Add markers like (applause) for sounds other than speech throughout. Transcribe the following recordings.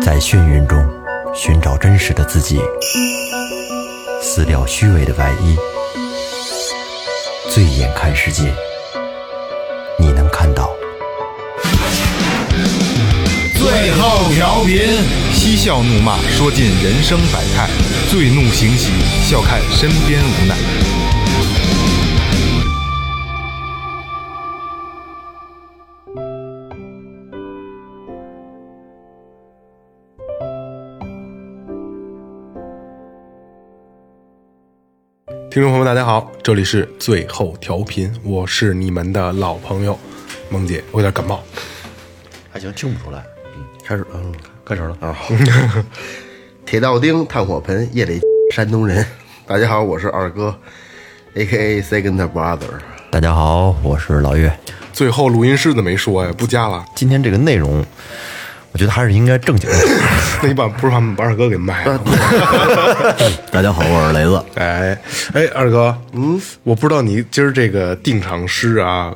在眩晕中寻找真实的自己，撕掉虚伪的外衣，醉眼看世界，你能看到。最后调频，嬉笑怒骂，说尽人生百态；醉怒行喜，笑看身边无奈。听众朋友们，大家好，这里是最后调频，我是你们的老朋友梦姐，我有点感冒。还行，听不出来。开始，嗯，开始了，啊，好 (laughs) 铁道钉、炭火盆、夜里山东人。大家好，我是二哥，A K A Second Brother。大家好，我是老岳。最后录音室的没说呀，哎不加了，今天这个内容，我觉得还是应该正经。那你把不是把把二哥给卖了？大家好，我是雷子。呃哎哎，二哥，嗯，我不知道你今儿这个定场诗啊，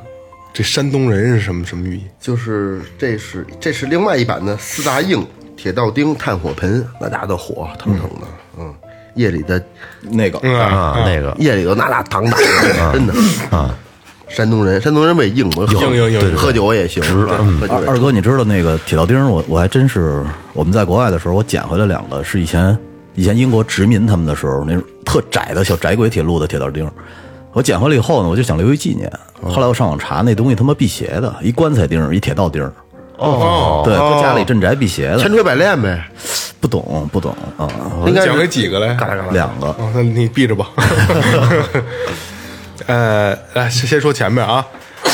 这山东人是什么什么寓意？就是这是这是另外一版的四大硬：铁道钉、炭火盆，那家的火腾腾的，嗯，夜里的那个啊啊，那个夜里头那那挡挡嗯的，真的啊。山东人，山东人为硬，我喝硬硬硬对喝酒我也行，啊喝嗯二酒也行二哥，你知道那个铁道钉儿，我我还真是我们在国外的时候，我捡回来两个，是以前以前英国殖民他们的时候那种特窄的小窄轨铁路的铁道钉儿。我捡回来以后呢，我就想留一纪念。后来我上网查，那东西他妈辟邪的，一棺材钉儿，一铁道钉儿。哦，对，搁家里镇宅辟邪千的，锤百炼呗，不懂不懂啊，应该讲是给几个嘞？两个哦，那你闭着吧。呃，来先先说前面啊，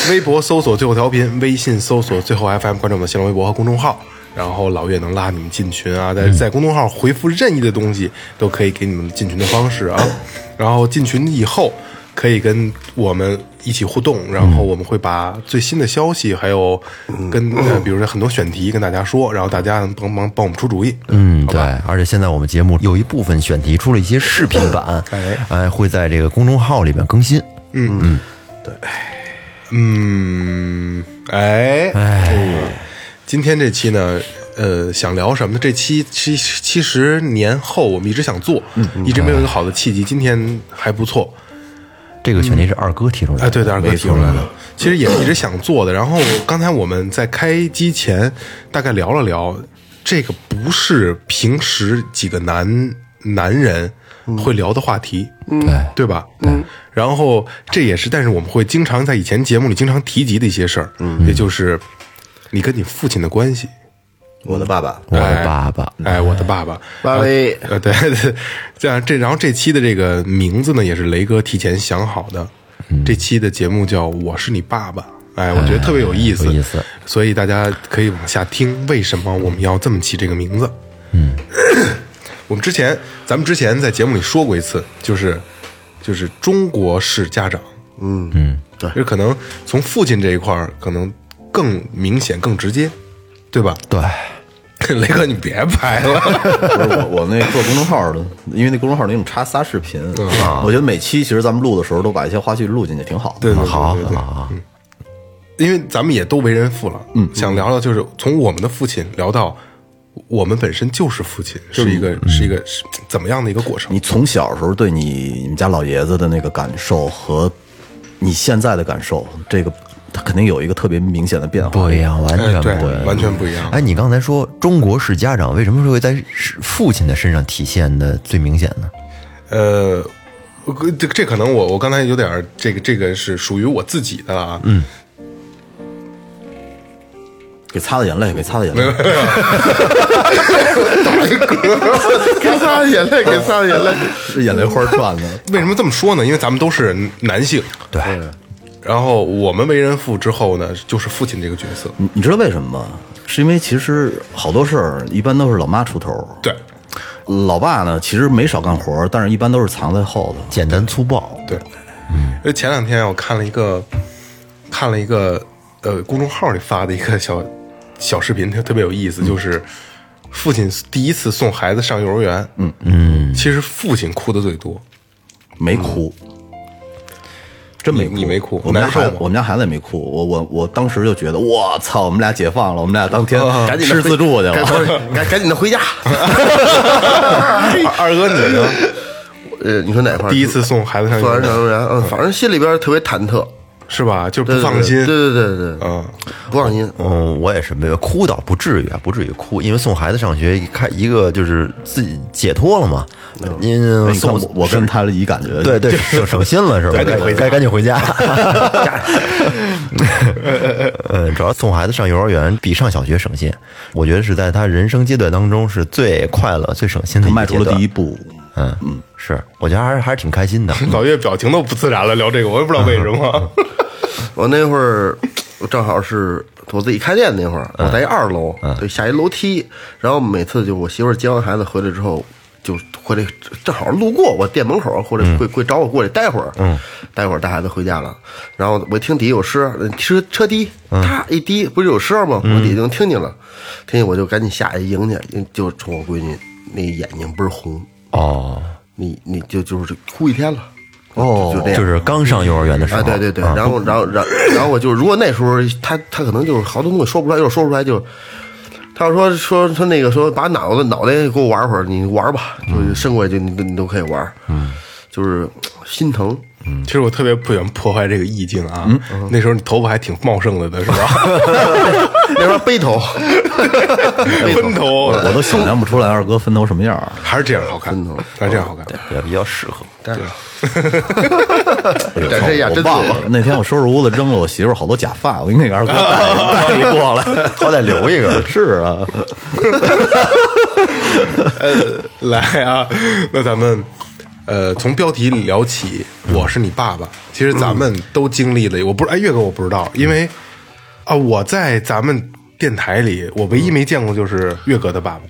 微博搜索最后调频，微信搜索最后 FM，关注我们的新浪微博和公众号。然后老岳能拉你们进群啊，在在公众号回复任意的东西，都可以给你们进群的方式啊。然后进群以后，可以跟我们一起互动，然后我们会把最新的消息，还有跟、呃、比如说很多选题跟大家说，然后大家能帮忙帮我们出主意。嗯，对，而且现在我们节目有一部分选题出了一些视频版，哎，会在这个公众号里面更新。嗯，哎，哎，今天这期呢，呃，想聊什么呢？这期其其实年后我们一直想做，一直没有一个好的契机。今天还不错，这个选题是二哥提出来的，哎，对的，二哥没提出来的，其实也是一直想做的。然后刚才我们在开机前大概聊了聊，这个不是平时几个男男人会聊的话题，对，对吧？嗯。然后这也是，但是我们会经常在以前节目里经常提及的一些事儿，嗯，也就是你跟你父亲的关系。我的爸爸，我的爸爸，哎，我的爸爸，爸威呃，对对，这样这，然后这期的这个名字呢，也是雷哥提前想好的。嗯这期的节目叫《我是你爸爸》，哎，我觉得特别有意思，有意思所以大家可以往下听，为什么我们要这么起这个名字？嗯，我们之前，咱们之前在节目里说过一次，就是就是中国式家长，嗯嗯，对，就是可能从父亲这一块儿，可能更明显、更直接，对吧？对， (laughs) 雷哥，你别拍了。不是 (laughs) 我，我那做公众号的，因为那公众号里我们插仨视频，我觉得每期其实咱们录的时候都把一些花絮录进去，挺好的。对对对好对对好好，因为咱们也都为人父了，嗯，想聊聊就是从我们的父亲聊到我们本身就是父亲，是一嗯个是一个是怎么样的一个过程？你从小时候对你你们家老爷子的那个感受和你现在的感受，这个他肯定有一个特别明显的变化。不一样，完全哎不对一样，完全不一样哎，你刚才说中国式家长为什么是会在是父亲的身上体现的最明显呢？呃，我这这可能我我刚才有点儿这个这个是属于我自己的啊，嗯，给擦擦眼泪，给擦擦眼泪。 (laughs) 给擦眼泪，给擦眼泪，是眼泪花转的，为什么这么说呢？因为咱们都是男性，嗯对，然后我们为人父之后呢，就是父亲这个角色， (laughs) 你你知道为什么吗？是因为其实好多事儿一般都是老妈出头，对，老爸呢其实没少干活儿，但是一般都是藏在后头。简单粗暴，对，因为前两天我看了一个，看了一个呃公众号里发的一个小小视频，特特别有意思，就是父亲第一次送孩子上幼儿园，嗯嗯，其实父亲哭的最多，没哭，真没你哭，你没哭我们家难受孩吗我们家孩子也没哭，我我我当时就觉得，我操，我们俩解放了，我们俩当天啊赶紧的吃自助去赶了。赶赶紧的回家。哎二二哥你呢？呃，你说哪块儿？第一次送孩子上幼送儿完园上幼儿园，嗯，反正心里边特别忐忑，是吧？就对不放心，对对对对，嗯，不放心。嗯，我也是没有哭倒不至于啊，不至于哭，因为送孩子上学，一看一个就是自己解脱了嘛。因为嗯你看送我我跟他的一感 (laughs) 觉，(laughs) 对对省省心了是吧？赶紧回家该赶紧回家。嗯，主要送孩子上幼儿园比上小学省心，我觉得是在他人生阶段当中是最快乐、最省心的他一个迈出了阶段第一。步。嗯嗯，是，我觉得还是还是挺开心的。老岳表情都不自然了，聊这个我也不知道为什么。我那会儿我正好是我自己开店那会儿，我在一二楼，对，下一楼梯，然后每次就我媳妇儿接完孩子回来之后。就回来，正好路过我店门口，或者会会找我过来待会儿，嗯，待会儿带孩子回家了。然后我一听底下有声儿，车车滴，啪一滴，不是有声儿吗？我底下就能听见了，听见我就赶紧下去迎去，就冲我闺女那眼睛倍儿红，哦，你你就就是哭一天了，哦就这样，就是刚上幼儿园的时候，啊，对对对，然后然后然后然后我就如果那时候他他可能就是好多东西说不出来，又说不出来就。他要说说说那个说把脑子脑袋给我玩会儿，你玩吧，就是伸过来就你都你都可以玩，嗯，就是心疼， (laughs) 其实我特别不想破坏这个意境啊，嗯那时候你头发还挺茂盛的的是 (laughs) 吧？那时候背头，背头分头我都想象不出来二哥分头什么样儿。还是这样好看，分头还是这样好看。也比较适合。展示一下我真忘了那天我收拾屋子扔了我媳妇儿好多假发，我给那个二哥带带一过来， (laughs) 好歹留一个。是啊， (laughs) 来啊，那咱们呃从标题聊起，我是你爸爸。其实咱们都经历了，我不是哎岳哥我不知道，因嗯为啊我在咱们电台里，我唯一没见过就是岳哥的爸爸，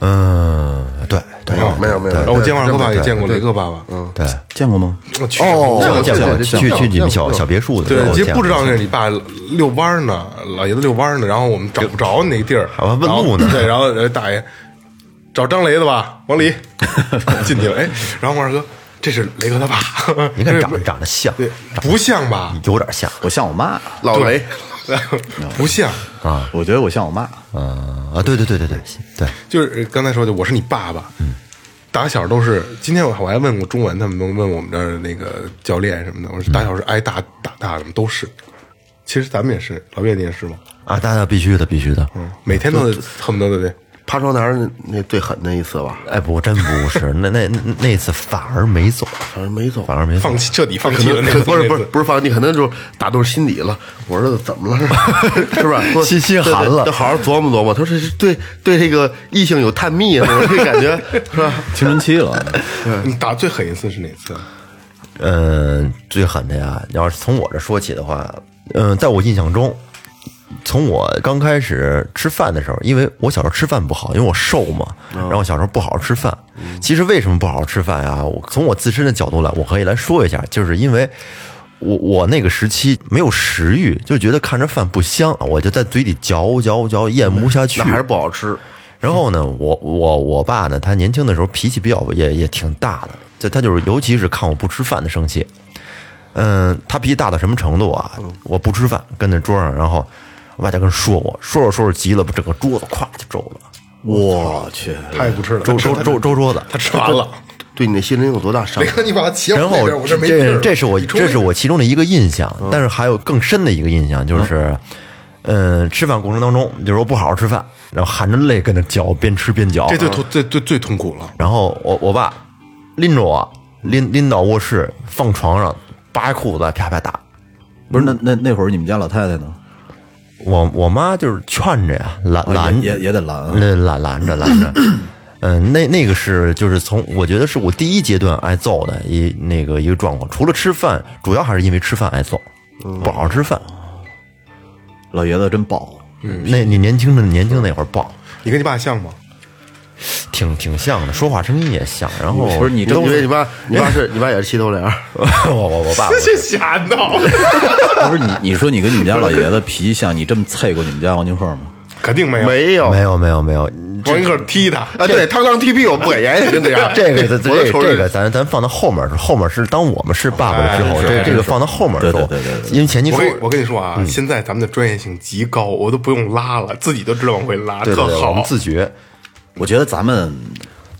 嗯，对对有没有没有然后我见过二哥爸，对也见过雷哥爸爸，嗯，对，见过吗？见我过见见过过去去你们小小别墅的时候，对，其我实见不过知道那是你爸遛弯儿呢，老爷子遛弯儿呢，然后我们找不着那个地儿，还问路呢然后对，然后呃大爷找张雷的吧，往里进去了，哎，然后我二哥，这是雷哥他爸， (laughs) 你看长得长得像，对，不像吧？有点像我像我妈，老雷，不像，我觉得我像我妈。嗯啊，对对对对对对，就是刚才说的，我是你爸爸。打小都是，今天我我还问过中文，他们问我们这儿那个教练什么的，我说打小是挨打打大的吗？都是。其实咱们也是，老岳你也是吗？啊，那那必须的必须的。嗯，每天都得恨不得得爬窗台儿那那最狠的一次吧，哎，不，真不是，那那那那次反而没走，反正没走，反而没走放。弃，彻底放可弃了那能个。不是不那是个不是放你，可能就是打动心底了。我儿子怎么了？是吧？是吧？说心心寒了对对得好好琢磨琢磨。他说是对对这个异性有探秘啊，我这感觉是吧？青春期了，你打最狠一次是哪次？嗯，最狠的呀，要是从我这说起的话，嗯，在我印象中，从我刚开始吃饭的时候，因为我小时候吃饭不好，因为我瘦嘛，嗯然后小时候不好好吃饭。其实为什么不好好吃饭呀？我从我自身的角度来，我可以来说一下，就是因为。我我那个时期没有食欲，就觉得看着饭不香，我就在嘴里嚼嚼嚼，咽不下去。那还是不好吃。然后呢，我我我爸呢，他年轻的时候脾气比较也也挺大的，就他就是尤其是看我不吃饭的生气。嗯，他脾气大到什么程度啊？嗯我不吃饭，跟那桌上，然后我爸就跟说我，说着说着急了，把整个桌子咵就周了，我去，他也不吃了，周周他周周桌子。他吃完了。对你的心灵有多大伤雷？哥，你把他骑到然后那边，我这没地儿这了这是我你出去嗯这是我其中的一个印象，但是还有更深的一个印象就是，嗯，吃饭过程当中，有时候不好好吃饭，然后含着泪跟那嚼，边吃边嚼，这最痛最最最痛苦了。然后我我爸拎着我拎拎到卧室，放床上，扒裤子啪啪打。不是那那那会儿你们家老太太呢？我我妈就是劝着呀，拦啊也拦也也得拦啊那拦拦着 (clears throat) 拦着。嗯，那那个是就是从我觉得是我第一阶段挨揍的一那个一个状况，除了吃饭，主要还是因为吃饭挨揍，嗯不好好吃饭。老爷子真暴，那你年轻的年轻那会儿暴，你跟你爸像吗？挺挺像的，说话声音也像。然后不是 (laughs) 你你这因为你爸，你爸是你爸也是七头脸儿，我我我爸我 (laughs) 这瞎闹，不是你你说你跟你们家老爷子脾气像，你这么啐过你们家王金凤吗？肯定没有。没有没有没有没有， (laughs) 王一克踢他，啊，对，他当 TP 我不给言语跟这样， (laughs) 啊这个 (laughs) 咱我这就承这个认。咱咱放到后面说，后面是当我们是爸爸了之后，哎这是这个放到后面说，对对对对因为前期我说嗯跟你我跟你说啊，现在咱们的专业性极高，我都不用拉了，自己都知道往回拉，对对对，特我们好。自觉，我觉得咱们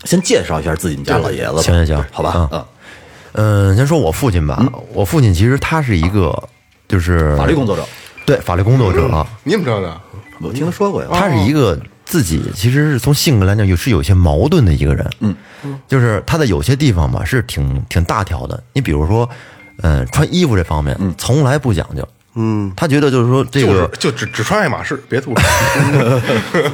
先介绍一下自己们家老爷子吧，行行行好吧嗯，嗯，先说我父亲吧，我父亲其实他是一个就是法律工作者，对法律工作者，啊你怎么知道的？嗯我听他说过呀，他是一个自己其实是从性格来讲有是有些矛盾的一个人，嗯，就是他在有些地方吧是挺挺大条的，你比如说，嗯，穿衣服这方面从来不讲究，嗯，他觉得就是说这就个是就只只穿爱马仕，别 (laughs) 吐了。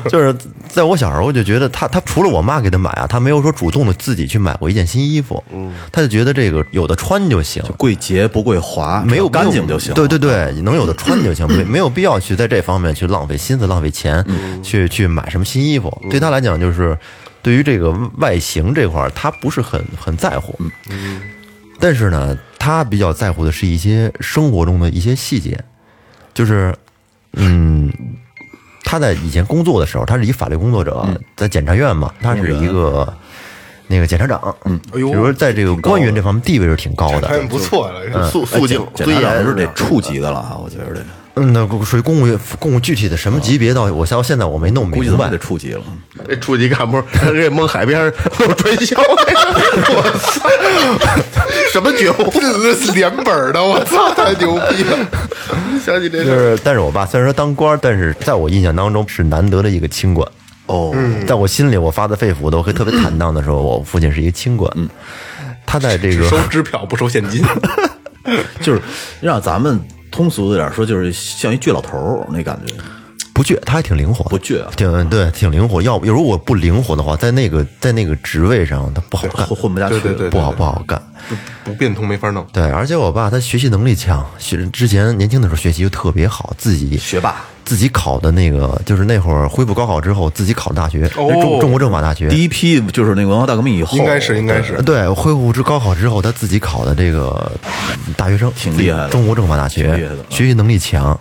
就是在我小时候就觉得他他除了我妈给他买啊，他没有说主动的自己去买过一件新衣服，嗯，他就觉得这个有的穿就行，贵洁不贵华，没有干净就行。啊对对对，能有的穿就行， (clears throat) 没没有必要去在这方面去浪费心思、浪费钱，嗯去去买什么新衣服。对他来讲，就是对于这个外形这块儿，他不是很很在乎。嗯但是呢，他比较在乎的是一些生活中的一些细节，就是，嗯，他在以前工作的时候，他是一法律工作嗯者，在检察院嘛，他是一个那个检察长，嗯，哎呦比如说在这个官员这方面地位是挺高的，穿得不错了，肃哎，肃静检虽检察严长是得处级的了啊，我觉得这个嗯，那属于公务员，公务具体的什么级别到我到现在我没弄估计明他白们得。处级了。这处级干部给蒙海边儿 (laughs) 弄传销，我操，什么觉悟？这是连本儿的，我操，太牛逼了！想起这就事儿，是，但是我爸虽然说当官儿，但是在我印象当中是难得的一个清官。哦，嗯在我心里，我发自肺腑的，我会特别坦荡的说，我父亲是一个清官。他在这个收支票不收 (laughs) 现金，就是让咱们通俗一点说，就是像一倔老头儿那感觉。不倔，他还挺灵活的，不倔啊挺对，挺灵活。要不如果不灵活的话，在那个在那个职位上，他不好干，混混不下去对对对不好不好干。不不变通没法弄。对，而且我爸他学习能力强，学之前年轻的时候学习就特别好，自己学霸，自己考的那个，就是那会儿恢复高考之后自己考的大学，哦中中国政法大学。第一批就是那个文化大革命以后，应该是应该是，对，恢复之高考之后，他自己考的这个大学生，挺厉害的中国政法大学挺厉害的嗯学习能力强。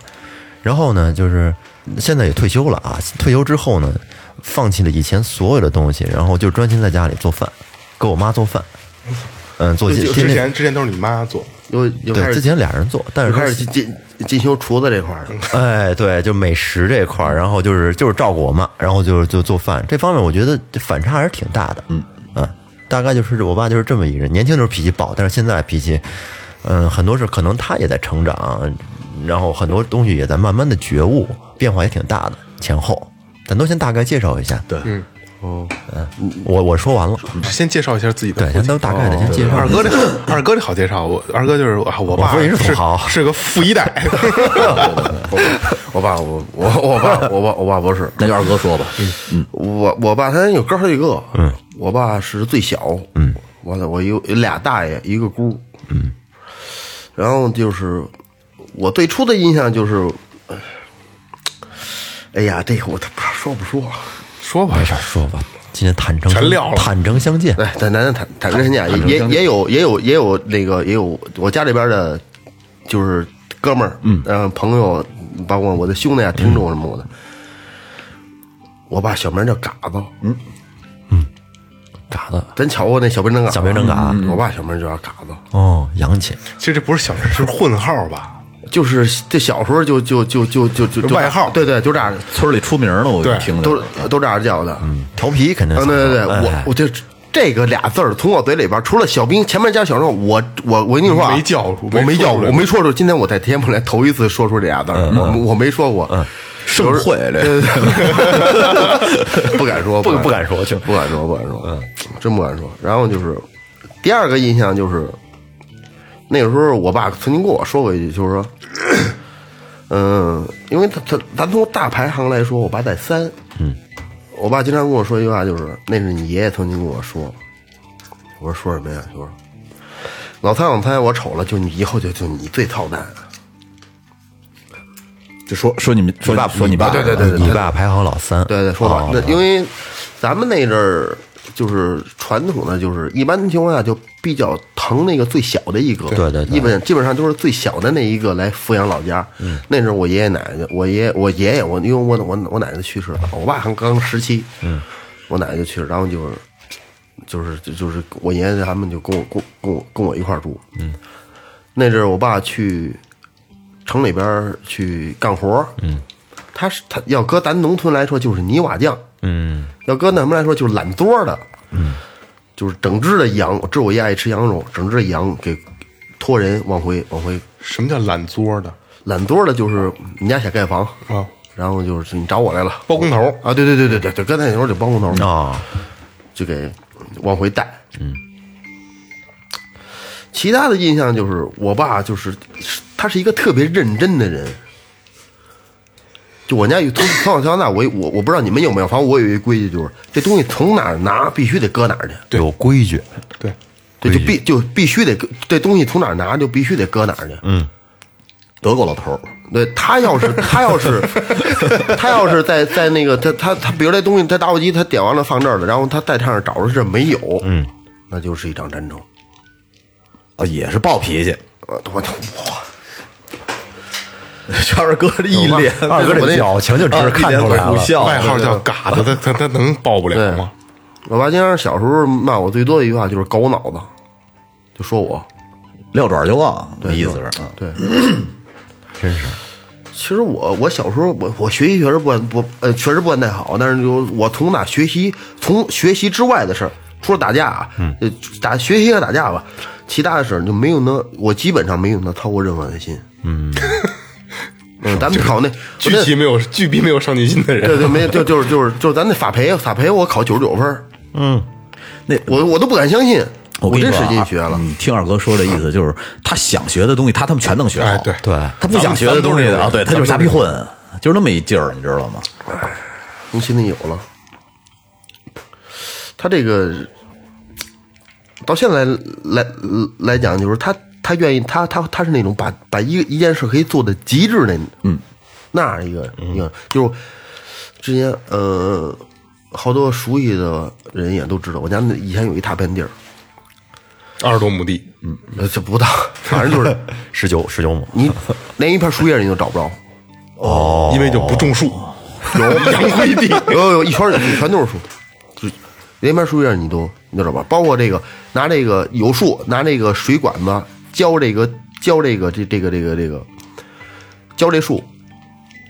然后呢，就是现在也退休了啊，退休之后呢，放弃了以前所有的东西，然后就专心在家里做饭，给我妈做饭。嗯，做就天之天前之前都是你妈做，又又对，开始之前俩人做，但又是开始进进进修厨子这块儿了，哎，对，就美食这块儿，然后就是就是照顾我妈，然后就是就做饭这方面，我觉得这反差还是挺大的。嗯嗯，大概就是我爸就是这么一人，年轻的时候脾气暴，但是现在脾气，嗯，很多事可能他也在成长，然后很多东西也在慢慢的觉悟，变化也挺大的，前后。咱都先大概介绍一下，对，嗯，哦，嗯，我我说完了，先介绍一下自己的嗯对，父咱亲。都大概的先介绍二一下。哥这二哥这好介绍，我二哥就是啊，我爸我说你是土是豪是个富一代， (laughs) (laughs) 我爸我我我爸我爸我爸不是，那就二哥说吧，嗯我我爸他有哥好几个，嗯，我爸是最小，嗯，完了我有有俩大爷一个姑，嗯，然后就是我最初的印象就是，哎呀，这个我都不知道说不说，说吧没，事儿，说吧，今天坦诚全撂了坦诚相见，对，咱咱坦坦诚相见，也也也有也有也有那个也有我家里边的，就是哥们儿，嗯，朋友，包括我的兄弟啊、听众什么的。我爸小名叫嘎子，嗯，嘎子，咱瞧过那小兵张嘎，嗯小兵张嘎，我爸小名就叫嘎子，哦，洋气，其实这不是小名，是混号吧？就是这小时候就就就就就就就外号对对，就这样，村儿里出名了，我对听着都都这样叫的，嗯，调皮肯定啊，是，对对对，哎我我就这个俩字儿从我嘴里边儿，除了小兵前面加小肉，我我我跟你说啊，没叫出我没没说叫出过，来我没说出。今天我在天普来头一次说出这俩字儿，我我没说过，盛会这对对对， (laughs) 不敢说，不不敢敢说，就不敢说，不敢说，真不敢说。然后就是第二个印象就是，那个时候我爸曾经跟我说过一句，就是说，嗯，因为他他咱从大排行来说，我爸在三，嗯，我爸经常跟我说一句话，就是那是你爷爷曾经跟我说，我说说什么呀？就是老蔡老蔡，我瞅了，就你以后就就你最操蛋。就说说你们说爸说你爸，对对对对啊你爸排行老三，对对，说吧哦，那因为咱们那阵儿就是传统的，就是一般情况下就比较疼那个最小的一个，对对对基本基本上都是最小的那一个来抚养老家。嗯，那阵儿我爷爷奶奶，我爷我爷爷我因为我我我奶奶去世了，我爸还刚十七，嗯，我奶奶就去了，然后就就是就就是我爷爷他们就跟我跟我跟我跟我一块儿住。嗯，那阵儿我爸去城里边儿去干活，嗯，他是他要搁咱农村来说就是泥瓦匠，嗯，要搁那什么来说就是懒多儿的，嗯，就是整只的羊，我知道我爷爱吃羊肉，整只的羊给托人往回往回什么叫懒作的？懒多的，就是你家想盖房啊，然后就是你找我来了，包工头啊，对对对对对对，刚才那时候就包工头嘛，啊，就给往回带，嗯。其他的印象就是我爸就是他是一个特别认真的人，就我家有从从小到大，我我我不知道你们有没有，反正我有一规矩，就是这东西从哪儿拿必须得搁哪儿去，有规矩，对，对，就必就必须得搁这东西从哪儿拿就必须得搁哪儿去，嗯。德国老头儿，对他要是他要 (laughs) 是他要是在在那个他他他，比如这东西他打火机他点完了放这儿了，然后他在上面找着这没有，嗯，那就是一张战争。啊，也是暴脾气，我我我 (laughs) 二哥这一脸二哥这表情就直啊接一看脸出来鬼哭了笑外号叫嘎子，他他他能报不了吗？我爸经常小时候骂我最多的一句话就是“狗脑子”，就说我。撂爪儿就忘，那意思是啊，对，真是。其实我我小时候我我学习确实不不呃确实不算太好，但是就我从哪学习从学习之外的事儿，除了打架啊，嗯呃打学习和打架吧，其他的事儿就没有能我基本上没有能操过任何的心。嗯， (laughs) 咱们 (laughs) 考那巨我那鸡没有巨逼没有上进心的对人，对没就就是就是就是咱那法培法培我考九十九分儿，嗯那我我都不敢相信，我我跟你真说使啊劲学了。你听二哥说这意思就是，他想学的东西，他他们全能学哎好。对对他不想学的东西啊，对他就是瞎逼混，就是那么一劲儿，你知道吗？从心里有了。他这个到现在来来讲，就是他他愿意，他他他是那种把把一个一件事可以做的极致的，嗯，那样一个一个，就是之前呃，好多熟悉的人也都知道，我家那以前有一大片地儿，二十多亩地，呃，这不大，反正就是十九十九亩，你连一片树叶你都找不着，因为就不种树，有洋灰地，有有有一圈儿全都是树，就连边树叶你都你知道吧？包括这个拿这个有树拿这个水管子浇这个浇这个这这个这个这个浇这树，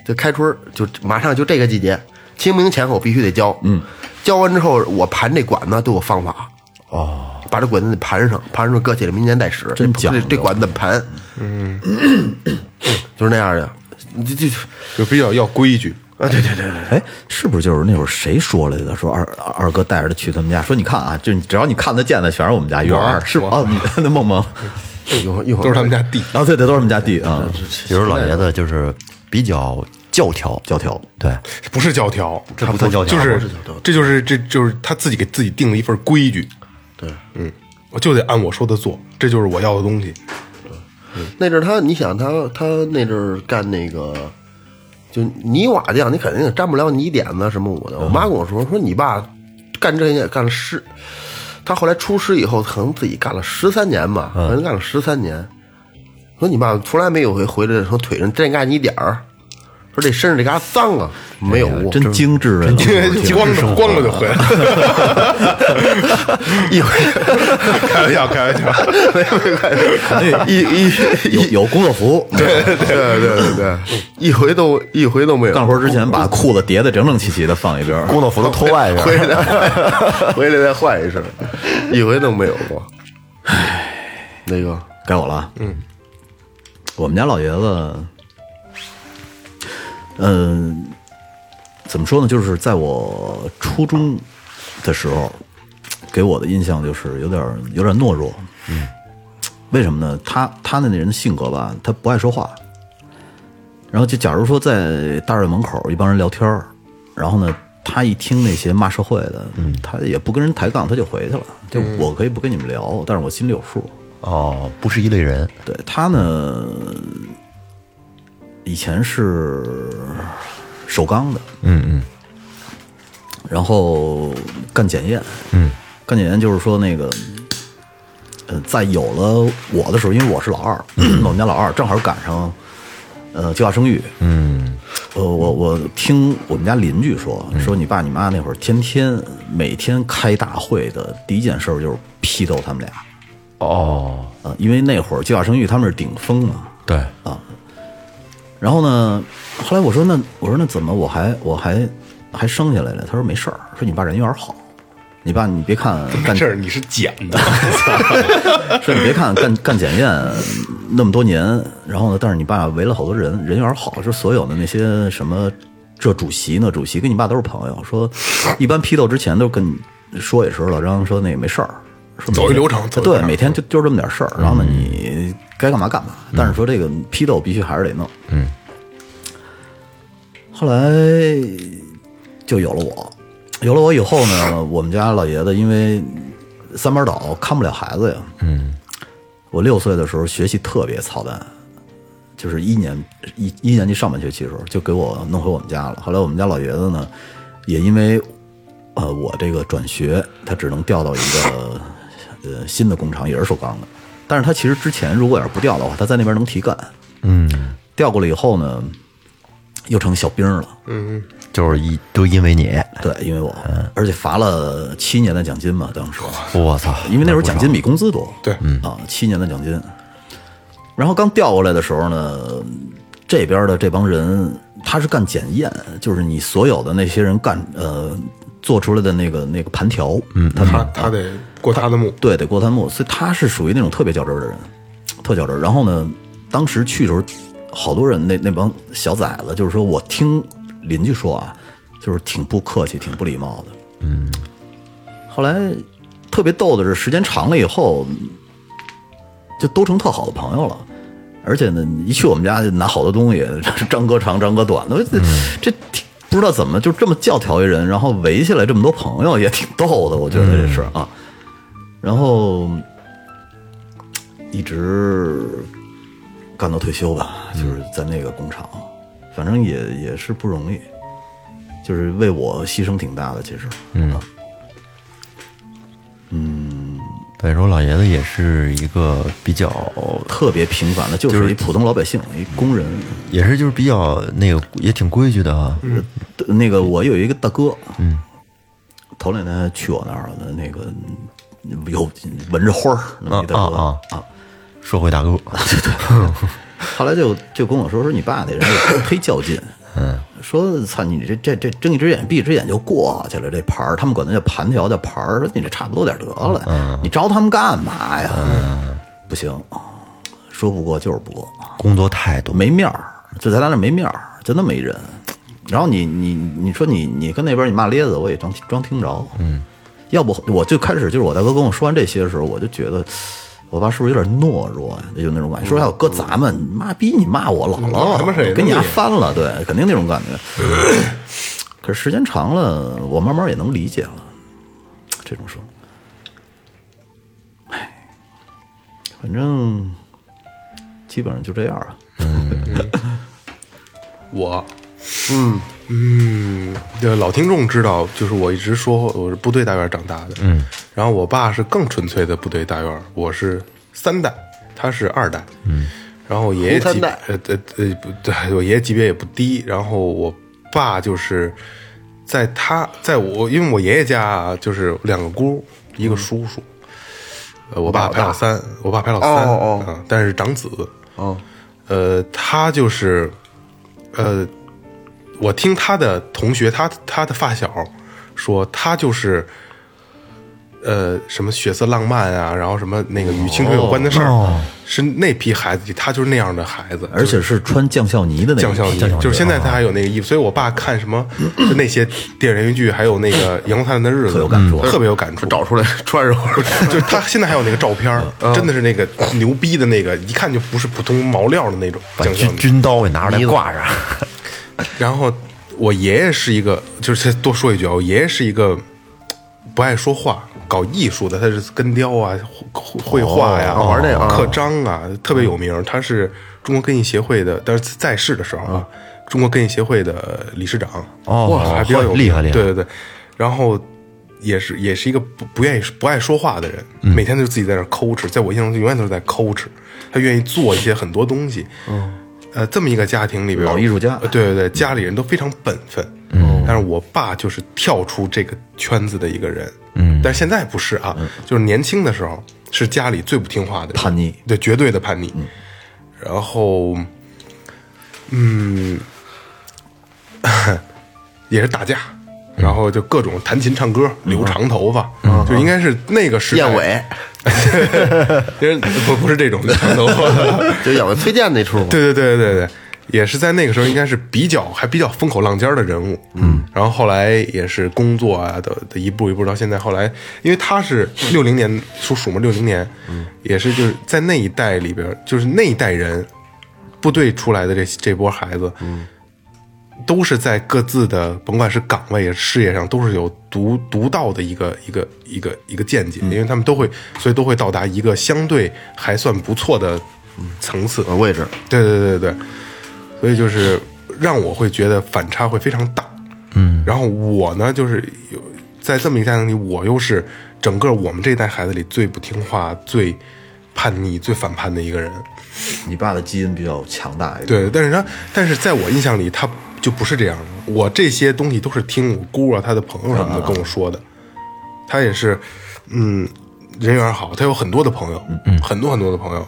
就开春儿就马上就这个季节，清明前后必须得浇。嗯，浇完之后我盘这管子都有方法。哦，把这管子得盘上，盘上搁起来，明年再使。真这讲究这这管子盘，嗯，就是那样的。你这这就比较要规矩。啊，对对对对。哎，是不是就是那会儿谁说来的？说二二哥带着他去他们家，说你看啊，就你只要你看得见的，全是我们家院我儿，是吧？啊，你那梦梦，一会儿一会儿都是他们家地，啊，对对，都是我们家地啊，有时候老爷子就是比较教条，教条。对，不是教条，这不算教条就是不是教条这就是这就是他自己给自己定了一份规矩，对，嗯，我就得按我说的做，这就是我要的东西。那阵儿他，你想他他那阵儿干那个，就泥瓦匠，你肯定也沾不了泥点子什么我的。我妈跟我说，说你爸干这些干了十，他后来出师以后，可能自己干了十三年吧，可能干了十三年。说你爸从来没有回回来说腿上沾盖泥点儿，说这身上这嘎脏啊，没有过，真精致啊！因为光着光着就回来，一回 (laughs) 开玩笑，开玩笑。 (laughs) 哎一一一有有工作服，对，对对对对，一回都一回都没有。干活之前把裤子叠得整整齐齐的放一边儿，工作服都脱外边回儿，来再回来再换一身，一回都没有过。唉，那个该我了。嗯，我们家老爷子，嗯、怎么说呢？就是在我初中的时候，给我的印象就是有点儿有点儿懦弱。嗯，为什么呢？他他那人的性格吧，他不爱说话。然后就假如说在大院门口一帮人聊天儿然后呢，他一听那些骂社会的，他也不跟人抬杠，他就回去了。就我可以不跟你们聊，但是我心里有数。哦，不是一类人，对他呢，以前是首钢的，嗯嗯，然后干检验，嗯，干检验就是说那个，呃，在有了我的时候，因为我是老二，我们家老二正好赶上，呃，计划生育，嗯，嗯呃，我我听我们家邻居说，说你爸你妈那会儿天天每天开大会的第一件事儿就是批斗他们俩，哦，啊，因为那会儿计划生育他们是顶峰嘛，对，然后呢，后来我说那我说那怎么我还我还还生下来了？他说没事儿，说你爸人缘好，你爸你别看干这儿你是捡的，说你别看干干检验那么多年，然后呢，但是你爸围了好多人，人缘好，说所有的那些什么这主席呢，主席跟你爸都是朋友，说一般批斗之前都跟你说一声了，然后说那个没事儿，说每天走一流程走一流对，程嗯每天就就是这么点事儿，然后呢，你该干嘛干嘛，但是说这个批斗必须还是得弄，嗯，后来就有了我，有了我以后呢，我们家老爷子因为三班倒看不了孩子呀，我六岁的时候学习特别操蛋，就是一年一一年级上半学期的时候就给我弄回我们家了。后来我们家老爷子呢，也因为呃我这个转学，他只能调到一个呃新的工厂，也是首钢的。但是他其实之前如果要是不调的话，他在那边能提干。嗯，调过来以后呢，又成小兵了。就是一都因为你，对，嗯因为我，而且罚了七年的奖金嘛，当时。我操，因为那时候奖金比工资多，对啊，七年的奖金。然后刚调过来的时候呢，这边的这帮人他是干检验，就是你所有的那些人干呃做出来的那个那个盘条，嗯，他他他得过他的目，对得过他目，所以他是属于那种特别较真儿的人，特较真儿。然后呢，当时去的时候，好多人那那帮小崽子，就是说我听邻居说啊，就是挺不客气，挺不礼貌的。嗯，后来特别逗的是，时间长了以后，就都成特好的朋友了。而且呢，一去我们家就拿好多东西， (laughs) 张哥长，张哥短的，我这、这挺不知道怎么就这么教条一人，然后围起来这么多朋友，也挺逗的，我觉得这事儿啊。然后一直干到退休吧，就是在那个工厂，反正也也是不容易，就是为我牺牲挺大的，其实，嗯，等于说老爷子也是一个比较，特别平凡的，就是一普通老百姓，一工人。也是就是比较那个也挺规矩的啊，呃那个我有一个大哥，嗯，头两天去我那儿了，那个有闻着花儿那么一大哥啊啊，说回大哥， (laughs) 后来就就跟我说说你爸那人也忒较劲，嗯， (laughs) 说操你这这这睁一只眼闭一只眼就过去了这盘儿，他们管它叫盘条叫盘儿，说你这差不多点儿得了，你招他们干嘛呀？不行，说不过就是不过，工作态度没面儿，就咱俩这没面儿，就那么一人。然后你你你说你你跟那边你骂咧子，我也装装听不着，嗯，要不我就开始就是我大哥跟我说完这些的时候，我就觉得我爸是不是有点懦弱呀、就那种感觉。说要搁咱们，你妈逼你骂我姥嗯姥，他妈谁呢给你丫翻了，对，肯定那种感觉。可是时间长了，我慢慢也能理解了这种事。哎，反正基本上就这样啊。我，嗯嗯，这老听众知道，就是我一直说我是部队大院长大的，嗯，然后我爸是更纯粹的部队大院，我是三代，他是二代，嗯，然后我爷爷红级三代呃呃呃不对，我爷爷级别也不低，然后我爸就是在他在我因为我爷爷家啊，就是两个姑一个叔叔，呃，我爸排老三，我爸排老三，哦哦啊但是长子，哦，呃，他就是，呃，我听他的同学，他他的发小说，他就是，呃，什么血色浪漫啊，然后什么那个与青春有关的事儿，是那批孩子里，他就是那样的孩子，而且是穿将校啊泥的那酱种香泥，就是现在他还有那个衣服，所以我爸看什么就那些电视连续剧，还有那个《阳光灿烂的日子》，特有感触特别有感触。找出来穿上， (laughs) 就是他现在还有那个照片儿，真的是那个牛逼的那个，一看就不是普通毛料的那种把酱香军泥。军刀给拿出来挂上，然后我爷爷是一个，就是多说一句啊，我爷爷是一个不爱说话、搞艺术的，他是根雕啊、绘绘画呀、玩那个啊刻章啊，特别有名。他是中国根艺协会的，但是在世的时候啊，中国根艺协会的理事长哦还比较有名厉害厉害对对对，然后。也是也是一个不不愿意不爱说话的人，每天就自己在那儿抠哧，在我印象中永远都是在抠哧。他愿意做一些很多东西，呃这么一个家庭里边，老艺术家呃对对对，家里人都非常本分。嗯，但是我爸就是跳出这个圈子的一个人。嗯，但是现在不是啊，就是年轻的时候是家里最不听话的人，叛逆对，绝对的叛逆。然后，嗯， (laughs) 也是打架，然后就各种弹琴、唱歌，留长头发，就应该是那个时代。燕尾，因为不不是 (laughs) 这种长头发。就燕尾崔健那出嘛。对对对对对，也是在那个时候，应该是比较还比较风口浪尖儿的人物。嗯，然后后来也是工作啊的的一步一步到现在，后来因为他是六零年属鼠嘛，六零年，嗯，也是就是在那一代里边儿，就是那一代人部队出来的这这波孩子，嗯。都是在各自的，甭管是岗位、事业上，都是有独独到的一个一个一个一个见解，因为他们都会，所以都会到达一个相对还算不错的层次。呃位 (laughs) 置，对对对对，对，所以就是让我会觉得反差会非常大。嗯，然后我呢，就是有在这么一代人里，我又是整个我们这一代孩子里最不听话、最叛逆、最反叛的一个人。你爸的基因比较强大一点，对，但是他，但是在我印象里，他就不是这样的。我这些东西都是听我姑啊、他的朋友什么的跟我说的。他也是，嗯，人缘好，他有很多的朋友，很多很多的朋友，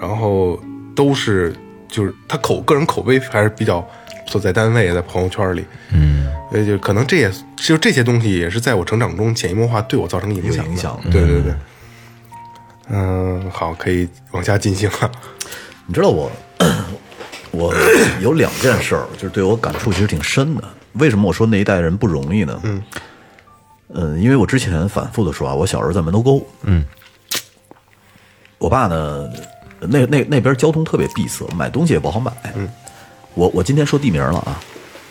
然后都是就是他口个人口碑还是比较不错，在单位在朋友圈里，嗯，所以就可能这也就这些东西也是在我成长中潜移默化对我造成影响的，有影响对对对。嗯，好，可以往下进行了。 (laughs) 你知道我，我有两件事儿，就是对我感触其实挺深的。为什么我说那一代人不容易呢？嗯，呃，因为我之前反复的说啊，我小时候在门头沟，嗯，我爸呢，那那那边交通特别闭塞，买东西也不好买。嗯，我我今天说地名了啊。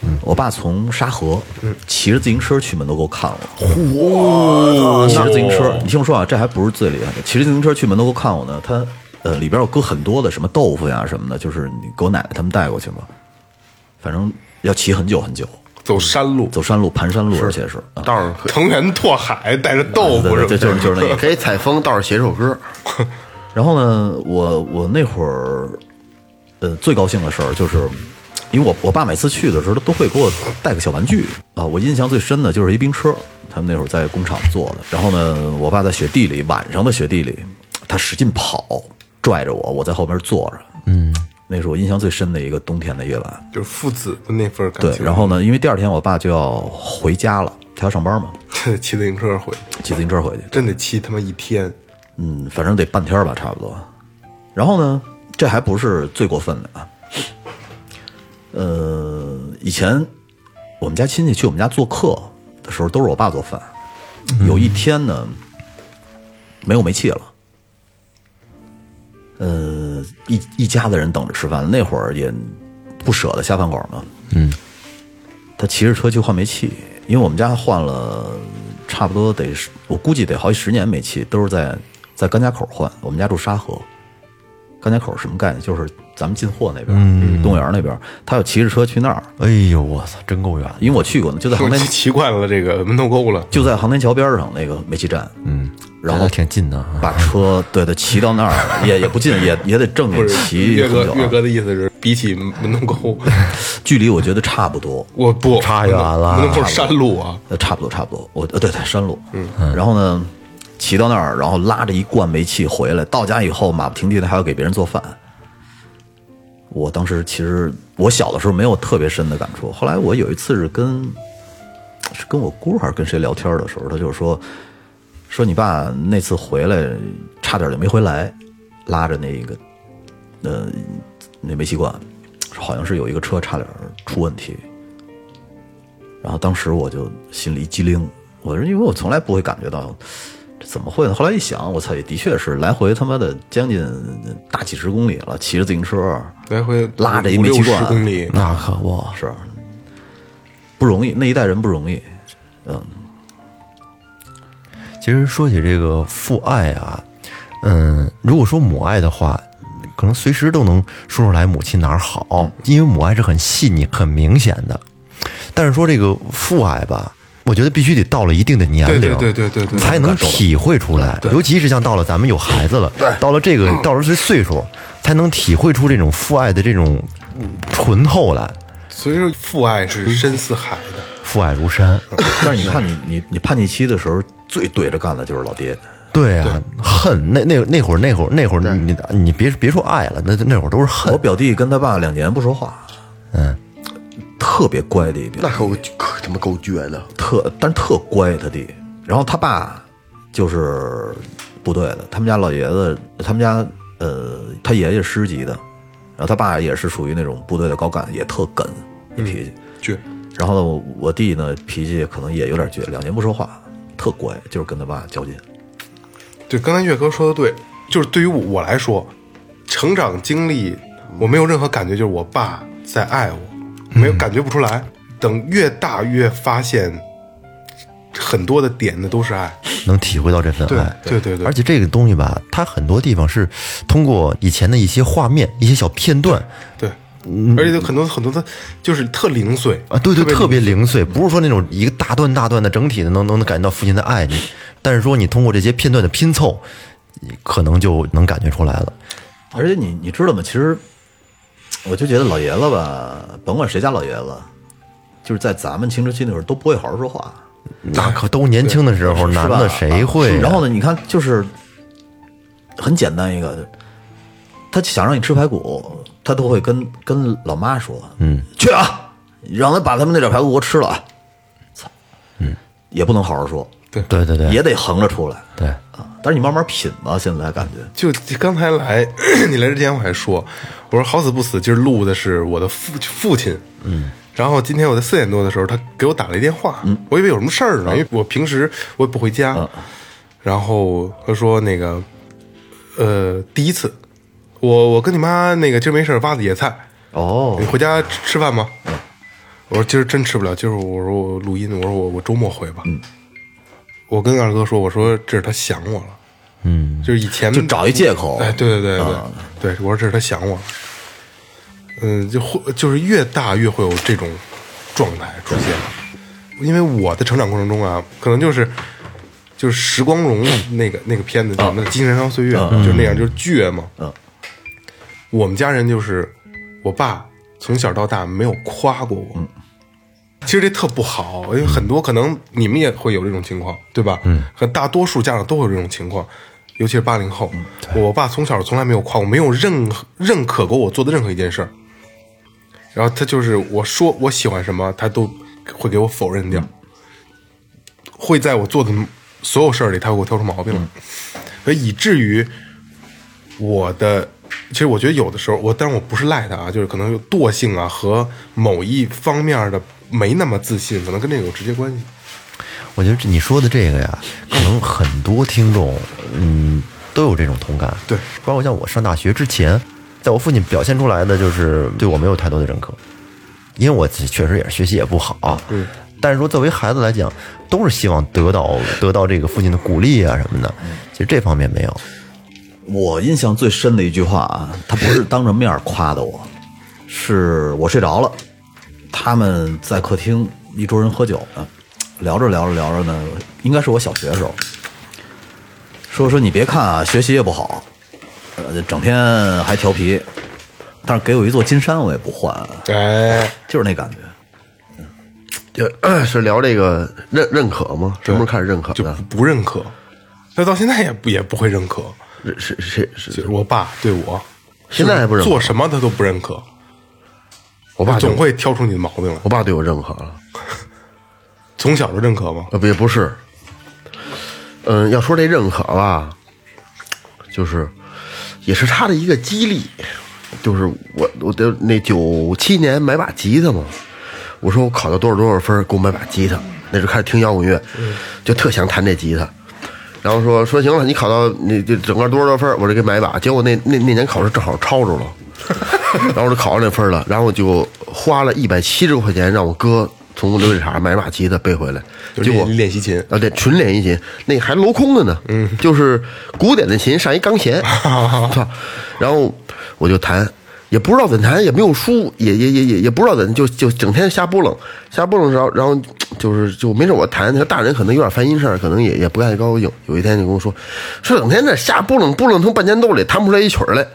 嗯，我爸从沙河，嗯，骑着自行车去门头沟看我，骑着自行车，你听我说啊，这还不是最厉害的。骑着自行车去门头沟看我呢，他呃里边有搁很多的什么豆腐呀什么的，就是你给我奶奶他们带过去嘛，反正要骑很久很久，走山路，走山路盘山路，而且是啊，道上可藤原拓海带着豆腐什么的，对对对，就是就是那个。以可以采风，道上写首歌。然后呢，我我那会儿呃最高兴的事儿就是。因为我我爸每次去的时候都会给我带个小玩具啊，我印象最深的就是一冰车，他们那会儿在工厂做的。然后呢，我爸在雪地里，晚上的雪地里，他使劲跑，拽着我，我在后边坐着。嗯，那是我印象最深的一个冬天的夜晚。就是父子的那份感对，情。然后呢，因为第二天我爸就要回家了，他要上班嘛， (laughs) 骑自行车回，骑自行车回去。真得骑他妈一天。嗯，反正得半天儿吧，差不多。然后呢，这还不是最过分的啊。呃，以前我们家亲戚去我们家做客的时候，都是我爸做饭。有一天呢，没有煤气了。呃，一一家子人等着吃饭，那会儿也不舍得下饭馆嘛。嗯，他骑着车去换煤气，因为我们家换了差不多得是，我估计得好几十年煤气，都是在在甘家口换。我们家住沙河，甘家口是什么概念？就是咱们进货那边，嗯、动物园那边。他要骑着车去那儿，哎呦，我操，真够远的。因为我去过呢，就在我航天骑惯了这个门头沟了，就在航天桥边上那个煤气站，嗯，然后还挺近的啊。把车对对骑到那儿，也也不近，也也得正不经是骑岳很哥久啊，岳哥的意思是，比起门头沟，距离我觉得差不多，我不差远了门头沟山路啊，呃，差不多，差不多。我呃，对对，山路。嗯，然后呢，骑到那儿，然后拉着一罐煤气回来，到家以后马不停蹄的还要给别人做饭。我当时其实我小的时候没有特别深的感触，后来我有一次是跟是跟我姑还是跟谁聊天的时候，他就说说你爸那次回来差点就没回来，拉着那个呃那煤气罐，好像是有一个车差点出问题，然后当时我就心里一激灵，我说因为我从来不会感觉到这怎么会呢？后来一想，我操，也的确是来回他妈的将近大几十公里了，骑着自行车来回拉着一五煤六气十罐公里，那可不，是不容易，那一代人不容易。嗯，其实说起这个父爱啊，嗯，如果说母爱的话，可能随时都能说出来母亲哪儿嗯好，因为母爱是很细腻、很明显的。但是说这个父爱吧，我觉得必须得到了一定的年龄，对对对对对对才能体会出来。尤其是像到了咱们有孩子了，到了这个到了这岁数，才能体会出这种父爱的这种醇厚来。所以说父爱是深似海的。父爱如山，但是你看你你你叛逆期的时候，最对着干的就是老爹。对啊，恨那那那会儿那会儿那会儿你你你别别说爱了，那那会儿都是我恨。表弟跟他爸两年不说话，嗯，特别乖的一表弟 (laughs) 那可可他妈够倔的，特但是特乖他弟。然后他爸就是部队的，他们家老爷子，他们家呃他爷爷师级的，然后他爸也是属于那种部队的高干，也特梗那脾气。倔，然后呢，我我弟呢脾气可能也有点倔，两年不说话，特乖，就是跟他爸较劲。对，刚才岳哥说的对，就是对于我我来说，成长经历我没有任何感觉，就是我爸在爱我，没有感觉不出来。等越大越发现，很多的点呢都是爱。能体会到这份对爱。对对对而且这个东西吧，它很多地方是通过以前的一些画面、一些小片段对，而且有很多很多的，就是特零碎啊，对对，特特别零碎，不是说那种一个大段大段的整体的能能感觉到父亲的爱你，但是说你通过这些片段的拼凑，你可能就能感觉出来了。而且你你知道吗？其实我就觉得老爷子吧，甭管谁家老爷子，就是在咱们青春期那会儿都不会好好说话，那可都年轻的时候，是男吧的谁会啊呀？然后呢，你看就是很简单一个，他想让你吃排骨，他都会跟跟老妈说，嗯，去啊，让他把他们那点排骨给我吃了啊，操，嗯，也不能好好说，对对对也得横着出来，对，啊，但是你慢慢品吧，现在感觉。就刚才来你来之前我还说，我说好死不死，今儿录的是我的父父亲，嗯，然后今天我在四点多的时候，他给我打了一电话，嗯我以为有什么事儿呢，因为我平时我也不回家，然后他说那个，呃，第一次，我我跟你妈那个今儿没事儿挖的野菜，哦你，回家吃吃饭吗？嗯我说今儿真吃不了，今儿我说我录音，我说我我周末回吧。嗯我跟二哥说，我说这是他想我了，嗯，就是以前就找一借口啊哎，对对对对、对，我说这是他想我了，嗯，就会就是越大越会有这种状态出现，因为我的成长过程中啊，可能就是。就是时光荣那个那个片子叫什么《精神上岁月》，就那样，就是倔嘛。嗯我们家人就是我爸从小到大没有夸过嗯我。其实这特不好，因为很多可能你们也会有这种情况，对吧？嗯，和大多数家长都会有这种情况，尤其是八零后。我爸从小从来没有夸我，没有认认可过我做的任何一件事儿。然后他就是我说我喜欢什么，他都会给我否认掉，会在我做的所有事儿里，他会给我挑出毛病来，所以以至于我的，其实我觉得有的时候，我当然我不是赖他啊，就是可能有惰性啊和某一方面的没那么自信，可能跟这个有直接关系。我觉得这你说的这个呀，可能很多听众，嗯，都有这种同感。对，包括像我上大学之前，在我父亲表现出来的就是对我没有太多的认可，因为我确实也是学习也不好。嗯，但是说作为孩子来讲，都是希望得到得到这个父亲的鼓励啊什么的。其实这方面没有，我印象最深的一句话啊，他不是当着面夸的我，是我睡着了，他们在客厅一桌人喝酒呢，聊着聊着聊着呢，应该是我小学的时候，说说你别看啊，学习也不好，呃，整天还调皮，但是给我一座金山我也不换啊，哎，就是那感觉。就 (clears throat) 是聊这个认认可吗？什么时候开始认可就的？不不认可，他到现在也不也不会认可，认是是是，就是我爸对我现在还不认可做什么他都不认可，我爸总就会挑出你的毛病来。我爸对我认可了，从小就认可吗？呃，不也不是，嗯，要说这认可吧，就是也是他的一个激励，就是我我得那九七年买把吉他嘛，我说我考到多少多少分儿给我买把吉他，那时候开始听摇滚乐，嗯就特想弹这吉他。然后说说行了，你考到你这整个多少多少分儿，我就给买一把。结果那那那年考试正好超着了， (laughs) 然后我就考上那分儿了。然后我就花了一百七十块钱让我哥从琉璃厂买一把吉他背回来，就是结果练练习琴，啊，对，纯连音琴，那还镂空的呢，嗯，就是古典的琴上一钢弦，操然后我就弹，也不知道怎谈，也没有书，也也也也也不知道怎，就就整天瞎拨楞，瞎拨楞，然后然后就是就没事我谈，他大人可能有点烦心事儿，可能也也不太高兴。有一天就跟我说，说整天这瞎拨楞拨楞成半截兜里，弹不出来一曲儿来。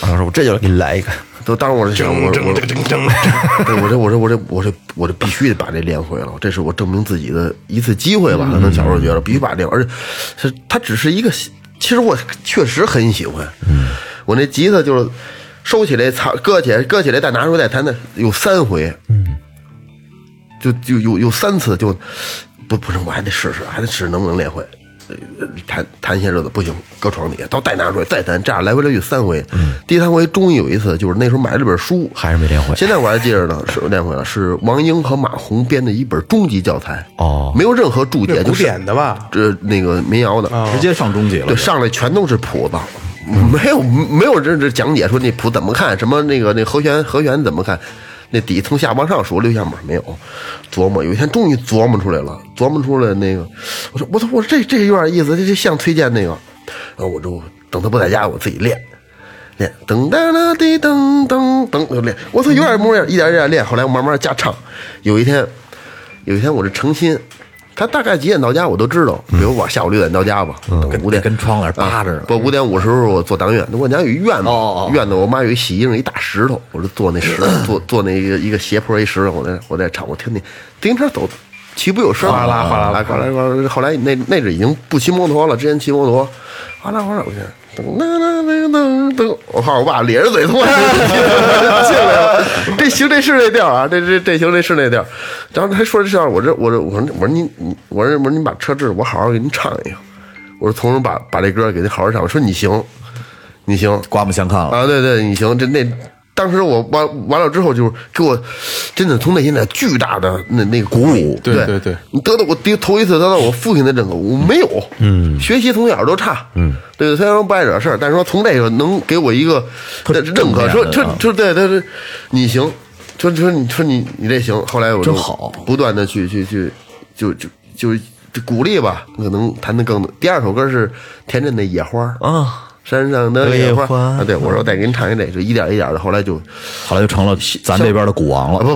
当啊时我这就给你来一个，都当时我就想，我 (laughs) 我对 (laughs) 我这我这我这我这我这必须得把这练会了，这是我证明自己的一次机会嗯吧？可能小时候觉得必须把这，而且是它只是一个喜，其实我确实很喜欢。嗯我那吉他就是收起来藏搁起来搁起来再拿出来再弹的有三回，嗯就就有有三次就不不成，我还得试试，还得试试能不能练会。呃弹弹些日子不行，搁床底下，到再拿出来再弹，这样来回来去三回。第三回终于有一次，就是那时候买了本书，嗯还是没练会现在我还记着呢，是练会了，啊是王英和马红编的一本中级教材，哦没有任何注解，那古就是典的啊吧？这那个民谣的，直接上中级了对，。上来全都是谱子，没有没有这这讲解说那谱怎么看，什么那个那和弦和弦怎么看，那底从下往上数六下码没有，琢磨有一天终于琢磨出来了，琢磨出来那个，我说我操，我说这这有点意思，这这像崔健那个，然后我就等他不在家，我自己练。练噔哒啦滴噔噔噔就练，我操，有点模样，一点一点练。后来我慢慢加唱，有一天，有一天我是诚心，他大概几点到家我都知道，比如我下午六点到家吧，等五点嗯跟窗帘扒着呢啊不五点五十我坐当院，我家有一院子，哦院子我妈有一洗衣裳一大石头，我就坐那石头，坐坐那一个一个斜坡一石头，我在我在唱，我听那自行车走。骑不有声儿，哗啦哗啦啊后来后来后来那那阵已经不骑摩托了，之前骑摩托，哗啦哗啦，我去，噔噔噔噔噔，我靠，我爸咧着嘴从我进来了，这行这是那调儿啊，这这这行这是那调儿，然后还说这事儿，我这我这我说我说你你我说我说你把车支，我好好给你唱一个，我说从容把把这歌给他好好唱，我说你行，你行，刮目相看了，啊，对对，你行，这那当时我完完了之后，就是给我真的从内心的巨大的那那个鼓舞，对对对对，你得到我第头一次得到我父亲的认可，我没有，嗯，学习从小都差，嗯，对，虽然说不爱惹事儿，但是说从这个能给我一个认可，说说说对对对，你行，说说你说你你这行，后来我就真好不断的去去去就就就就鼓励吧，可能弹的更。第二首歌是田震的《野花》啊，山上的野野花花啊，对我说再给你唱一这，就一点一点的，后来就后来就成了咱这边的股王啊了。不不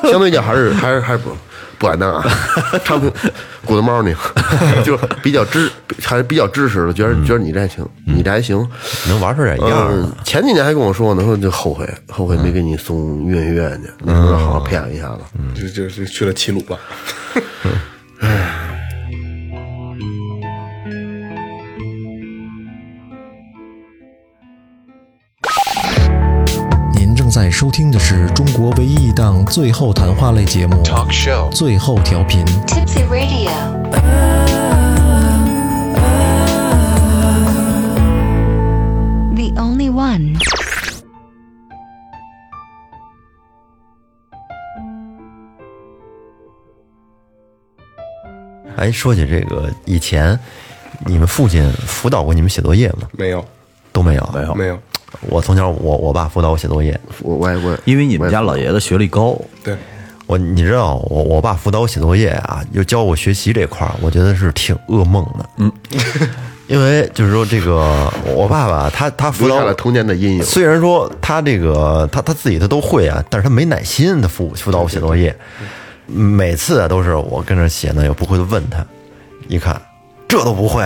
不，相对讲还是还是还是不不敢当啊，唱不骨头猫那个，就是比较支还是比较支持的，觉得觉得你这还行，你这还行，能玩出点样儿嗯，前几年还跟我说呢，说就后悔后悔没给你送音乐学院去，你说好好培养一下子，就就就去了齐鲁了。您正在收听的是中国唯一一档最后谈话类节目 Talk Show 《最后调频》。 Tipsy Radio. The only one. 哎，说起这个，以前你们父亲辅导过你们写作业吗？没有，都没有，没哦没有，我从小我我爸辅导我写作业，我我也我也因为你们家老爷子学历高，对，我你知道我我爸辅导我写作业啊，又教我学习这块儿，我觉得是挺噩梦的。嗯，因为就是说这个我爸爸他他辅留导下我了童年的阴影，虽然说他这个他他自己他都会啊，但是他没耐心，他辅辅导我写作业，每次啊都是我跟着写呢，有不会的问他，一看这都不会，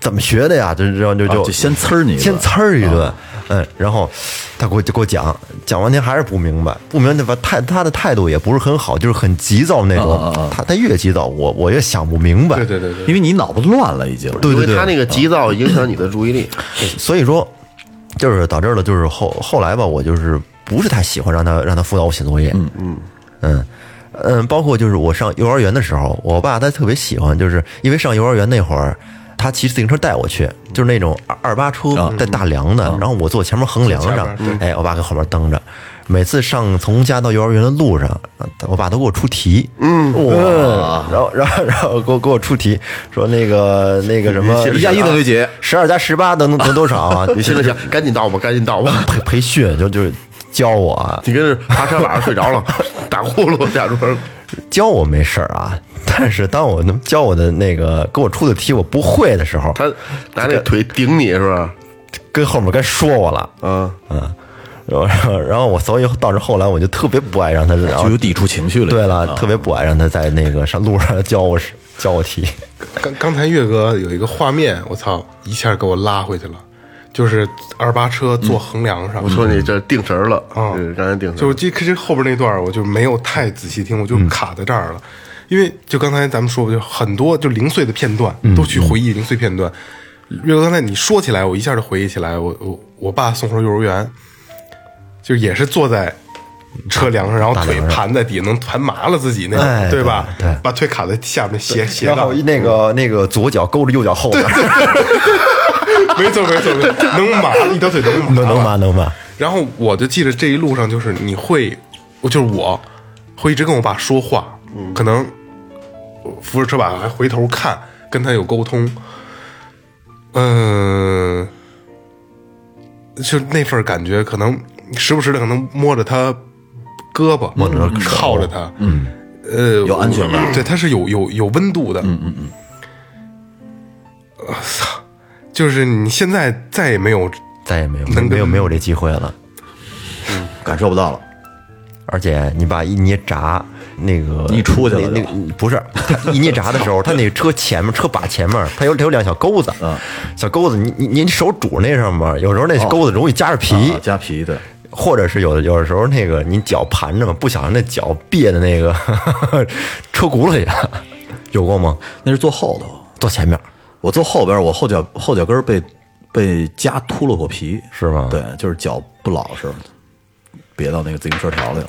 怎么学的呀？就就就就、啊就先呲儿你一顿啊先呲儿一顿，嗯，然后他给我就给我讲，讲完天还是不明白，不明白吧？态他的态度也不是很好，就是很急躁那种，啊他他越急躁，我我越想不明白，对对对对，因为你脑子乱了已经。对因对为对，他那个急躁影响你的注意力，所以说，就是导致了，就是后后来吧，我就是不是太喜欢让他让他辅导我写作业。嗯嗯嗯包括就是我上幼儿园的时候，我爸他特别喜欢，就是因为上幼儿园那会儿。他骑自行车带我去，就是那种二二八车带大梁的，然后我啊坐前面横梁上，哎，我爸跟后面蹬着。每次上从家到幼儿园的路上，我爸都给我出题，嗯，哇，然后然后然后给我给我出题，说那个那个什么啊一加一等于几？十二加十八能能多少啊？你心里想赶紧到吧，赶紧到吧。培培训，就就是教我啊，你跟这爬山晚上睡着了， (laughs) 打呼噜，假装教我没事儿啊。但是当我能教我的那个给我出的题我不会的时候，他拿那腿顶你是吧？跟后面该说我了，啊，嗯，然后然后我所以到这后来我就特别不爱让他，然后就有抵触情绪了。对了，特别不爱让他在那个上路上教我教我踢，刚刚才岳哥有一个画面，我操，一下给我拉回去了，就是二八车嗯坐横梁上，我说你这定神儿了，啊嗯，刚才定神就是儿了，这这后边那段儿我就没有太仔细听，我嗯就卡在这儿了。因为就刚才咱们说过，就很多就零碎的片段，都去回忆零碎片段。岳哥，刚才你说起来，我一下就回忆起来，我我我爸送上幼儿园，就也是坐在车梁上，然后腿盘在底下，能盘麻了自己那哎种，吧？对对把腿卡在下面斜斜然杠后，那个那个左脚勾着右脚后边，没错没错没错，能麻一条腿能能麻能吧吗？能吗？然后我就记得这一路上就是你会，我就是我会一直跟我爸说话，可能呃扶着车把还回头看，跟他有沟通。嗯、就那份感觉，可能时不时的可能摸着他胳膊，摸着靠着他，嗯，呃，有安全感对，他是有有有温度的，嗯嗯嗯。我、操，就是你现在再也没有 (laughs) 再也没有能跟没有没有这机会了。感受不到了。而且你把一捏闸，那个你出去了那就那不是他一捏闸的时候，他那个车前面车把前面，它有它有两小钩子，小钩子，你你您手拄那上面，有时候那钩子容易夹着皮，啊加皮对，或者是有的有的时候那个你脚盘着嘛，不小心那脚别的那个 (laughs) 车轱辘里了，有过吗？那是坐后头，坐前面，我坐后边，我后脚后脚跟儿被被夹秃了过皮，是吗对，就是脚不老实，别到那个自行车条里了。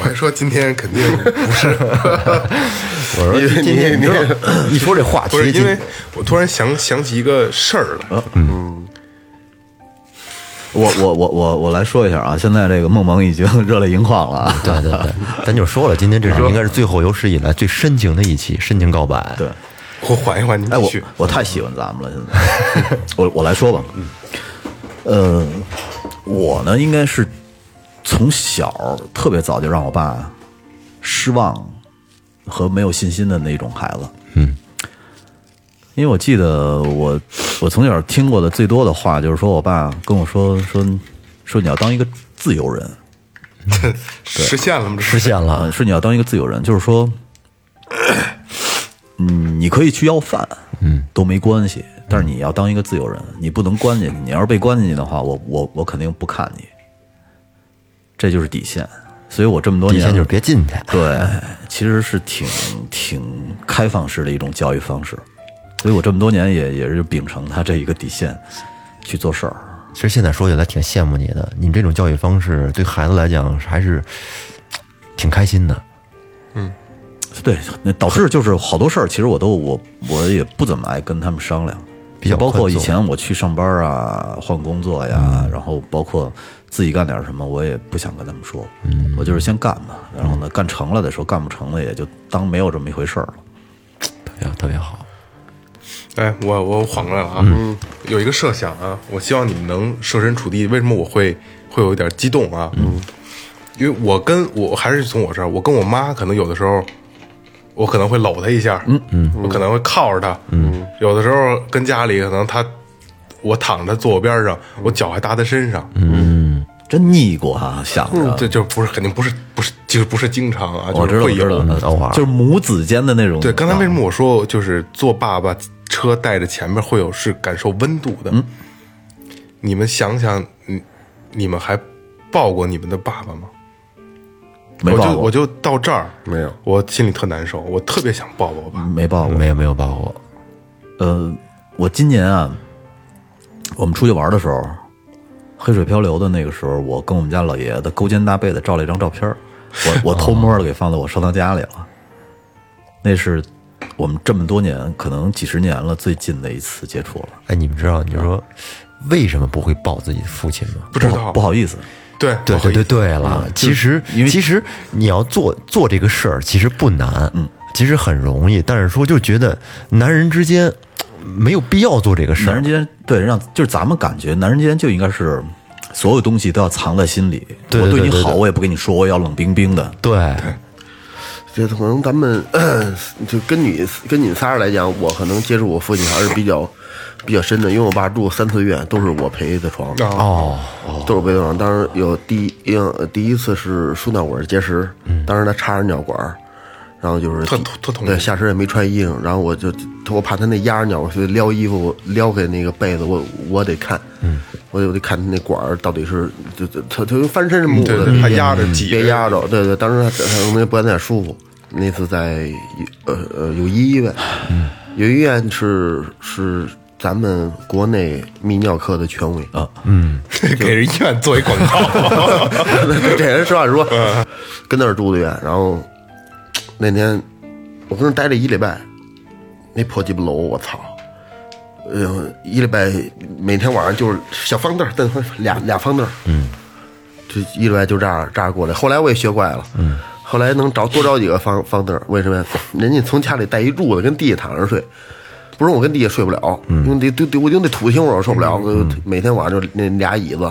我还说今天肯定不是，我说你今今天你你知道一说这话不是题，因今为我突然想想起一个事儿嗯了，我我我我我来说一下啊，现在这个梦萌已经 (laughs) 热泪盈眶了啊。对对对，咱就说了，今天这是应该是最后有史以来最深情的一期深情告白，对，我缓一缓，你哎，继我续。我太喜欢咱们了，现在 (laughs) 我我来说吧，嗯呃，我呢应该是从小特别早就让我爸失望和没有信心的那种孩子，嗯，因为我记得我我从小听过的最多的话就是说我爸跟我说说说你要当一个自由人，实现了吗？实现了啊，。是你要当一个自由人，就是说， (clears throat) 嗯，你可以去要饭，嗯，都没关系，但是你要当一个自由人，你不能关进去。你要是被关进去的话，我我我肯定不看你，这就是底线。所以我这么多底年，线就是别进去。对，其实是挺挺开放式的一种教育方式。所以我这么多年也也是秉承他这一个底线去做事儿。其实现在说起来挺羡慕你的，你这种教育方式对孩子来讲还是嘖挺开心的。对，那导致就是好多事儿，其实我都我我也不怎么爱跟他们商量，比较包括宽以松前我去上班啊，换工作呀，然后包括自己干点什么，我也不想跟他们说，我就是先干吧，然后呢，干成了再说，干不成了也就当没有这么一回事儿了。特别特别好，哎，我我缓过来了啊，嗯有一个设想啊，我希望你们能设身处地。为什么我会会有一点激动啊？嗯，因为我跟我还是从我这儿，我跟我妈可能有的时候，我可能会搂她一下，嗯嗯，我可能会靠着她，嗯，有的时候跟家里可能她，我躺着她坐我边上，我脚还搭她身上，真腻过啊，想着。这就不是肯定不是不是就是不是经常啊，就我知是道，我会知有道，嗯偶尔就是母子间的那种。嗯对，刚才为什啊么我说就是坐爸爸车带着前面会有是感受温度的？嗯你们想想，你你们还抱过你们的爸爸吗？没我抱就过我就到这儿，没有我心里特难受，我特别想抱抱我爸。没抱过？没有没有抱过，呃，我今年啊，我们出去玩的时候，黑水漂流的那个时候，我跟我们家老爷子勾肩搭背的照了一张照片儿，我我偷摸的给放在我收藏夹里了。那是我们这么多年，可能几十年了最近的一次接触了。哎，你们知道你说为什么不会抱自己的父亲吗？不知道，不好意思，对对不好对意对思对了，其实因为其实你要做做这个事儿，其实不难，嗯，其实很容易，但是说就觉得男人之间嘖没有必要做这个事男儿人，间对让就是咱们感觉男人间就应该是所有东西都要藏在心里。对对对对我对你对好，我也不跟你说，我要冷冰冰的。对，这可能咱们咳就跟你跟你们仨人来讲，我可能接触我父亲还是比较比较深的，因为我爸住三次院，都是我陪的床，哦，都是我陪的床。当时有第一因为第一次是输尿管结石，当时他插着尿管儿，然后就是嗯特特痛苦对下身也没穿衣裳，然后我就我怕他那压着尿管，所以撩衣服撩开那个被子，我我得看，嗯我得我得看他那管儿到底是就就他他翻身是木嗯对的，嗯对怕压着挤别压着，对对，当时他他可能不敢太舒服。那次在呃呃友谊医院，嗯友谊医院是是咱们国内泌尿科的权威啊， (laughs) 给人医院做一广 (laughs) 告，这人实话实说，跟那儿住的院，然后那天我跟那儿待了一礼拜，那破鸡巴楼，我操！呃，一礼拜每天晚上就是小方凳儿，但俩俩方凳，嗯，就一礼拜就这样这样过来。后来我也学乖了，嗯，后来能找多找几个方方凳儿，为什么呀？人家从家里带一褥子，跟地下躺着睡。不是我跟地下睡不了，因为得得得我就那土腥味儿我受不了，我每天晚上就那俩椅子，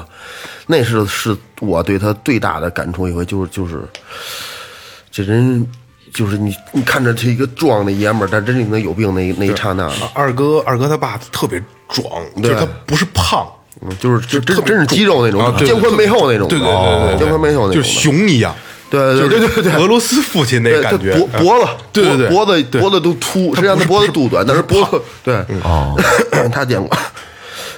那是是我对他最大的感触一回，就是就是这人就是你你看着他一个壮的爷们儿，但真正能有病那一那一刹那了，二哥二哥他爸特别壮，就是他不是胖，嗯就是就特真别真是肌肉那啊种，对肩宽背后那种的，对对对哦对对，肩宽背后那种的，就是熊一样，对对对对对就是俄罗斯父亲那对，感觉，啊他脖脖子，对对对脖脖子对脖子都秃，实际上他脖子肚短，但是脖子对，嗯哦，他见过。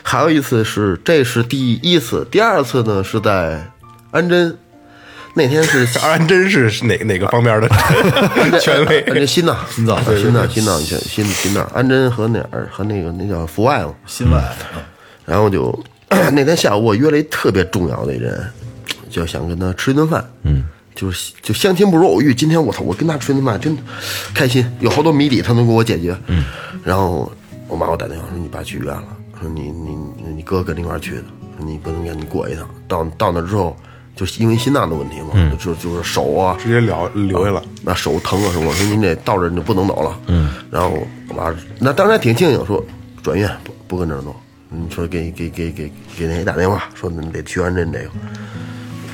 还有一次是，这是第一次，第二次呢是在安贞，那天是 (laughs) 安真是是哪哪个方面的权威？安贞新呐，新脏新呐，新呐，新新新呐，安贞和哪儿和那个那叫阜外嘛，心外然后就 (clears throat) 那天下午我约了一特别重要的人，就想跟他吃一顿饭。嗯，就是就相亲不如偶遇。今天我操，我跟他吃一顿饭真开心，有好多谜底他能给我解决。嗯，然后我妈给我打电话说你爸去医院了，说你你你你哥跟你一块儿去的，说你不能让你过一趟。到到那之后，就是因为心脏的问题嘛，就就是手啊，直接聊留下了，那手疼啊什么，我说您这到这儿你就不能走了。嗯，然后我妈那当时还挺庆幸，说转院不不跟这儿弄，你说给给给给给那谁打电话，说你得去安贞这个，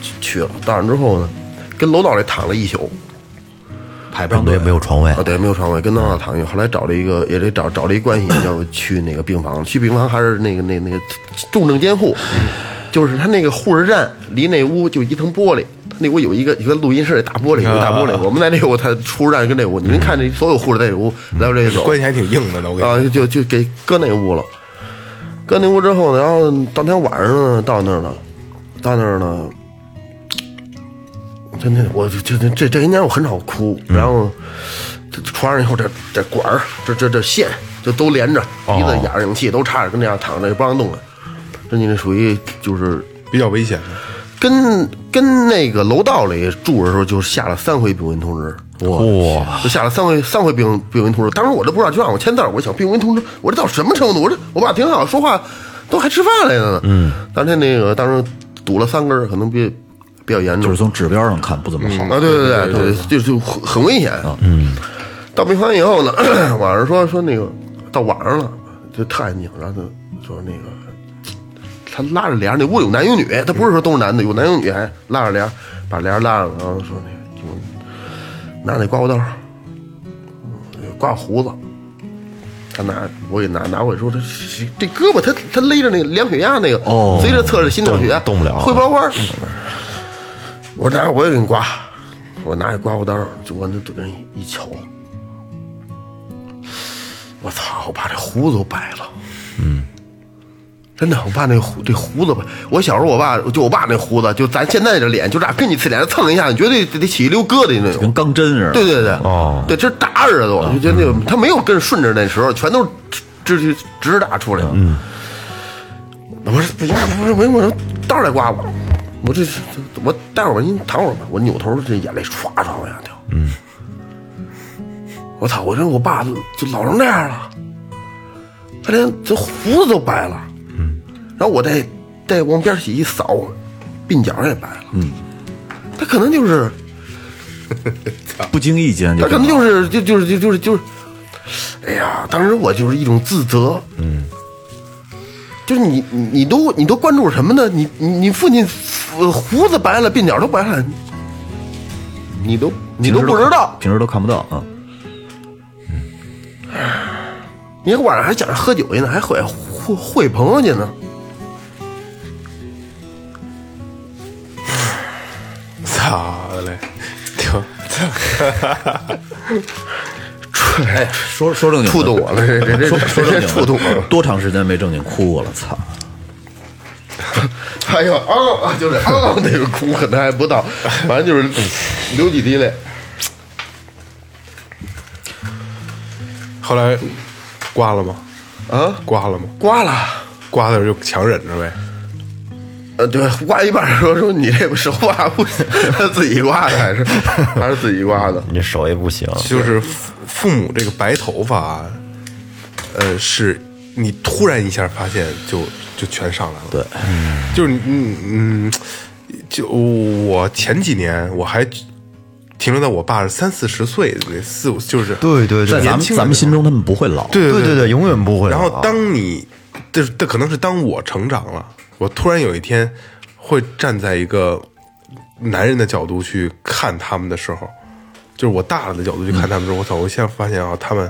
去去了。到那儿之后呢，跟楼道里躺了一宿。排不上没队有，没有床位啊，，对，没有床位，跟那嗯儿躺一宿。后来找了一个，也得找找了一关系，要不去那个病房，去病房还是那个那那个重症监护，嗯就是他那个护士站离那屋就一层玻璃，他那屋有一个一个录音室，大玻璃，有一大玻璃。啊我们在那屋，他护士站跟那屋，你能看这所有护士在这屋来回这走，关系还挺硬的呢。我跟你说，啊，就就给搁那屋了。搁那屋之后呢，然后当天晚上呢，到那儿了，到那儿呢，真的，我就就这这这一年我很少哭，然后这这床上以后这这管儿这这这线就都连着，鼻子眼儿氧气都插着，跟那样躺着也不让动了。这你这属于就是比较危险，跟跟那个楼道里住的时候，就下了三回病危通知。哇，就下了三回三回病病危通知。当时我这不知道就让我签字儿，我想病危通知，我这到什么程度？我这我爸挺好，说话都还吃饭来了呢。嗯，当天那个当时堵了三根儿，可能比比较严就重是。从指标上看不怎么好。啊，对对对对，就就很很危险。嗯，到病房以后呢， (clears throat) 晚上说说那个到晚上了，就特安静，然后他说那个他拉着帘儿那屋有男有女，他不是说都是男的，有男有女，还拉着帘儿把帘儿拉上，然后说那个就拿那刮胡刀儿，嗯刮胡子。他拿我给拿拿过来说，他这胳膊他他勒着那个量血压那个，哦随着测着心跳血压动不了嗯会包花儿。我说拿我也给你刮，我拿一刮胡刀，就往那嘴上一瞧，我操！我把这胡子都白了。嗯 (laughs) 真的，我爸那胡这胡子吧，我小时候我爸就我爸那胡子，就咱现在这脸就这样，跟你呲脸蹭一下，你绝对得得起一溜疙瘩那跟种。钢针似的，对对对，哦对，这是大日子，我就觉得那个他没有跟顺着那时候，全都是直直直打出来的。嗯，不是不是不是，没有我说道儿来刮我，我这是我待会儿我你躺会儿吧，我扭头这眼泪唰唰往下掉。嗯，我操！我说我爸就老成这样了，他连这胡子都白了。然后我再再往边儿洗一扫，鬓角也白了。嗯，他可能就是不经意间就他可能就是就就是就就是就是，哎呀，当时我就是一种自责，嗯，就是你你你都你都关注什么呢？你你你父亲呃胡子白了，鬓角都白了，你都你都不知道，平时都看不到啊。你晚上还讲着喝酒去呢，还会会会朋友去呢。咋的嘞？ (laughs) 就说说正经的，触动我 (laughs) 了这这这说说正经的，触动我了多长时间没正经哭过了？操！哎呦，啊，就是啊，那个哭可能还不到，反正就是嗯流几滴泪。后来挂了吗？啊，挂了吗？刮了，挂的时候就强忍着呗。呃，对，刮一半儿说说你这个手刮不行，他自己刮的还是还是自己刮的。你这手也不行，就是父父母这个白头发，呃，是你突然一下发现就就全上来了。对，就是你嗯嗯，就我前几年我还停留在我爸三四十岁那四五，就是对对对在咱年们轻人咱们心中，他们不会老。对对对对对，永远不啊会老。啊然后当你，这这可能是当我成长了，我突然有一天会站在一个男人的角度去看他们的时候，就是我大了的角度去看他们的时候，我操！我现在发现啊，他们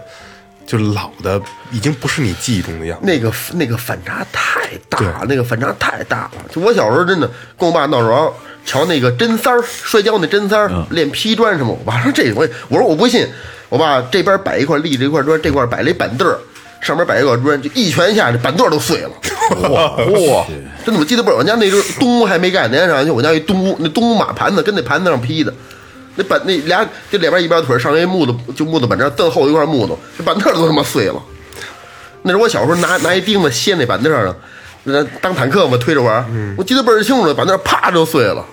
就老的已经不是你记忆中的样子。那个那个反差太大对，那个反差太大了。就我小时候真的跟我爸闹着瞧那个真三儿摔跤那真三儿练劈砖什么，我爸说这我我说我不信，我爸这边摆一块立着一块砖，这块摆了一板凳儿，上面摆一块砖，就一拳下去板凳儿都碎了。哇哇！真的我记得不是，我家那时候东屋还没盖，那年上去我家一东屋，那东屋马盘子跟那盘子上劈的。那板那俩这两边一边腿上一木头就木头板凳，蹬后一块木头，这板凳儿都他妈碎了。那是我小时候拿拿一钉子歇那板凳上，那当坦克嘛推着玩儿，我记得倍儿清楚了，板凳啪就碎了，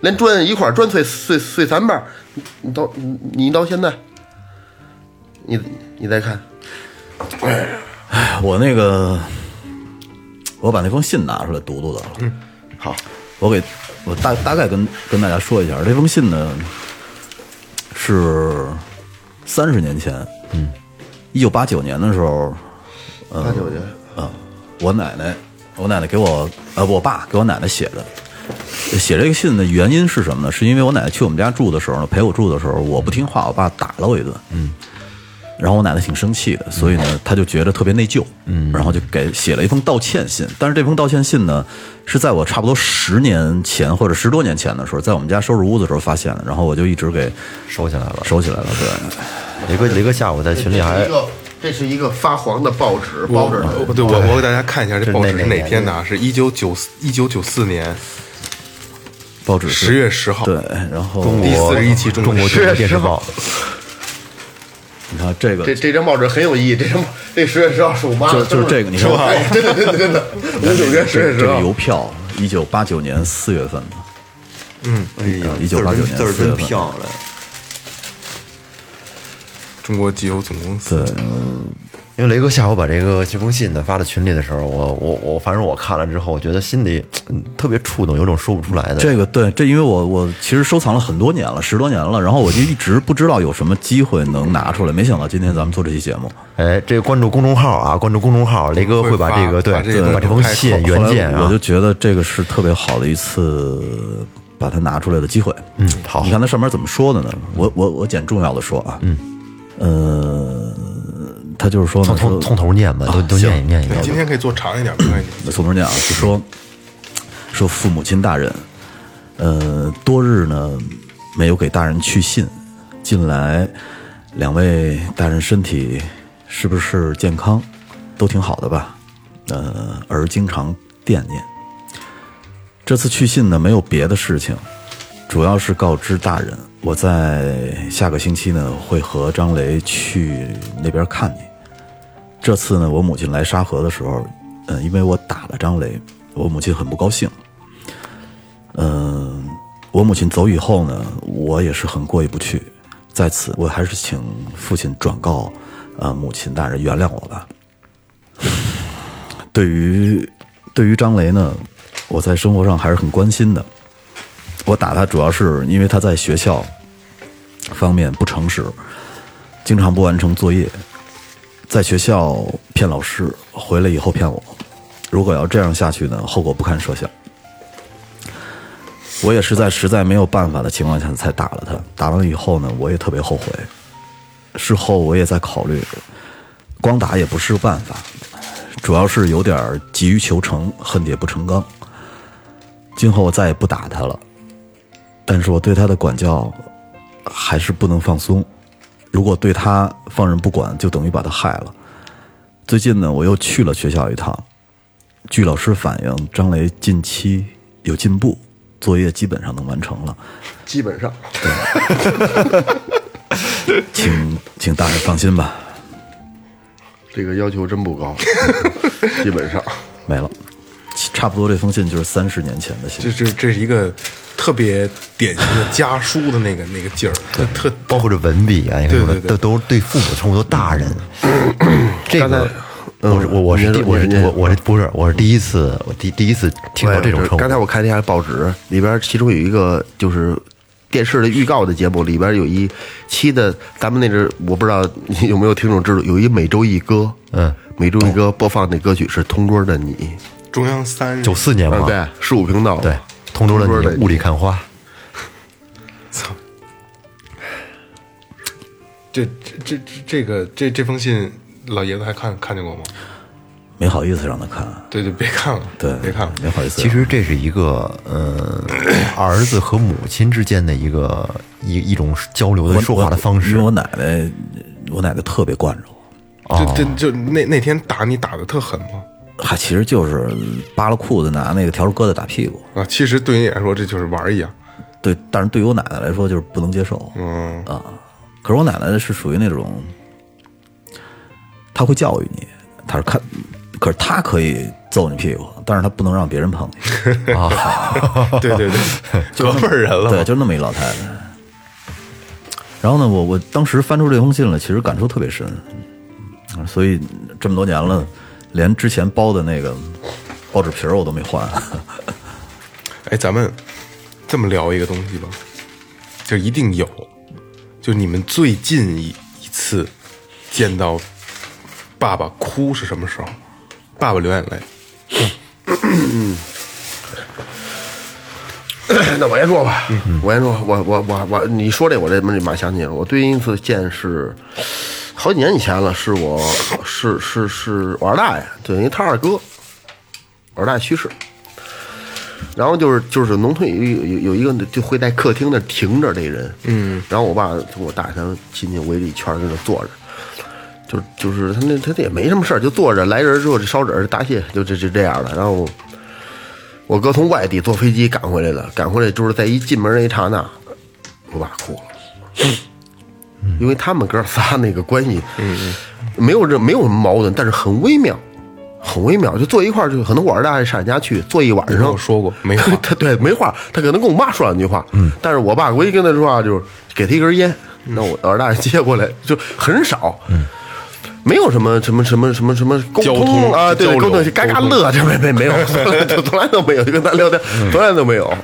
连砖一块儿砖碎碎碎三瓣儿，你你到你你到现在，你你再看，我那个，我把那封信拿出来读读得了。嗯，好，我给我大大概跟跟大家说一下，这封信呢是三十年前，嗯，一九八九年的时候，八九年，啊，我奶奶，我奶奶给我，呃，我爸给我奶奶写的。写这个信的原因是什么呢？是因为我奶奶去我们家住的时候呢，陪我住的时候，我不听话，我爸打了我一顿。嗯，然后我奶奶挺生气的，所以呢，她就觉得特别内疚。嗯，然后就给写了一封道歉信。但是这封道歉信呢，是在我差不多十年前或者十多年前的时候，在我们家收拾屋子的时候发现的。然后我就一直给收起来了。收起来了。对，雷哥，雷哥下午在群里这还是一个这是一个发黄的报纸，我报纸上我对我我给大家看一下这是报纸哪是哪哪天的啊？是一九九四一九九四年报纸是十月十号，对，然后中第国四十一期中中国是中国电视报，你看这个这这张报纸很有意义，这张这十月十号是我妈就的就是这个你看是吧哎真的真的真的，五九这年十月这十个号，邮票，一九八九年四月份的，嗯，一九八九年字儿四月份，真漂亮。中国集邮总公司。因为雷哥下午把这个这封信呢发到群里的时候，我我我，反正我看了之后，我觉得心里嗯特别触动，有种说不出来的。这个对，这因为我我其实收藏了很多年了，十多年了，然后我就一直不知道有什么机会能拿出来，没想到今天咱们做这期节目，哎，这个关注公众号啊，关注公众号，雷哥会把这个会对发把这个把这封后信后原件我啊就，觉得这个是特别好的一次把它拿出来的机会。嗯，好你看它上面怎么说的呢？我我我捡重要的说啊，嗯，呃，他就是说呢，从从说从头念吧，啊都都念一念一对，今念。天可以做长一点，没关系。宋主任啊，就说说父母亲大人，呃，多日呢没有给大人去信，近来两位大人身体是不是健康？都挺好的吧？呃，而经常惦念。这次去信呢，没有别的事情，主要是告知大人，我在下个星期呢会和张雷去那边看你。这次呢，我母亲来沙河的时候，嗯、因为我打了张雷，我母亲很不高兴。嗯、我母亲走以后呢，我也是很过意不去。在此，我还是请父亲转告，呃，母亲大人原谅我吧。 (laughs) 对于对于张雷呢，我在生活上还是很关心的。我打他主要是因为他在学校方面不诚实，经常不完成作业，在学校骗老师，回来以后骗我。如果要这样下去呢，后果不堪设想。我也是在实在没有办法的情况下才打了他。打完了以后呢，我也特别后悔。事后我也在考虑，光打也不是办法，主要是有点儿急于求成，恨铁不成钢。今后我再也不打他了，但是我对他的管教还是不能放松。如果对他放任不管，就等于把他害了。最近呢，我又去了学校一趟，据老师反映，张雷近期有进步，作业基本上能完成了，基本上请请大人放心吧。这个要求真 (laughs) 不高，基本上没了，其差不多这封信就是三十年前的信这。这这是一个特别典型的家书的那个那个劲儿，特特包括这文笔啊，你看对什么对对都都是对父母，生活都大人。这个嗯我是我我是您第我是您我我是不是我是第一次我第第一次听到这种对称呼。刚才我看那下报纸，里边其中有一个就是电视的预告的节目，里边有一期的，咱们那阵儿我不知道你有没有听众知道，有一每周一歌，嗯，每周一歌播放的歌曲是《同桌的你》，中央三九四年嗯，嘛，对，十五频道，对，同桌的你雾里看花，操！这这这这这个这这封信，老爷子还看看见过吗？没好意思让他看，对对，别看了，对，别看了。没好意思。其实这是一个呃儿子和母亲之间的一个一一种交流我的说话的方因式为我奶奶，我奶奶特别惯着我，哦这这就那那天打你打的特狠吗？还其实就是扒了裤子拿那个笤帚疙瘩打屁股。啊，其实对你来说这就是玩儿一样，对，但是对于我奶奶来说就是不能接受。嗯啊，可是我奶奶是属于那种，她会教育你，她是看，可是她可以揍你屁股，但是她不能让别人碰你，对对对，就隔是那么辈儿人了对，嘛，就那么一老太太。然后呢，我我当时翻出这封信了，其实感触特别深，所以这么多年了，连之前包的那个报纸皮儿我都没换。哎，咱们这么聊一个东西吧，就一定有，就你们最近一一次见到爸爸哭是什么时候？爸爸流眼泪， (laughs) 那我先说吧，我先说，我我我我，你说这我这立马想起来了，我最近一次见是好几年以前了，是我是是是我二大爷，等于他二哥，我二大爷去世，然后就是就是农村有一有有有一个就会在客厅那停着这人，嗯，然后我爸跟我大爷他们亲戚围着一圈儿在那坐着。就就是他那他那也没什么事儿，就坐着来人之后就烧纸儿答谢，就这就这样了。然后我哥从外地坐飞机赶回来了，赶回来就是在一进门那一刹那，我爸哭了，因为他们哥仨那个关系，嗯没有这没有什么矛盾，但是很微妙，很微妙，就坐一块儿就可能我二大爷上俺家去坐一晚你上，跟我说过没话 (laughs) 嗯他对没话，他可能跟我妈说两句话，但是我爸唯一跟他说话就是给他一根烟，那我二大爷接过来就很少，没有什么什么什么什么什么沟交通通啊，对，交流沟通嘎嘎沟通乐，这没没没有，从来都没有，就跟咱聊天，从来都没有，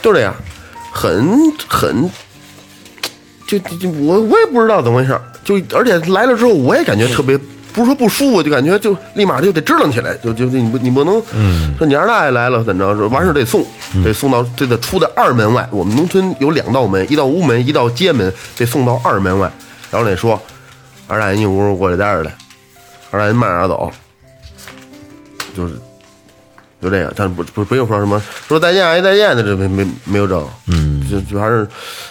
就这样，很很，就就就我我也不知道怎么回事儿，就而且来了之后，我也感觉特别。不是说不舒服，就感觉就立马就得支棱起来，就就你不你不能，说你二大爷来了怎么着？说完事儿得送，得送到这得出的二门外。我们农村有两道门，一道屋门，一道街门，得送到二门外。然后得说，二大爷你屋过来待着来，二大爷慢点走，就是就这个，但不不不用说什么说再见哎再见的，这没没没有整，嗯，就就还是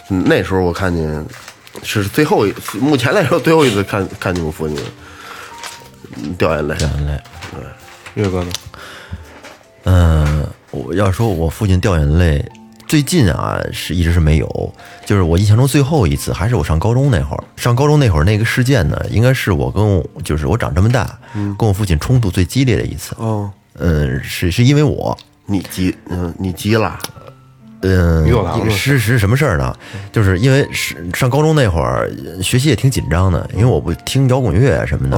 嗯那时候我看见是最后一，目前来说最后一次看看见我父亲嗯掉眼泪，岳哥呢？嗯，我要说我父亲掉眼泪，最近啊是一直是没有，就是我印象中最后一次还是我上高中那会儿，上高中那会儿那个事件呢，应该是我跟我就是我长这么大，跟我父亲冲突最激烈的一次。哦，嗯，是是因为我，你急嗯你急了，嗯你有狼，了是是什么事儿呢？就是因为是上高中那会儿呃学习也挺紧张的，因为我不听摇滚乐啊什么的，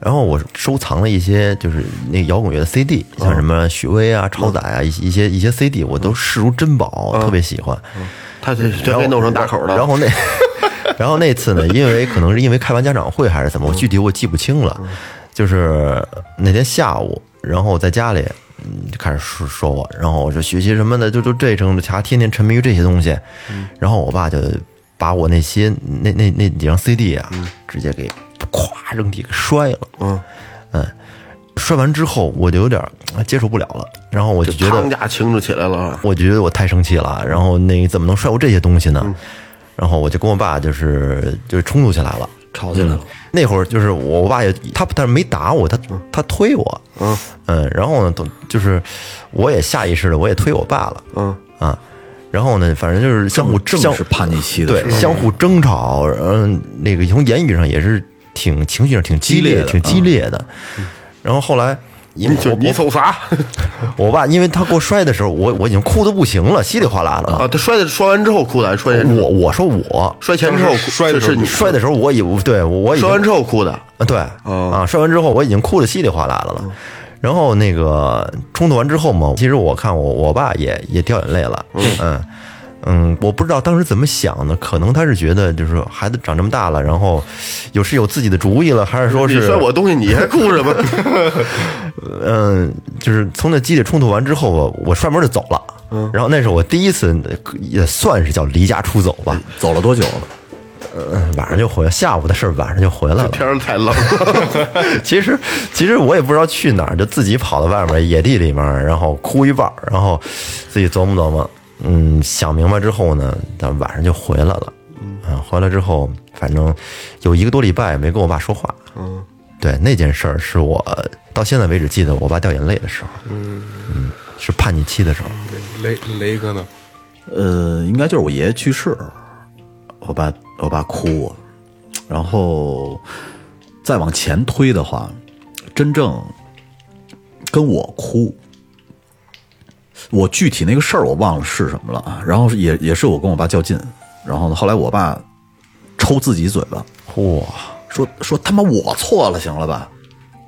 然后我收藏了一些就是那摇滚乐的 CD，像什么许巍啊、超载啊，一些一些一些 CD，我都视如珍宝，特别喜欢。他这嗯这然后被弄成打口了，然后 (laughs) 那，然后那次呢，因为可能是因为开完家长会还嗯是怎么，我具体我记不清了。就是那天下午，然后在家里，嗯，就开始说说我，然后我说学习什么的，就就这程度，他天天沉迷于这些东西，嗯然后我爸就把我那些那那那几张 CD 啊，嗯直接给咵扔地给摔了，嗯嗯，摔完之后我就有点啊接受不了了，然后我就觉得康家情就起来了。啊我觉得我太生气了，然后那个怎么能摔过这些东西呢？然后我就跟我爸就是就是冲突起来了，吵起来嗯了。那会儿就是我爸也他他没打我，他他推我，嗯然后呢，都就是我也下意识的我也推我爸了，嗯啊，然后呢，反正就是相互正相是叛逆期的时对候，相互争吵，嗯，那个从言语上也是挺情绪上挺激烈，挺激烈的。然后后来因为就我啊你瞅啥我爸，因为他给我摔的时候，我我已经哭的不行了，稀里哗啦的 (laughs) 啊？他摔的摔完之后哭的，还是摔前我我说我摔前之后哭摔的时候是你摔的时候我已对我我已经摔完之哦嗯后哭的，啊对啊摔完之后我已经哭的稀里哗啦的了。然后那个冲突完之后嘛，其实我看我我爸也也掉眼泪了，嗯嗯，我不知道当时怎么想的，可能他是觉得就是孩子长这么大了，然后有是有自己的主意了，还哦是说你是啊摔我东西，你还哭什么？ (laughs) 嗯，就是从那激烈冲突完之后，我我摔门就走了。嗯然后那是我第一次，也算是叫离家出走吧。走了多久了？嗯晚上就回，下午的事儿晚上就回来了。天儿太冷了， (laughs) 其实其实我也不知道去哪儿，就自己跑到外面野地里面，然后哭一半儿，然后自己琢磨琢磨，嗯，想明白之后呢，咱晚上就回来了。嗯，回来之后，反正有一个多礼拜没跟我爸说话。嗯，对，那件事儿是我到现在为止记得我爸掉眼泪的时候。嗯是叛逆期的时候。雷雷哥呢？呃，应该就是我爷爷去世，我爸我爸哭我，然后再往前推的话，真正跟我哭，我具体那个事儿我忘了是什么了啊，然后是也也是我跟我爸较劲，然后呢，后来我爸抽自己嘴巴，嚯、说说他妈我错了，行了吧？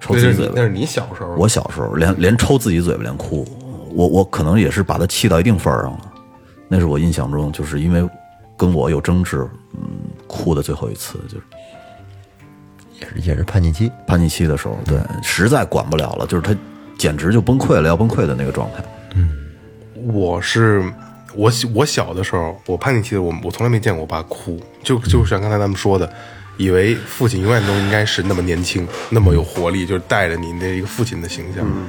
抽那自己是嘴你巴那，是你小时候，我小时候连连抽自己嘴巴连哭，我我可能也是把他气到一定份儿上了。那是我印象中，就是因为跟我有争执，嗯，哭的最后一次就是也是也是叛逆期。叛逆期的时候，对，嗯实在管不了了，就是他简直就崩溃了，要崩溃的那个状态。我是我小我小的时候，我叛逆期的我我从来没见过我爸哭，就就像刚才咱们说的，以为父亲永远都应该是那么年轻，那么有活力，就是带着你那一个父亲的形象。嗯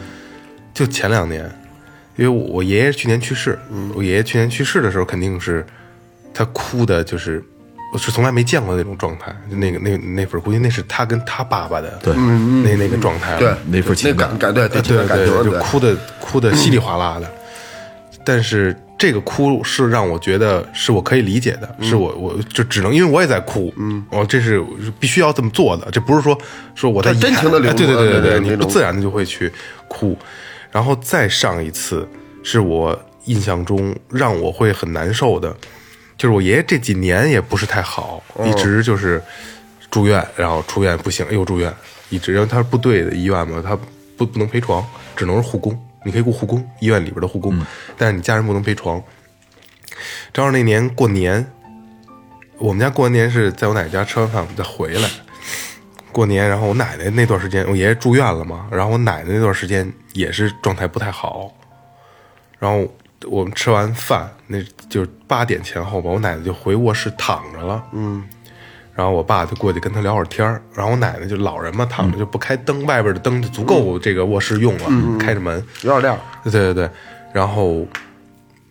就前两年，因为我我爷爷去年去世，嗯我爷爷去年去世的时候，肯定是他哭的，就是我是从来没见过那种状态，就那个那那份儿哭，因为那是他跟他爸爸的对那那个状态了，对，那份情嗯那感感感对对对情感感对，觉对就哭的哭的稀里哗啦的。但是这个哭是让我觉得是我可以理解的，嗯是我我就只能因为我也在哭，嗯，我这是必须要这么做的，这不是说说我在对遗真憾情地流哎对对露对对对你那不种自然的就会去哭。然后再上一次是我印象中让我会很难受的，就是我爷爷这几年也不是太好，一直就是住院，然后出院不行又住院，一直因为他是部队的医院嘛，他不不能陪床，只能是护工，你可以雇护工，医院里边的护工，但是你家人不能陪床。正好那年过年，我们家过完年是在我奶奶家吃完饭，我们再回来。过年，然后我奶奶那段时间，我爷爷住院了嘛，然后我奶奶那段时间也是状态不太好，然后我们吃完饭，那就是八点前后吧，我奶奶就回卧室躺着了，嗯，然后我爸就过去跟她聊会儿天儿，然后我奶奶就老人嘛，躺着就不开灯，外边的灯就足够这个卧室用了，开着门，有点亮。对对对，然后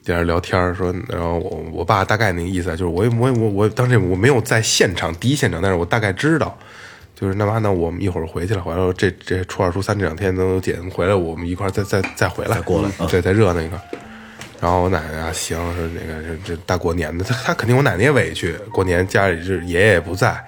在那儿聊天儿说，然后我我爸大概那个意思啊，就是我也我也我我当时也我没有在现场第一现场，但是我大概知道，就是那妈那我们一会儿回去了，回来了这这初二初三这两天都姐们回来，我们一块儿再再再回来，过来，啊对，再热闹一块儿。然后我奶奶啊，行，说那个这这大过年的，她她肯定我奶奶也委屈，过年家里是爷爷也不在，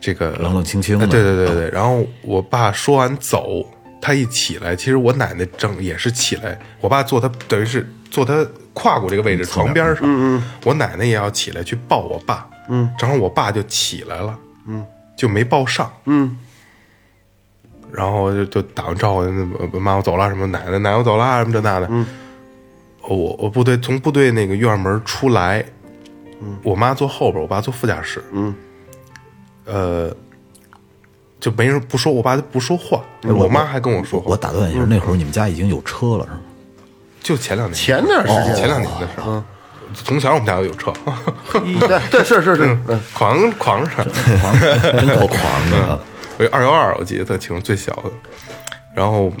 这个冷冷清清的哎对对对对。然后我爸说完走，他一起来，其实我奶奶正也是起来，我爸坐他等于是坐他胯骨这个位置床边上，嗯嗯，我奶奶也要起来去抱我爸，嗯，正好我爸就起来了，嗯，就没抱上，嗯然后就就打完招呼，那妈我走了，什么奶奶奶我走了，什么这那的。嗯，我我部队从部队那个院门出来，我妈坐后边，我爸坐副驾驶。嗯，呃，就没人不说，我爸就不说话，我妈还跟我说话。我打断一下，那会儿你们家已经有车了是吗？就前两年，哦前段时间前两年的事儿。从小我们家就有车，对对是是是，嗯狂狂上，真够狂的。我二幺二，我记得特清，楚，最小的。然后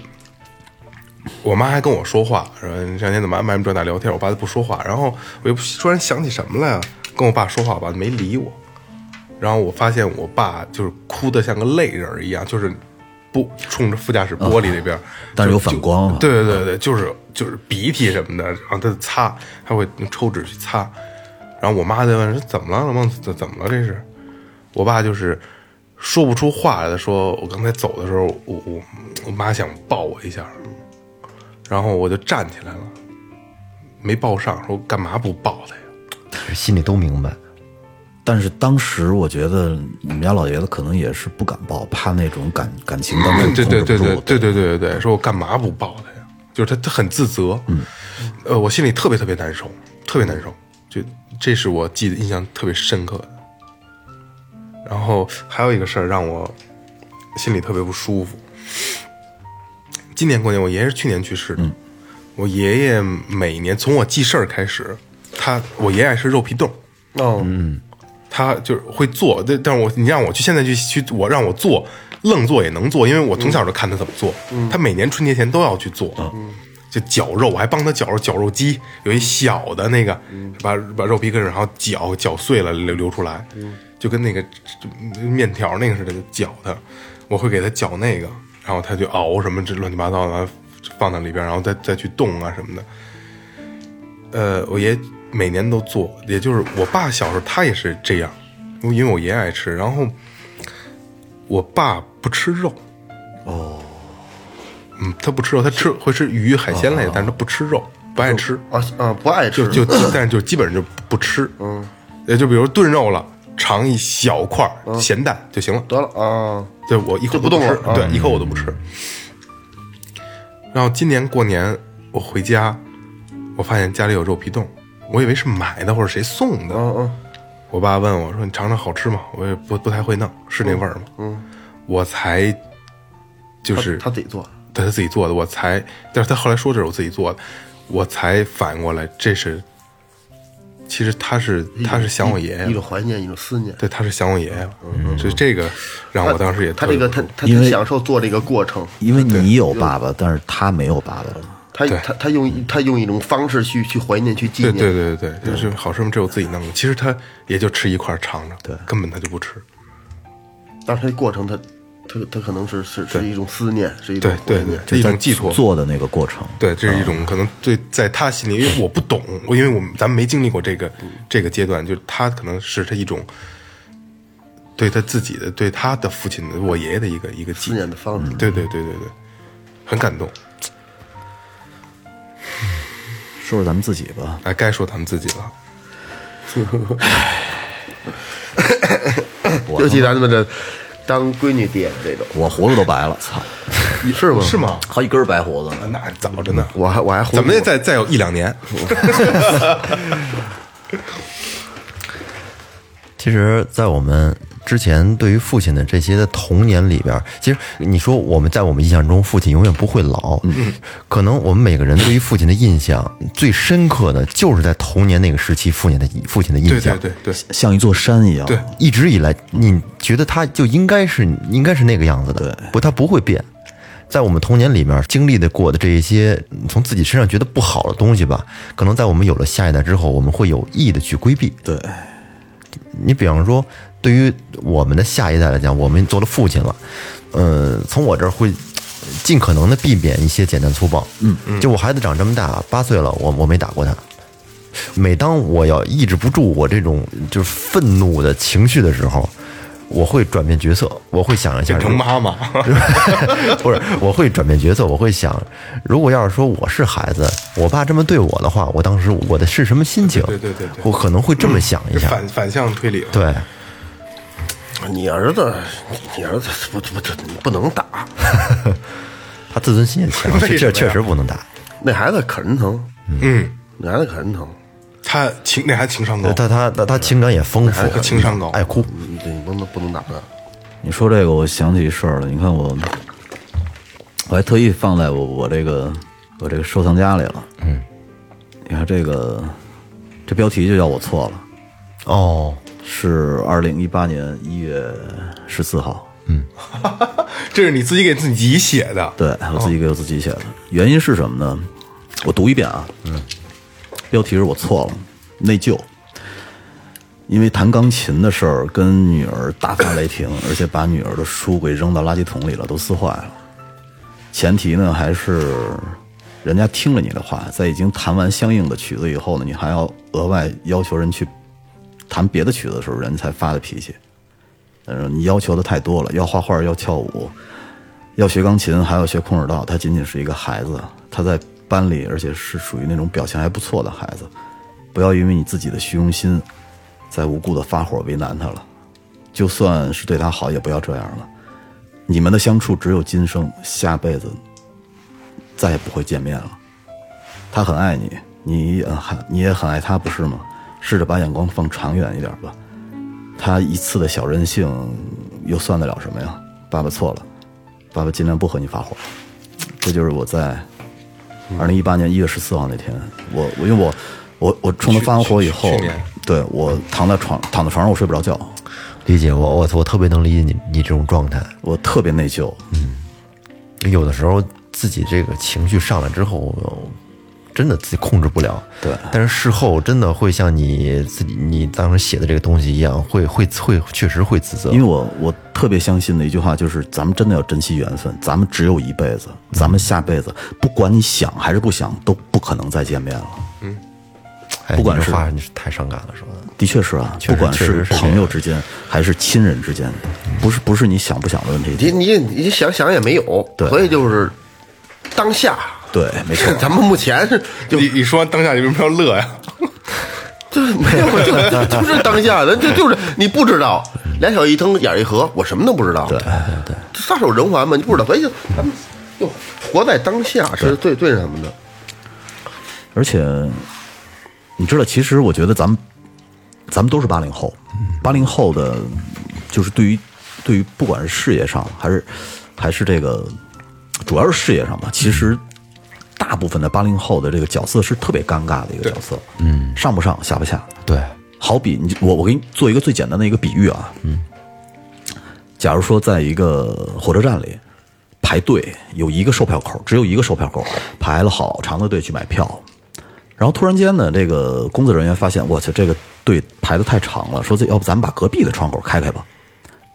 我妈还跟我说话，说你这两天怎么安排这那聊天？我爸就不说话。然后我又突然想起什么来啊，跟我爸说话，我爸没理我。然后我发现我爸就是哭得像个泪人儿一样，就是不冲着副驾驶玻璃那边，哦但是就有反光啊就对对对对，就是就是鼻涕什么的，然后他擦，他会用抽纸去擦。然后我妈在问说怎么了，老孟怎怎么了这是？我爸就是说不出话来的，说我刚才走的时候，我我我妈想抱我一下，然后我就站起来了，没抱上，说干嘛不抱她呀？心里都明白。但是当时我觉得你们家老爷子可能也是不敢抱，怕那种感感情当中对对对对控制不住对对对对对，说我干嘛不抱他呀？就是他他很自责，嗯，呃，我心里特别特别难受，特别难受，就这是我记得印象特别深刻的。然后还有一个事儿让我心里特别不舒服。今年过年，我爷爷是去年去世的。我爷爷每年从我记事儿开始，他我爷爷爱吃肉皮冻，哦，他就是会做，但但是我你让我去现在去去我让我做，愣做也能做，因为我从小就看他怎么做。他每年春节前都要去做，就绞肉，我还帮他绞肉绞肉机，有一小的那个，把把肉皮跟着然后绞绞碎了流流出来，就跟那个嗯面条那个似的，就绞它。我会给他绞那个，然后他就熬什么这乱七八糟的，然后放到里边，然后再再去冻啊什么的。呃，我爷每年都做，也就是我爸小时候他也是这样，因为我爷爱吃，然后我爸不吃肉。哦，哦嗯，他不吃肉，他吃会吃鱼、海鲜类，但是他不吃肉，不爱吃，啊哦啊，不爱吃就就但是就基本上就不吃。嗯，也就比如炖肉了，尝一小块儿嗯咸蛋就行了。得了啊，对我一口就不都动吃了啊对，一口我都不吃。然后今年过年我回家，我发现家里有肉皮冻，我以为是买的或者谁送的。嗯嗯，我爸问我说：“你尝尝好吃吗？”我也不不太会弄，是那味儿吗？嗯，我才就是他自己做的，对他自己做的，我才，但是他后来说这是我自己做的，我才反应过来，这是其实他是他是想我爷爷一了种，怀念，一种思念。对，他是想我爷爷了，所以这个让我当时也他特别这个不他他因他为享受做这个过程，因为你有爸爸，但是他没有爸爸了。他对他他用他用一种方式去去怀念，去纪对念。对对对对，就是好吃吗？这我自己弄的。其实他也就吃一块儿尝尝，对，根本他就不吃。但是他这过程他他他可能是是是一种思念，是一种对怀对念。对，一在种寄托。做的那个过程，对，这是一种可能对，在他心里，因为我不懂，我因为我们咱们没经历过这个这个阶段，就是他可能是他一种对他自己的、对他的父亲的、我爷爷的一个一个纪思念的方式。对对对对对，很感动。说说咱们自己吧。哎，该说他们自己了。尤其咱们这当闺女爹这种，我胡子都白了，操，是吗？是吗？好几根白胡子呢。嗯啊那早着呢，我还我还怎么也也再再有一两年。其实，在我们之前对于父亲的这些的童年里边，其实你说我们在我们印象中，父亲永远不会老。嗯，可能我们每个人对于父亲的印象最深刻的，就是在童年那个时期父亲的父亲的印对对象。对对像一座山一样。对一直以来，你觉得他就应该是应该是那个样子的，不，他不会变。在我们童年里面经历的过的这一些，从自己身上觉得不好的东西吧，可能在我们有了下一代之后，我们会有意的去规避。对，你比方说，对于我们的下一代来讲，我们做了父亲了，呃，从我这儿会尽可能的避免一些简单粗暴。嗯嗯，就我孩子长这么大，八岁了，我我没打过他。每当我要抑制不住我这种就是愤怒的情绪的时候，我会转变角色，我会想一下 (laughs) 变，成妈妈， (laughs) 不是，我会转变角色，我会想，如果要是说我是孩子，我爸这么对我的话，我当时我的是什么心情？对对对对对嗯我可能会这么想一下。 (laughs) 反反向推理了。对，你儿子，你儿子不不不不能打，他自尊心也强，为什么这呀确实不能打。那孩子可人疼，嗯，那孩子可人疼，他情那还情商高，他他他他情感也丰富他，情商高嗯爱哭。你这你不能不能打他。你说这个，我想起一事儿了。你看我，我还特意放在我我这个我这个收藏夹里了。嗯，你看这个，这标题就叫我错了，哦，是二零一八年一月十四号。这是你自己给自己写的，对我自己给我自己写的。原因是什么呢？我读一遍啊。嗯。标题是我错了，内疚。因为弹钢琴的事儿跟女儿大发雷霆，而且把女儿的书给扔到垃圾桶里了，都撕坏了。前提呢，还是人家听了你的话，在已经弹完相应的曲子以后呢，你还要额外要求人去弹别的曲子的时候，人才发的脾气。嗯，你要求的太多了，要画画，要跳舞，要学钢琴，还要学空手道。他仅仅是一个孩子，他在班里，而且是属于那种表现还不错的孩子。不要因为你自己的虚荣心，在无故的发火为难他了。就算是对他好，也不要这样了。你们的相处只有今生，下辈子再也不会见面了。他很爱你，你也很你也很爱他，不是吗？试着把眼光放长远一点吧。他一次的小任性又算得了什么呀？爸爸错了，爸爸尽量不和你发火。这就是我在二零一八年一月十四号那天，我我因为我我我冲他发完火以后去去去年，对我躺在床躺在床上我睡不着觉，理解我，我我特别能理解你你这种状态。我特别内疚。嗯有的时候自己这个情绪上来之后，呃真的自己控制不了。对但是事后真的会像你自己你当时写的这个东西一样，会会会确实会自责因为。我我特别相信的一句话就是，咱们真的要珍惜缘分，咱们只有一辈嗯子，咱们下辈子不管你想还是不想，都不可能再见面了。哎不管你这是话你是太伤感了，说的。的确是啊，确实不管确实是是这样朋友之间还是亲人之间，不是不是你想不想的问你题。你你想想也没有，对所以就是当下，，对，没错 (laughs) 咱们目前是就你你说完当下你为什么要乐呀？就是没有，就就就是当下的，这就是你不知道，两小一蹬，眼儿一合，我什么都不知道。对对对，撒手人寰嘛，你不知道，所以就咱们就活在当下是最最什么的。而且你知道，其实我觉得咱们咱们都是八零后，八零后的，就是对于对于不管是事业上还是还是这个，主要是事业上吧，其实大部分的八零后的这个角色是特别尴尬的一个角色，嗯，上不上下不下，对，好比你我我给你做一个最简单的一个比喻啊，嗯，假如说在一个火车站里排队，有一个售票口，只有一个售票口，排了好长的队去买票，然后突然间呢，这个工作人员发现，我去，这个队排的太长了，说这要不咱们把隔壁的窗口开开吧。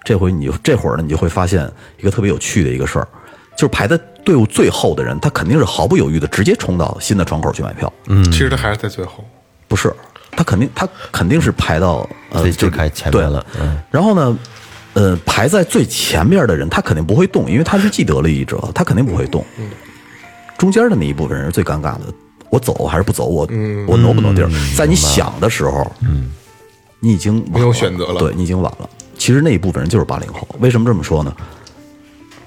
这回你就这会儿呢，你就会发现一个特别有趣的一个事儿，就是排在队伍最后的人，他肯定是毫不犹豫的直接冲到新的窗口去买票。嗯，其实他还是在最后，不是，他肯定他肯定是排到呃自己就开前面了对嗯然后呢，呃，排在最前面的人他肯定不会动，因为他是既得利益者，他肯定不会动。中间的那一部分人是最尴尬的，我走还是不走？我、我挪不挪地儿？嗯在你想的时候，嗯，你已经晚了没有选择了对你已经晚了。其实那一部分人就是八零后，为什么这么说呢？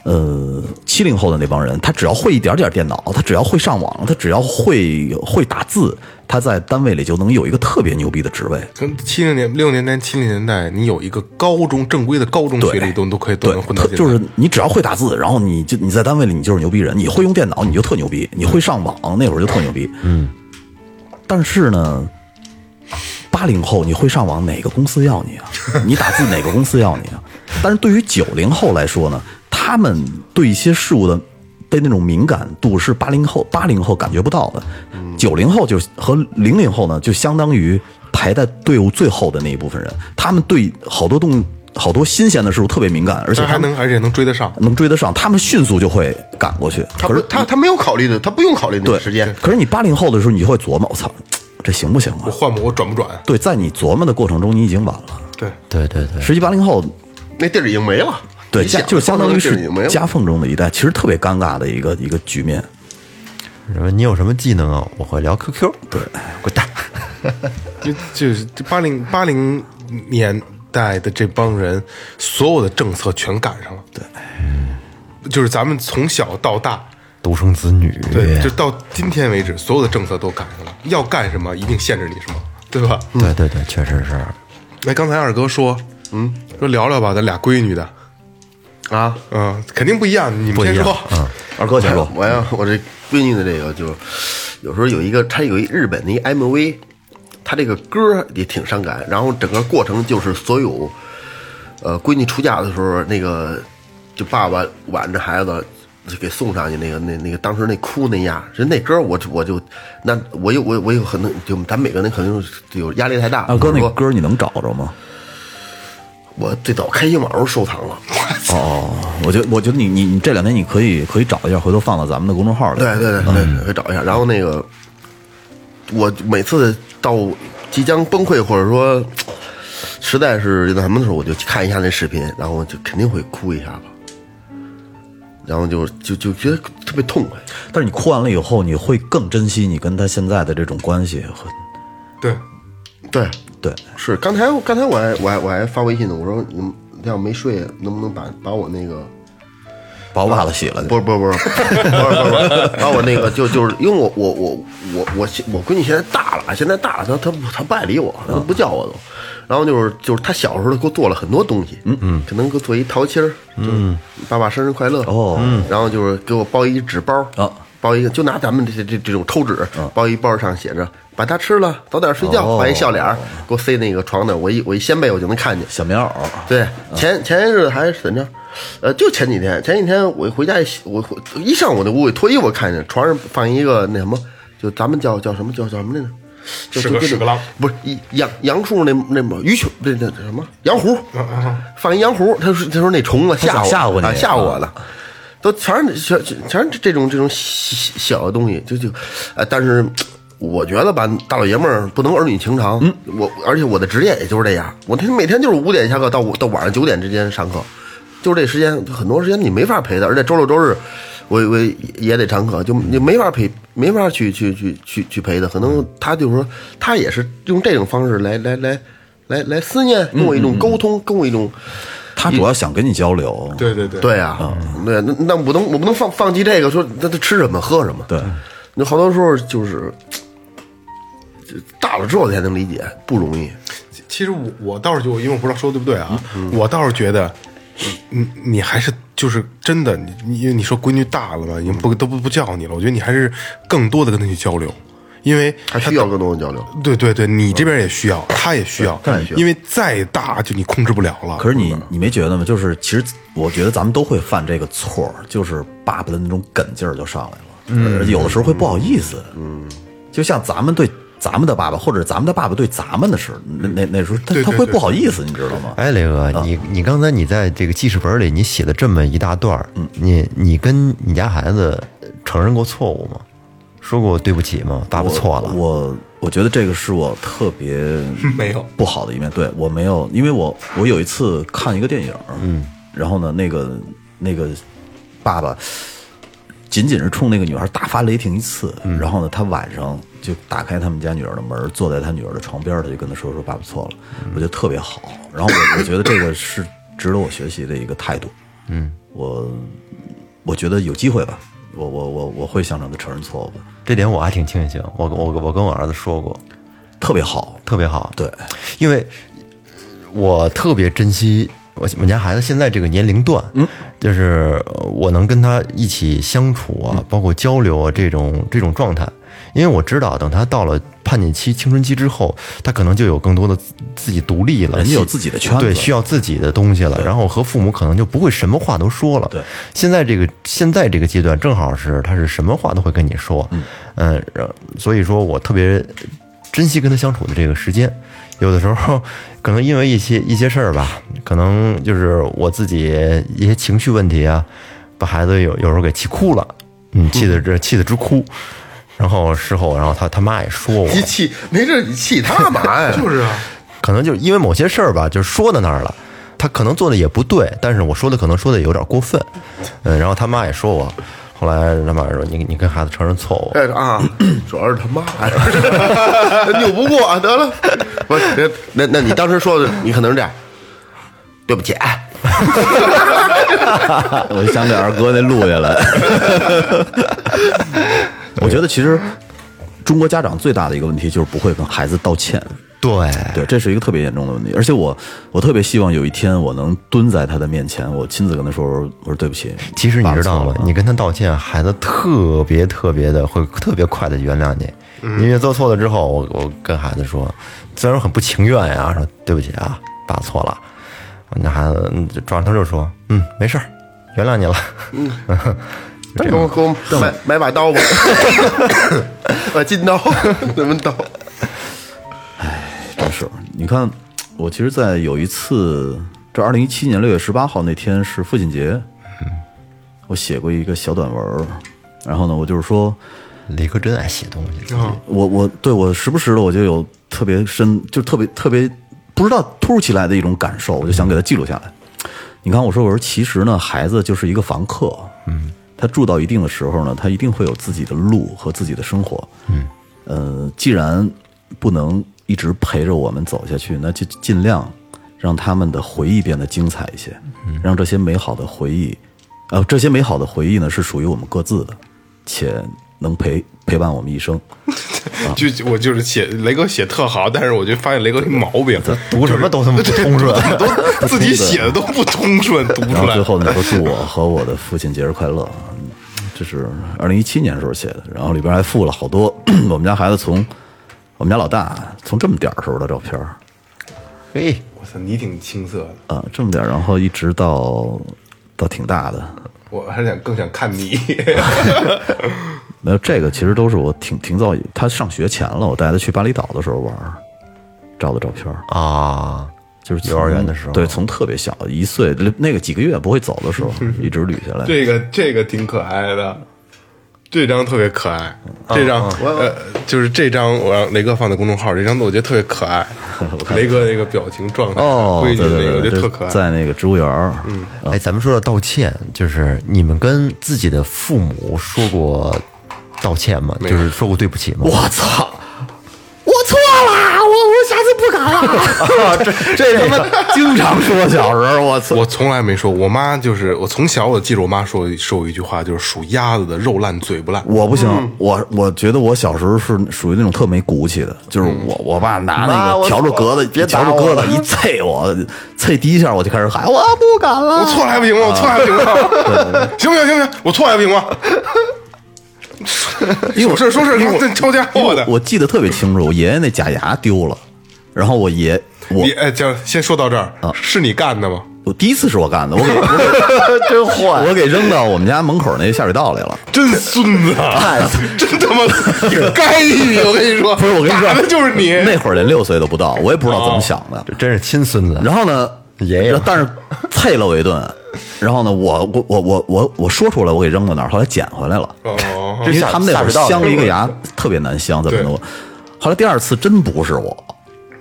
呃，七零后的那帮人，他只要会一点点电脑，他只要会上网，他只要会会打字，他在单位里就能有一个特别牛逼的职位。跟七零年、六零年代、七零年代，你有一个高中正规的高中学历，都都可以都对能，混到特现在。就是你只要会打字，然后你就你在单位里你就是牛逼人，你会用电脑你就特牛逼，你会上网那会儿就特牛逼。嗯，但是呢，八零后你会上网哪个公司要你啊？你打字哪个公司要你啊？ (laughs) 但是对于九零后来说呢，他们对一些事物的。的那种敏感度是八零后八零后感觉不到的，嗯九零后就和零零后呢，就相当于排在队伍最后的那一部分人，他们对好多动好多新鲜的事物特别敏感，而且但还他们能而且能追得上。能追得上，他们迅速就会赶过去。可他不是，他他没有考虑的，他不用考虑那对个时间。可是你八零后的时候，你就会琢磨，我操，这行不行啊我？换不我转不转？对，在你琢磨的过程中，你已经晚了。对，对对对，实际八零后，那地儿已经没了，对，你家想就相当于那地儿已是经没了。夹缝中的一代，其实特别尴尬的一个一个局面。什么你有什么技能啊？我会聊哎 QQ。对，滚蛋。就就是这八零八零年代的这帮人，所有的政策全赶上了。对，就是咱们从小到大， (laughs) 独生子女，哎对，就到今天为止，所有的政策都赶上了。要干什么，一定限制你什么，对吧？对对对，确实是。哎，刚才二哥说，嗯，说聊聊吧，咱俩闺女的，啊，嗯，肯定不一样。你不们一先样说，嗯，二哥先说，我呀，我这闺女的这个就有时候有一个，她有一日本的一 MV，她这个歌也挺伤感，然后整个过程就是所有，呃，闺女出嫁的时候，那个就爸爸挽着孩子。就给送上去那个那那个当时那哭那样，人那歌我我就那我有我有我有可能就咱每个人可能有压力太大。啊嗯二哥那比如个说歌你能找着吗？我最早开心网时候收藏了。哦，我觉得我觉得你你你这两天你可以可以找一下，回头放到咱们的公众号里。对对对对，可以找一下。然后那个，我每次到即将崩溃或者说实在是那什么的时候，我就去看一下那视频，然后就肯定会哭一下子，然后就就就觉得特别痛快。但是你哭完了以后，你会更珍惜你跟他现在的这种关系和 (laughs) 对，对，对。是刚才刚才我还我还我还发微信呢，我说你们要没睡，能不能把把我那个把我袜子洗了去。不是不是不是不是不是，不是把我那个就就是因为我我我我我现我闺女现在大了，现在大了，她她不她不爱理我，她不叫我都。然后就是就是她小时候给我做了很多东西，嗯嗯，可能给我做一桃心儿，嗯，爸爸生日快乐哦，然后就是给我包一纸包啊。包一个，就拿咱们这这这种抽纸，包一包上写着“把它吃了，早点睡觉”，哦画一笑脸儿，给我塞那个床那儿，我一我一掀被我就能看见。小棉袄，对，前前些日子还是怎着，呃，就前几天，前几天我回家一洗我回一上我那屋里脱衣，我看见床上放一个那什么，就咱们叫叫什么叫叫什么来着？就是个是个狼，不是一杨杨树那那么鱼球那那那什么羊胡，放一羊胡，他说他说那虫子吓想吓唬我你啊吓唬我了。都全是全全是这种这种小小的东西，就就，呃，但是我觉得吧，大老爷们儿不能儿女情长。嗯，我而且我的职业也就是这样，我天每天就是五点下课到五到晚上九点之间上课，就是这时间很多时间你没法陪的，而且周六周日我我也得上课，就你没法陪，没法去去去去去陪的。可能他就是说，他也是用这种方式来来来来来思念，跟我一种沟通，跟我一种。他主要想跟你交流。对对对，对啊，对，那那我不能我不能放放弃这个，说那他吃什么喝什么。对，那好多时候就是，这大了之后才能理解，不容易。其实我我倒是就因为我不知道说对不对啊，我倒是觉得，你你你还是就是真的，你你因为你说闺女大了嘛，已经不都不不叫你了，我觉得你还是更多的跟她去交流，因为还需要更多的交流。对对对，你这边也需要，她也需要，因为再大就你控制不了了。可是你你没觉得吗？就是其实我觉得咱们都会犯这个错儿，就是爸爸的那种梗劲儿就上来了，嗯，有的时候会不好意思，嗯，就像咱们对咱们的爸爸，或者咱们的爸爸对咱们的时候，那那那时候他对对他对会不好意思，你知道吗？哎，雷哥，啊你你刚才你在这个记事本里你写了这么一大段儿，嗯你你跟你家孩子承认过错误吗？说过对不起吗？爸爸我错了，我我觉得这个是我特别嗯没有 (laughs) 不好的一面，对我没有，因为我我有一次看一个电影，嗯，然后呢，那个那个爸爸仅仅是冲那个女孩大发雷霆一次，然后呢，他晚上就打开他们家女儿的门，坐在他女儿的床边，他就跟她说说爸爸错了，我觉得特别好，然后我 (laughs) 我觉得这个是值得我学习的一个态度，嗯，我我觉得有机会吧，我我我我会向着他承认错误的，这点我还挺庆幸。我我我跟我儿子说过，特别好，特别好。对，因为我特别珍惜我我家孩子现在这个年龄段，嗯，就是呃我能跟他一起相处嗯啊，包括交流啊这种这种状态，因为我知道等他到了叛逆期、青春期之后，他可能就有更多的自自己独立了，人家有需自己的圈子对，需要自己的东西了，然后和父母可能就不会什么话都说了。对，现在这个现在这个阶段正好是他是什么话都会跟你说，嗯，然后所以说我特别珍惜跟他相处的这个时间。有的时候可能因为一些一些事儿吧，可能就是我自己一些情绪问题啊，把孩子有有时候给气哭了，嗯，气得这气得直哭。然后事后，然后他他妈也说我，你气没事，你气他干嘛 (laughs) 呀？就是啊，可能就是因为某些事儿吧，就是说到那儿了，他可能做的也不对，但是我说的可能说的有点过分，嗯，然后他妈也说我，后来他妈说你你跟孩子承认错误，哎啊， (clears throat) 主要是他妈呀， (laughs) 拗不过啊得了。不是，那那你当时说的，你可能是这样，对不起，啊 (laughs) 我就想给二哥那录下 (laughs) 来。我觉得其实中国家长最大的一个问题就是不会跟孩子道歉。对，对，这是一个特别严重的问题。而且我，我特别希望有一天我能蹲在他的面前，我亲自跟他说：“我说对不起。”其实你知道爸吗错？了你跟他道歉，孩子特别特别的会特别快的原谅你。因为做错了之后，我我跟孩子说，虽然很不情愿呀，说对不起啊，爸错了。那孩子嗯抓着他就说，嗯，没事儿，原谅你了。给我给我买买把 (laughs) 刀吧， (coughs) 买金刀， (laughs) 什么刀？真是，你看，我其实，在有一次，这二零一七年六月十八号那天是父亲节，嗯我写过一个小短文儿，然后呢，我就是说，李哥真爱写东西，我我对我时不时的我就有特别深，就特别特别不知道突如其来的一种感受，我就想给它记录下来。你看，我说我说，其实呢，孩子就是一个房客，嗯，他住到一定的时候呢，他一定会有自己的路和自己的生活，嗯，呃，既然不能一直陪着我们走下去，那就尽量让他们的回忆变得精彩一些，让这些美好的回忆，呃，这些美好的回忆呢是属于我们各自的，且能陪陪伴我们一生。就我就是写雷哥写特好，但是我就发现雷哥有毛病，读什么都他妈不通顺。都自己写的都不通 (laughs) 顺，读然出后来 (laughs) 最。后呢，说祝我和我的父亲节日快乐。这是二零一七年时候写的，然后里边还附了好多 (clears throat) 我们家孩子从我们家老大从这么点儿时候的照片儿嘿，我操，你挺青涩的，啊，这么点儿，然后一直到到挺大的，我还是想更想看 (laughs) 你。没有这个其实都是我挺挺早以，他上学前了，我带他去巴厘岛的时候玩儿照的照片儿，啊，就是从幼儿园的时候对，从特别小一岁那个几个月不会走 (laughs) 的时候，一直捋下来。这个这个挺可爱的，这张特别可爱。嗯这张、呃，就是这张我让雷哥放在公众号，这张我觉得特别可 (laughs) 爱。雷哥那个表情状态，哦，闺对女对那个对我觉对，得特这可爱。在那个植物园儿，哎，咱们说到道歉，就是你们跟自己的父母说过道歉吗？没就有是说过对不起吗？我操！我错了，我我下次不敢了。 (laughs) 这这他妈经常说小时 (laughs) 候，我操！我从来没说，我妈就是我从小我记着我妈说说我一句话，就是数鸭子的肉烂嘴不烂。我不行，我我觉得我小时候是属于那种特没骨气的，就是我我爸拿妈那我个笤帚格子，别打笤帚我疙瘩一啐我，啐第一下我就开始喊我不敢了，我错了还不行吗？我错了还不行啊吗？ (laughs) 行不行？行不行？我错了还不行吗？ (laughs) 因为我说事儿说事儿，因为我这抄家伙的。我记得特别清楚，我爷爷那假牙丢了，然后我爷我你哎，行，先说到这儿，啊是你干的吗？我第一次是我干的，我给我给真坏，我给扔到我们家门口那下水道里了。真孙子啊， (laughs) 真他妈你该你！我跟你说，不是我跟你说打的就是你。那会儿连六岁都不到，我也不知道怎么想的。这真是亲孙子。然后呢，爷爷但是啐了我一顿。然后呢，我我我我我我说出来，我给扔到哪儿，后来捡回来了。哦，这因为下他们那下会儿水道镶了那一个牙，特别难镶，怎么对弄？后来第二次真不是我，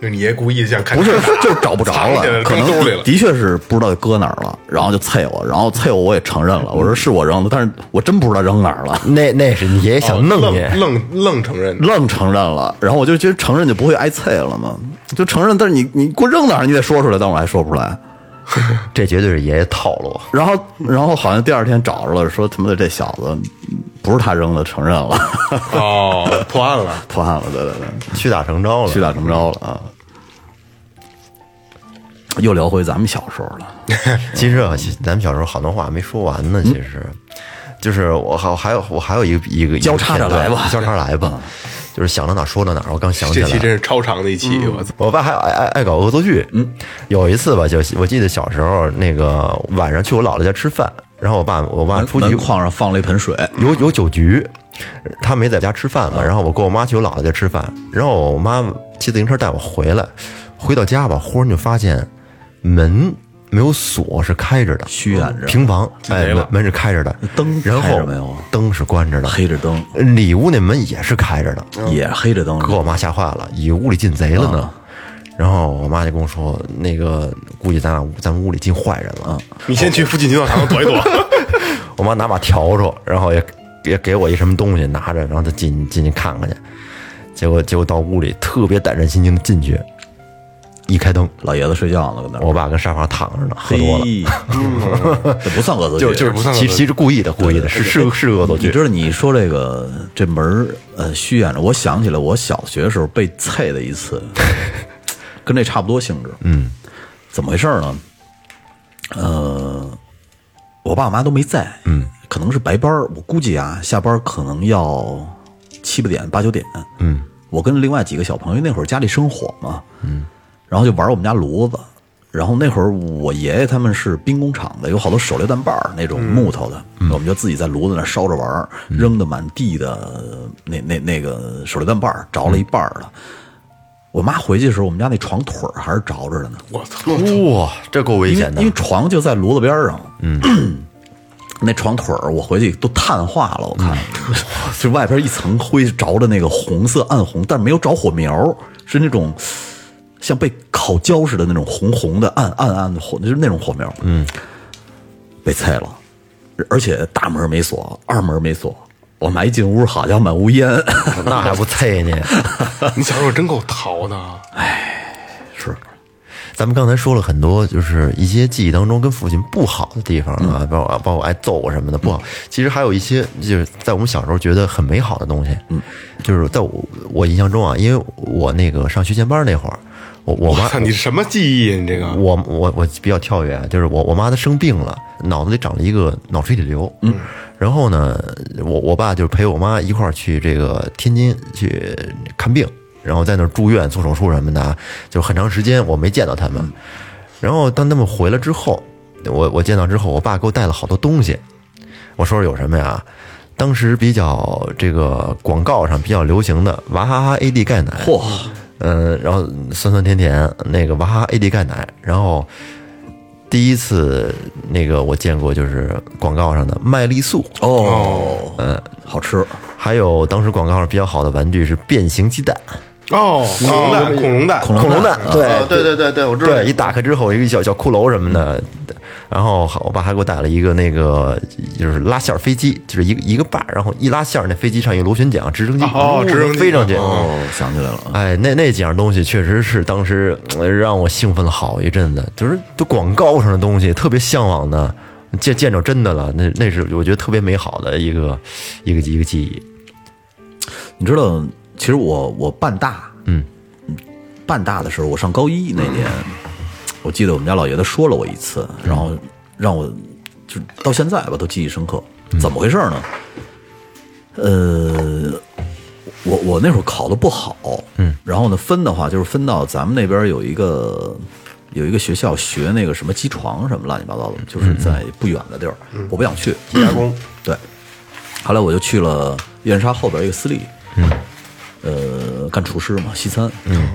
就你爷哦故意想看，不是， (laughs) 就是找不着藏起来了，了可能扔兜里的了的确是不知道搁哪儿了，然后就啐我，然后啐我我也承认了，我说是我扔的，但是我真不知道扔哪儿了。那那是你爷爷想弄你，愣愣愣承认。愣承认了，然后我就觉得承认就不会挨啐了嘛，就承认。但是你你给我扔哪儿，你得说出来，但我还说不出来。这绝对是爷爷套路。然后然后好像第二天找着了，说他妈的这小子不是他扔的，承认了， (laughs) 哦，破案了。破案了，对对对，屈打成招了，屈打成招了啊。又聊回咱们小时候了，其实啊，其咱们小时候好多话没说完嗯呢，其实。就是我还我还有我还有一个一个交叉着一个来吧嗯片段交叉来吧，就是想到哪儿说到哪儿。我刚想起这来，期真是超长的一嗯期，我操！我爸还爱爱爱搞恶作剧。嗯，有一次吧，就我记得小时候那个晚上去我姥姥家吃饭，然后我爸我爸出去门框上放了一盆水，有有酒局，他没在家吃饭嘛，嗯然后我跟我妈去我姥姥家吃饭，然后我妈骑自行车带我回来，回到家吧，忽然就发现门没有锁，是开着的，虚掩着平房，哎，门门是开着的，灯然开后着没有啊灯是关着的，黑着灯，里屋那门也是开着的，也黑着灯，给我妈吓坏了，以为屋里进贼了啊呢。然后我妈就跟我说，那个估计咱俩屋咱们屋里进坏人了。你先去附近警教堂躲一躲。我妈拿把笤帚，然后也也给我一什么东西拿着，然后她进进去看看去。结果结果到屋里特别胆战心惊的进去，一开灯，老爷子睡觉呢，跟那儿我爸跟沙发躺着呢，喝多了，嘿这不算恶作剧，就就是不算恶其作剧其实故意的，故意的，是是是恶作你剧知。道你说这个 (laughs) 这门儿呃虚掩着，我想起来我小学时候被啐的一次，跟这差不多性质。嗯，怎么回事呢？呃，我爸我妈都没在，嗯，可能是白班儿我估计啊，下班儿可能要七八点八九点，嗯，我跟另外几个小朋友那会儿家里生火嘛，嗯，然后就玩我们家炉子，然后那会儿我爷爷他们是兵工厂的，有好多手榴弹把儿那种木头的，我们就自己在炉子那儿烧着玩儿，扔的满地的那那那个手榴弹把儿着了一半儿了。我妈回去的时候，我们家那床腿儿还是着着的呢。哇，这够危因险为的因为床就在炉子边儿上，嗯， (clears throat) 那床腿儿我回去都碳化了，我看， (laughs) 就外边一层灰着的那个红色暗红，但是没有着火苗儿，是那种像被烤焦似的那种红红的暗暗暗的火，就是那种火苗，嗯，被菜了，而且大门没锁，二门没锁，我妈一进屋，好家伙，满屋烟，那还不啐你？你小时候真够淘的啊， (laughs) (laughs) 是咱们刚才说了很多，就是一些记忆当中跟父亲不好的地方啊，包括包括挨揍我什么的不好。其实还有一些就是在我们小时候觉得很美好的东西，嗯，就是在我我印象中啊，因为我那个上学前班那会儿，我我妈我操，你什么记忆啊？你这个我我我比较跳跃，啊就是我我妈她生病了，脑子里长了一个脑垂体瘤。嗯，然后呢，我我爸就是陪我妈一块儿去这个天津去看病，然后在那儿住院做手术什么的，啊就很长时间我没见到他们。然后当他们回来之后，我我见到之后，我爸给我带了好多东西。我说有什么呀？当时比较这个广告上比较流行的娃哈哈 AD 钙奶，嚯，嗯，然后酸酸甜甜那个娃哈哈 AD 钙奶，然后第一次那个我见过就是广告上的麦丽素，哦，嗯，好吃，还有当时广告上比较好的玩具是变形鸡蛋、哦，恐龙蛋，恐龙蛋，恐恐龙蛋，啊对对对对，我知道。对，一打开之后一个小小骷髅什么的，然后我爸还给我带了一个那个就是拉线儿飞机，就是一个一个把儿，然后一拉线儿那飞机上一螺旋桨，直升机哦呜直升机飞上去，哦，想起来了。哎，那那几样东西确实是当时呃让我兴奋了好一阵子，就是都广告上的东西特别向往的，见见着真的了，那那是我觉得特别美好的一个一个一个记忆。你知道，其实我我半大，嗯，半大的时候，我上高一那年，我记得我们家老爷子说了我一次，然后让我就到现在吧都记忆深刻。怎么回事呢？呃，我我那会儿考的不好，嗯，然后呢分的话就是分到咱们那边有一个有一个学校学那个什么机床什么乱七八糟的，就是在不远的地儿，我不想去，加工，对，后来我就去了燕莎后边一个私立，嗯，呃，干厨师嘛，西餐，嗯。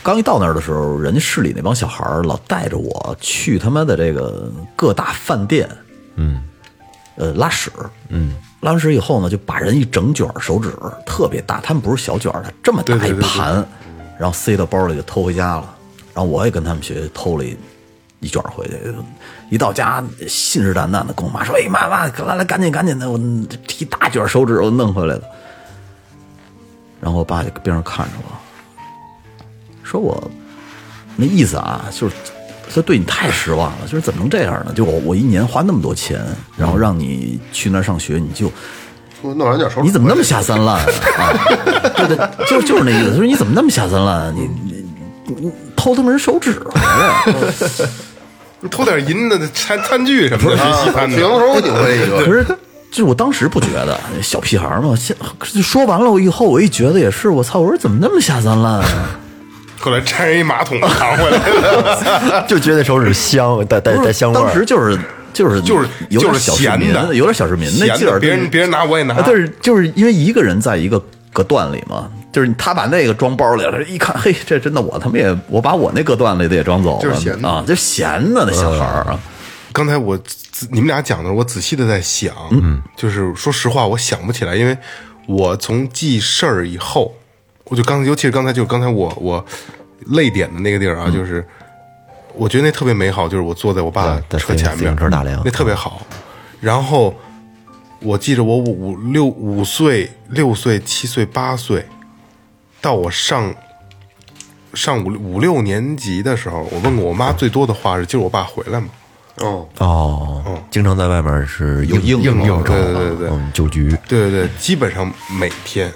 刚一到那儿的时候，人家市里那帮小孩儿老带着我去他妈的这个各大饭店，嗯，呃，拉屎，嗯，拉完屎以后呢，就把人一整卷儿手指特别大，他们不是小卷儿的，这么大对一对对对盘，然后塞到包里就偷回家了。然后我也跟他们学偷了一一卷儿回去，一到家信誓旦旦的跟我妈说：“哎妈妈，来来，赶紧赶紧的，我一大卷儿手指我弄回来了。”然后我爸就边上看着我，说我那意思啊，就是他对你太失望了，就是怎么能这样呢？就我我一年花那么多钱，然后让你去那儿上学，你就我弄完点手，你怎么那么下三滥啊？啊对对，就就是那意思，就是你怎么那么下三滥、啊？你你你你偷他们人手指啊回来？你偷点银的餐餐具 (laughs) 什么的，啊是西餐挺的。头顶了一可个，是就是我当时不觉得小屁孩儿嘛，现可是说完了我以后，我一觉得也是，我操，我说怎么那么下三滥啊？后来沾人一马桶扛回来了，就觉得手指香，带带不带是香味当时儿。就是就是就是有就点是小市民闲的，有点小市民那闲的劲儿，别人就是别人拿我也拿啊但是就是因为一个人在一个隔断里嘛，就是他把那个装包里了，一看，嘿，这真的我他妈也我把我那隔断里的也装走了，就是闲的啊，就闲的那小孩儿嗯啊，刚才我仔你们俩讲的时候，我仔细的在想，嗯，就是说实话，我想不起来，因为我从记事儿以后，我就刚，尤其是刚才就是刚才我我泪点的那个地儿啊，就是我觉得那特别美好，就是我坐在我爸对在车自行前面自行车大梁那特别好。然后我记着我五五六五岁、六岁、七岁、八岁，到我上上五五六年级的时候，我问过我妈最多的话是今儿我爸回来吗？哦，哦，经常在外面是应应应酬应酬，对对对对嗯，酒局。对对对，基本上每天，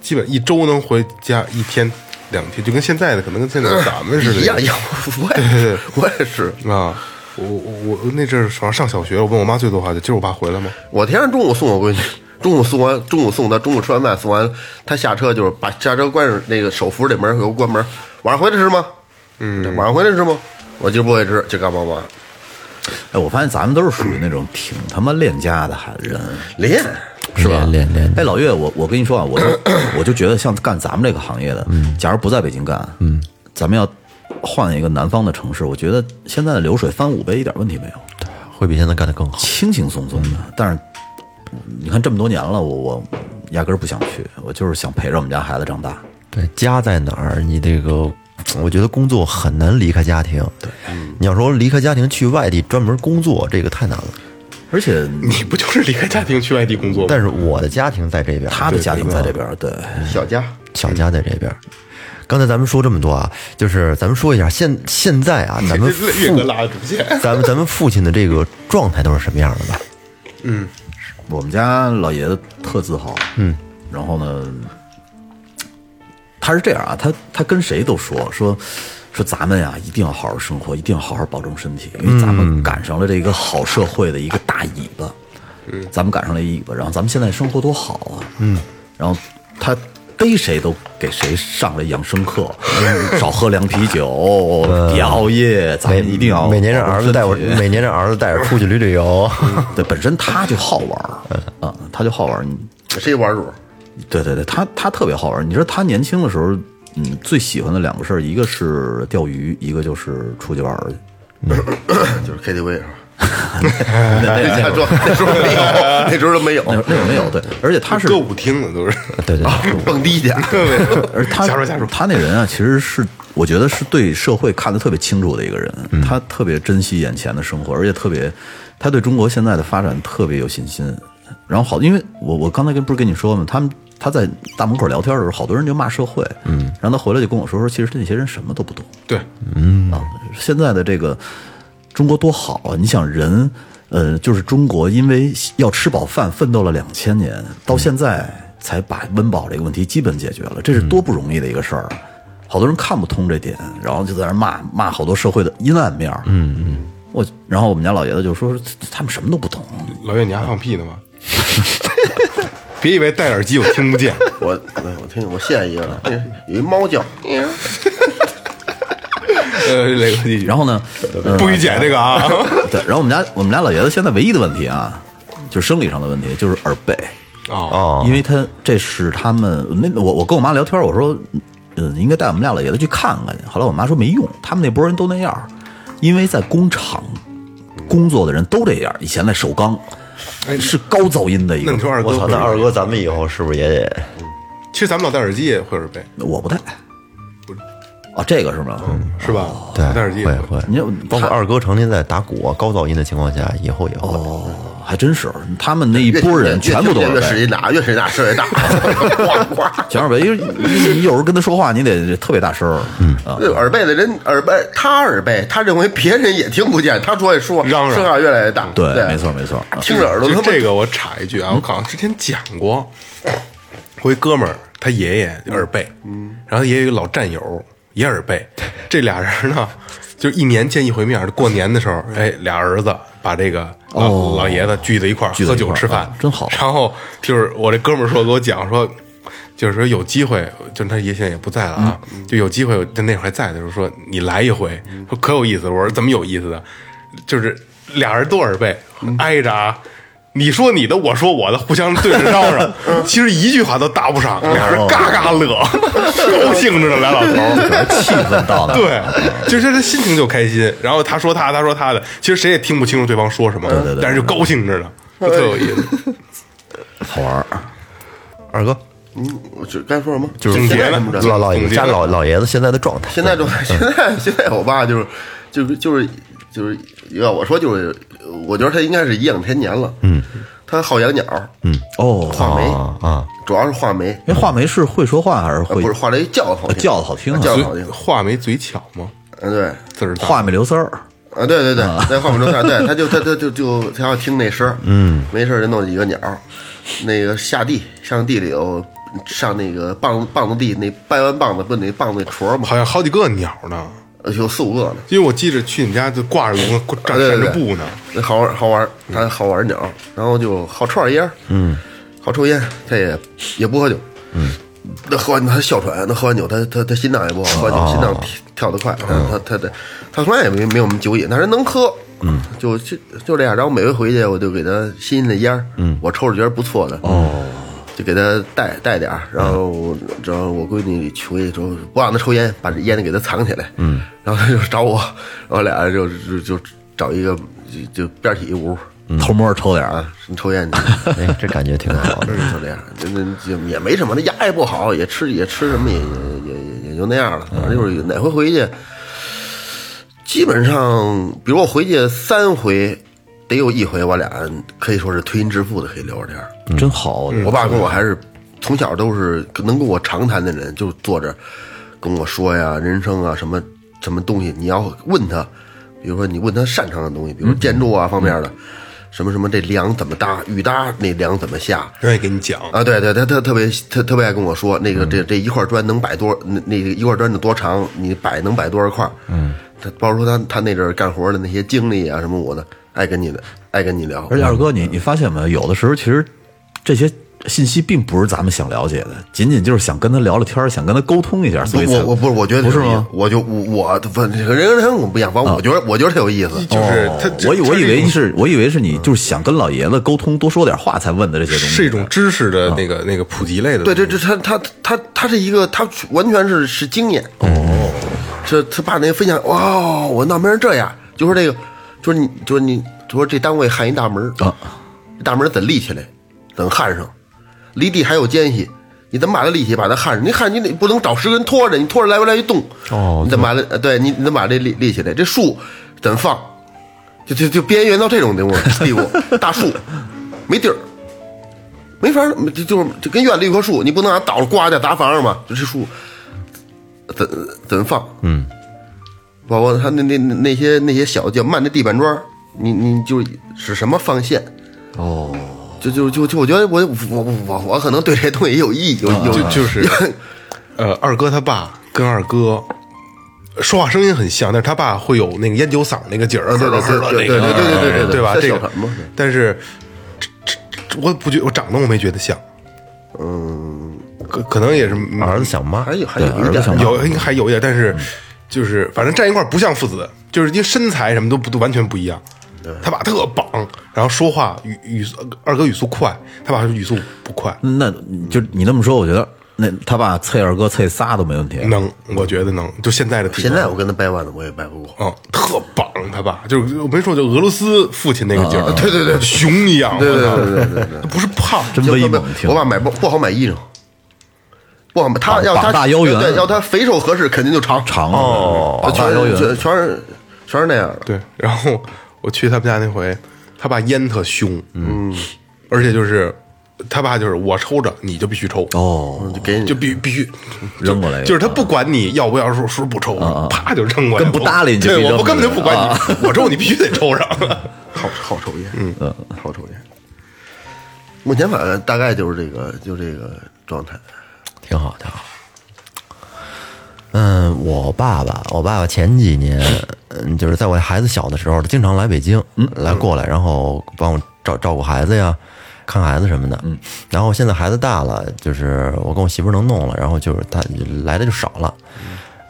基本一周能回家一天两天，就跟现在的可能跟现在咱们似的一样一样，我也是，我也是。啊。我我我那阵儿好像上小学，我问我妈最多话就今儿我爸回来吗？我天天中午送我闺女，中午送完，中午送她，中午吃完饭送完，她下车就是把下车关上那个手扶着这门给我关门。晚上回来吃吗？嗯，晚上回来吃吗？我今儿不会吃，就干嘛嘛哎，我发现咱们都是属于那种挺他妈恋家的孩人，练。是吧？练练哎，老岳，我我跟你说啊，我就我就觉得像干咱们这个行业的，嗯假如不在北京干，嗯，咱们要换一个南方的城市，我觉得现在的流水翻五倍一点问题没有，会比现在干得更好。轻轻松松的。但是你看这么多年了，我我压根儿不想去，我就是想陪着我们家孩子长大。对，家在哪儿？你这个，我觉得工作很难离开家庭。对，嗯你要说离开家庭去外地专门工作，这个太难了。而且你不就是离开家庭去外地工作吗？但是我的家庭在这边，他的家庭在这边儿，对，小家，小家在这边。刚才咱们说这么多啊，就是咱们说一下现现在啊，咱 (laughs) 们这岳哥父拉的主线，咱们咱们父亲的这个状态都是什么样的吧？我们家老爷子特自豪，嗯，然后呢，他是这样啊，他他跟谁都说说说咱们呀、一定要好好生活，一定要好好保重身体，因为咱们赶上了这个好社会的一个大尾巴，嗯，咱们赶上了一尾巴，然后咱们现在生活多好啊，嗯，然后他。逮谁都给谁上了养生 (laughs) 课，少喝凉啤酒，别熬夜，咱嗯每们一定要每年让保重儿子带我， (laughs) 身体每年让儿子带着出去旅旅游。对，本身他就好玩儿，嗯啊，他就好玩儿，你谁玩主？对对对，他他特别好玩儿。你说他年轻的时候，嗯，最喜欢的两个事儿，一个是钓鱼，一个就是出去玩儿去。就是 KTV 是吧？那那那那会时儿候那时候没有，那时哦那会候都没有，儿那会儿没有 (laughs) 对，而且他是歌，舞厅的都是。对对对，蹦迪去。而 (laughs) 他瞎说瞎说他那人啊，其实是我觉得是对社会看得特别清楚的一个人，嗯他特别珍惜眼前的生活，而且特别他对中国现在的发展特别有信心。然后好，因为我我刚才跟不是跟你说吗？他们他在大门口聊天的时候，好多人就骂社会，嗯，然后他回来就跟我说说，其实那些人什么都不懂，对，啊，现在的这个中国多好啊！你想人，呃，就是中国因为要吃饱饭奋斗了两千年，到现在才把温饱这个问题基本解决了，这是多不容易的一个事儿。啊好多人看不通这点，然后就在那儿骂骂好多社会的阴暗面嗯嗯，我然后我们家老爷子就说他们什么都不懂，老岳，你还放屁呢吗？ (laughs) 别以为戴耳机我听 (laughs) 不见，我我听我现一个，有一猫叫，呃，磊哥继续然后呢，不许剪这个啊！嗯对，然后我们家我们家老爷子现在唯一的问题啊，就是生理上的问题，就是耳背。 (laughs) 哦，啊因为他这是他们那我我跟我妈聊天，我说，嗯，应该带我们俩老爷子去看看去。后来我妈说没用，他们那波人都那样，因为在工厂工作的人都这样。以前在首钢，是高噪音的一那个你。说二哥我操，会那不会二，哥，咱们以后是不是也得？其实咱们老戴耳机也会耳背，我不带，啊，这个是吗？是吧？对戴耳机，也会会。你嗯包括二哥成天在打鼓啊，高噪音的情况下，以后也会。哦，还真是，他们那一越波人全部都越是耳听越背使劲打，越使劲打声越 (laughs) 大，呱呱。全是呗，因为你你有时候跟他说话，你得特别大声儿，嗯啊，对耳背的人耳背，他耳背，他认为别人也听不见，他说也说，嚷嚷声啊越来越大。对，没错没错，听着耳朵就他妈这个我插一句啊，我好像之前讲过，嗯我一哥们儿他爷爷耳背，嗯然后也有一个老战友也耳背，这俩人呢，就一年见一回面，过年的时候，哎，俩儿子把这个老、嗯哦老爷子聚在一块儿聚在喝一块酒儿吃饭，啊真好然后就是我这哥们儿说给我讲说。就是说有机会，就是他爷现在也不在了啊，嗯就有机会，他那会儿还在的时候说你来一回，说可有意思了。我说怎么有意思的？就是俩人都耳背嗯挨着啊，你说你的，我说我的，互相对着嚷 (laughs) 嗯嚷，其实一句话都搭不哦上，俩人嘎嘎乐，高兴着呢，俩老头儿。气氛到了，对，就是他心情就开心，然后他说他，他说他的，其实谁也听不清楚对方说什么，对嗯对但是就高兴着呢，就特有意思。好玩儿。二哥嗯，我就该说什么？就是总结现在了嗯这么着老老总结家了老老爷子现在的状态，现在就 (laughs) 现在现在我爸就是就是就是就是要我说就是，我觉得他应该是颐养天年了。嗯，他好养鸟，嗯，哦，画眉啊啊，主要是画眉，哎，画眉是会说话还是呃会？不是画了一叫的好听，叫得好听啊叫的好嘴听。画眉嘴巧吗？嗯，对，字儿大话没留丝儿。啊，对对对，在画眉中下，对，他就他他就就他要听那声，嗯，没事儿就弄几个鸟，那个下地上地里头上那个棒棒子地那掰完棒子不那棒子那戳嘛，好像好几个鸟呢。呃有四五个呢。因为我记着去你们家就挂着 (laughs) 笼子，挂对站对着对布呢。那好玩好玩，他好玩鸟，然后就好串烟，嗯，好抽烟，他也也不喝酒，嗯，那喝完他哮喘，那喝完酒他他他心脏也不好，喝完酒心脏跳跳得快，他他他他从来也没没有我们酒瘾，但是能喝，嗯，就就就这样，然后每回回去我就给他吸那烟，嗯，我抽着觉得不错的，哦。就给他带带点儿，然后我然后我闺女求一说不让他抽烟，把这烟给他藏起来。嗯，然后他就找我，然后俩人就就就找一个就就边儿起一屋偷摸抽点儿，啊，你抽烟去，哎，这感觉挺 (laughs) 好的。就这样，那那就也没什么，那牙也不好，也吃也吃什么也也也也也就那样了，反正就是哪回回去，基本上比如我回去三回，得有一回我俩可以说是推心置腹的可以聊着天儿。真好。我觉得我爸跟我还是从小都是能跟我长谈的人，就坐着跟我说呀，人生啊，什么什么东西，你要问他，比如说你问他擅长的东西，比如说建筑啊方面的，什么什么这梁怎么搭，雨搭那梁怎么下，愿意给你讲，啊，对对，他他特别他特别爱跟我说，那个这这一块砖能摆多那那个一块砖的多长，你摆能摆多少块？嗯，他包括他他那阵儿干活的那些经历啊什么我的，爱跟你的爱跟你聊。而且二哥，你你发现没有？有的时候其实这些信息并不是咱们想了解的，仅仅就是想跟他聊聊天儿，想跟他沟通一下。所以不，才我我不是，我觉得不是有意思吗？啊我就我我不人跟人我不一样，反正我觉得我觉得他有意思。就是哦他。我以这我以为这嗯是，我以为是你就是想跟老爷子沟通，多说点话才问的这些种东西。是一种知识的那个那个普及类的东啊对西。对对，他他他他是一个，他完全是是经验哦。这他把那分享，哇、哦我闹门儿这样，就说这个，就说你，就说你，就说这单位焊一大门儿啊，这大门儿怎立起来，怎焊上，离地还有间隙，你怎么把它立起，把它焊上？你焊你得不能找十个人拖着，你拖着来回来去动，哦你怎么把它？呃对你你怎么把这立立起来？这树怎么放？就就就边缘到这种地步地步，大树没地儿，没法儿，就就是就跟院里有棵树，你不能拿倒了刮掉砸房上嘛，就这树怎怎么放？嗯，包括他那那那那些那些小叫慢的地板砖儿，你你就是什么放线哦。就就就就，我觉得我我我我我可能对这东西也有意有有就就是，呃，二哥他爸跟二哥说话声音很像，但是他爸会有那个烟酒嗓那个劲 (laughs) 儿，啊对对对那个对对对对对对对对吧？在这小个城嘛，但是这这这我不觉，我长得我没觉得像，嗯，可可能也是儿子想妈还，有还有对一儿子点呃想有应该还有一点，但是就是反正站一块儿不像父子，就是因为身材什么都不都完全不一样。他爸特棒，然后说话语语速二哥语速快，他爸是语速不快，那就你那么说，我觉得那他爸啐二哥啐仨都没问题。嗯能，我觉得能，就嗯现在的体格现在我跟他掰腕子，我也掰不过。嗯，特棒，他爸就是我没说，就俄罗斯父亲那个劲儿，嗯对对对，熊一样， (laughs) (laughs) 对对对对对，不是胖，真就威特别猛，听我爸买不不好买衣裳，不好买。他膀要他膀大腰圆对，要他肥瘦合适，肯定就长长哦膀大全腰圆全全是全是那样的。对。然后我去他们家那回，他爸烟特凶，嗯，而且就是他爸就是我抽着你就必须抽，哦，就给你就必必须扔过来一个就是他不管你要不要说说不抽，啪就扔过来，啊跟不搭理你就对，给我扔不过来根本就不管啊你， (laughs) 我抽你必须得抽上， (laughs) 好好抽烟，嗯嗯，好抽烟。目前反正大概就是这个，就这个状态。挺好，挺好。嗯，我爸爸，我爸爸前几年，嗯，就是在我孩子小的时候，经常来北京，来过来，然后帮我照照顾孩子呀，看孩子什么的。嗯，然后现在孩子大了，就是我跟我媳妇儿能弄了，然后就是他来的就少了。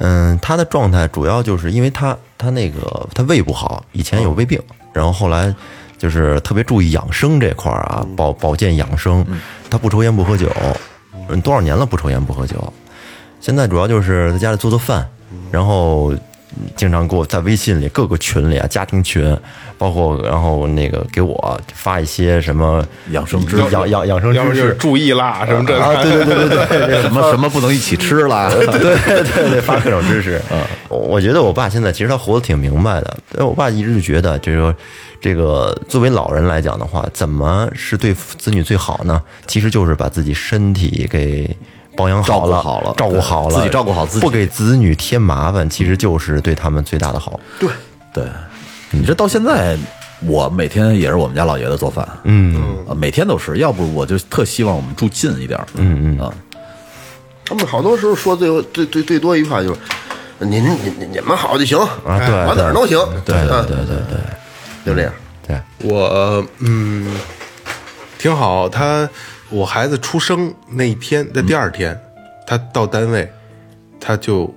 嗯，他的状态主要就是因为他他那个他胃不好，以前有胃病，然后后来就是特别注意养生这块儿啊，保保健养生。他不抽烟不喝酒，嗯，多少年了不抽烟不喝酒，现在主要就是在家里做做饭，然后经常给我在微信里各个群里啊，家庭群，包括然后那个给我发一些什么养生知识养养养生要不知就是识。注意啦什么这那啊，对对对对对， (laughs) 什么什么不能一起吃 (laughs) 啦？ (laughs) 对对对，发各种知识。嗯，我觉得我爸现在其实他活得挺明白的。但我爸一直就觉得，就是说，这个作为老人来讲的话，怎么是对子女最好呢？其实就是把自己身体给保养好了，照顾好了照顾好了，对自己照顾好自己不给子女添麻烦，其实就是对他们最大的好。对，你这到现在，我每天也是我们家老爷子做饭，嗯，每天都是，要不我就特希望我们住近一点，嗯嗯啊，他们好多时候说最后最最最多一句话就是，你你你你们好就行啊，对，我哪对儿都行，对啊对对对对就这样。对，我嗯，挺好。他我孩子出生那一天的第二天，他到单位，他就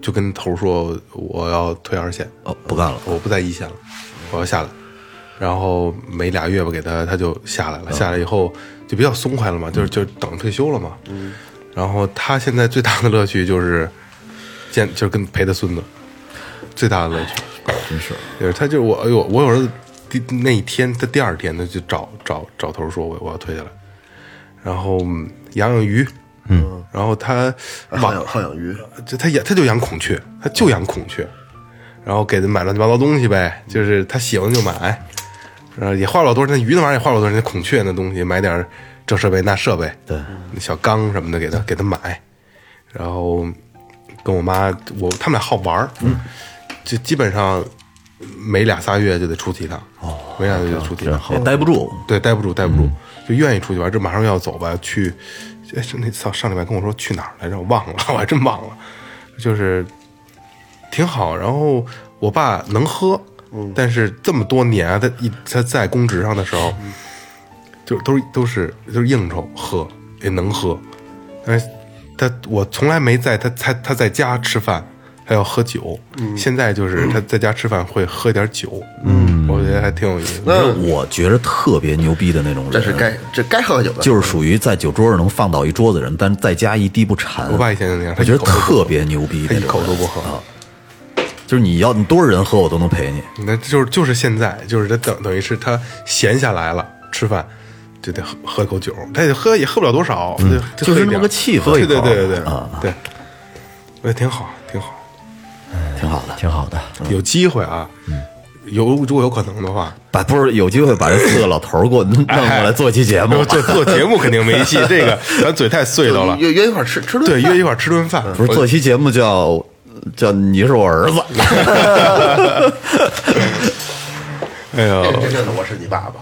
就跟头说我要退二线，哦，不干了，我不在一线了，我要下来。然后没俩月吧，给他他就下来了。下来以后就比较松快了嘛，就是就等退休了嘛。嗯。然后他现在最大的乐趣就是见，就是跟陪他孙子，最大的乐趣。真是就是他就是我，哎呦，我有儿子第那一天，他第二天他就找找找头说我我要退下来，然后嗯养养鱼，嗯，然后他好网养好养鱼，这他养他就养孔雀，他就养孔雀，然后给他买乱七八糟东西呗，就是他喜欢就买，然后也花不了多少钱，那鱼那玩意儿也花不了多少钱，那孔雀那东西买点儿这设备那设备，对，小缸什么的给他给他买，然后跟我妈我他们俩好玩儿，就基本上每俩仨月就得出去一趟，哦，每俩月就得出去一嗯趟，也待不住，对，待不住，待不嗯住，就愿意出去玩。这马上要走吧，去，哎，是那上上礼拜跟我说去哪儿来着，我忘了， (laughs) 我还真忘了，就是挺好。然后我爸能喝，嗯但是这么多年啊，他一他在公职上的时候，嗯就都是都是就是应酬喝也能喝，但是他我从来没在他他他在家吃饭。还要喝酒，嗯现在就是他在家吃饭会喝点酒，嗯，我觉得还挺有意思。那我觉着特别牛逼的那种人，这是该呃这该喝酒的，就是属于在酒桌上能放倒一桌子人，但是在家一滴不馋。我爸以前就那样，他我一觉得口都不特别牛逼他那一种人，口都不喝啊。就是你要你多少人喝我都能陪你，那就是就是现在，就是他等等于是他闲下来了，吃饭就得喝喝一口酒，他也喝也喝不了多少，就就是喝一那么点个气氛对对对对对啊对，我觉得挺好，挺好。挺好的。挺好的。有机会啊，有如果有可能的话，把不是有机会把这四个老头儿给我弄哎过来做期节目做，做做节目肯定没戏，这个咱嘴太碎叨了。约约一块儿吃吃顿对，饭，约一块儿吃顿饭，不是做期节目叫叫你是我 (laughs) 儿子，哎呦，真正的我是你爸爸，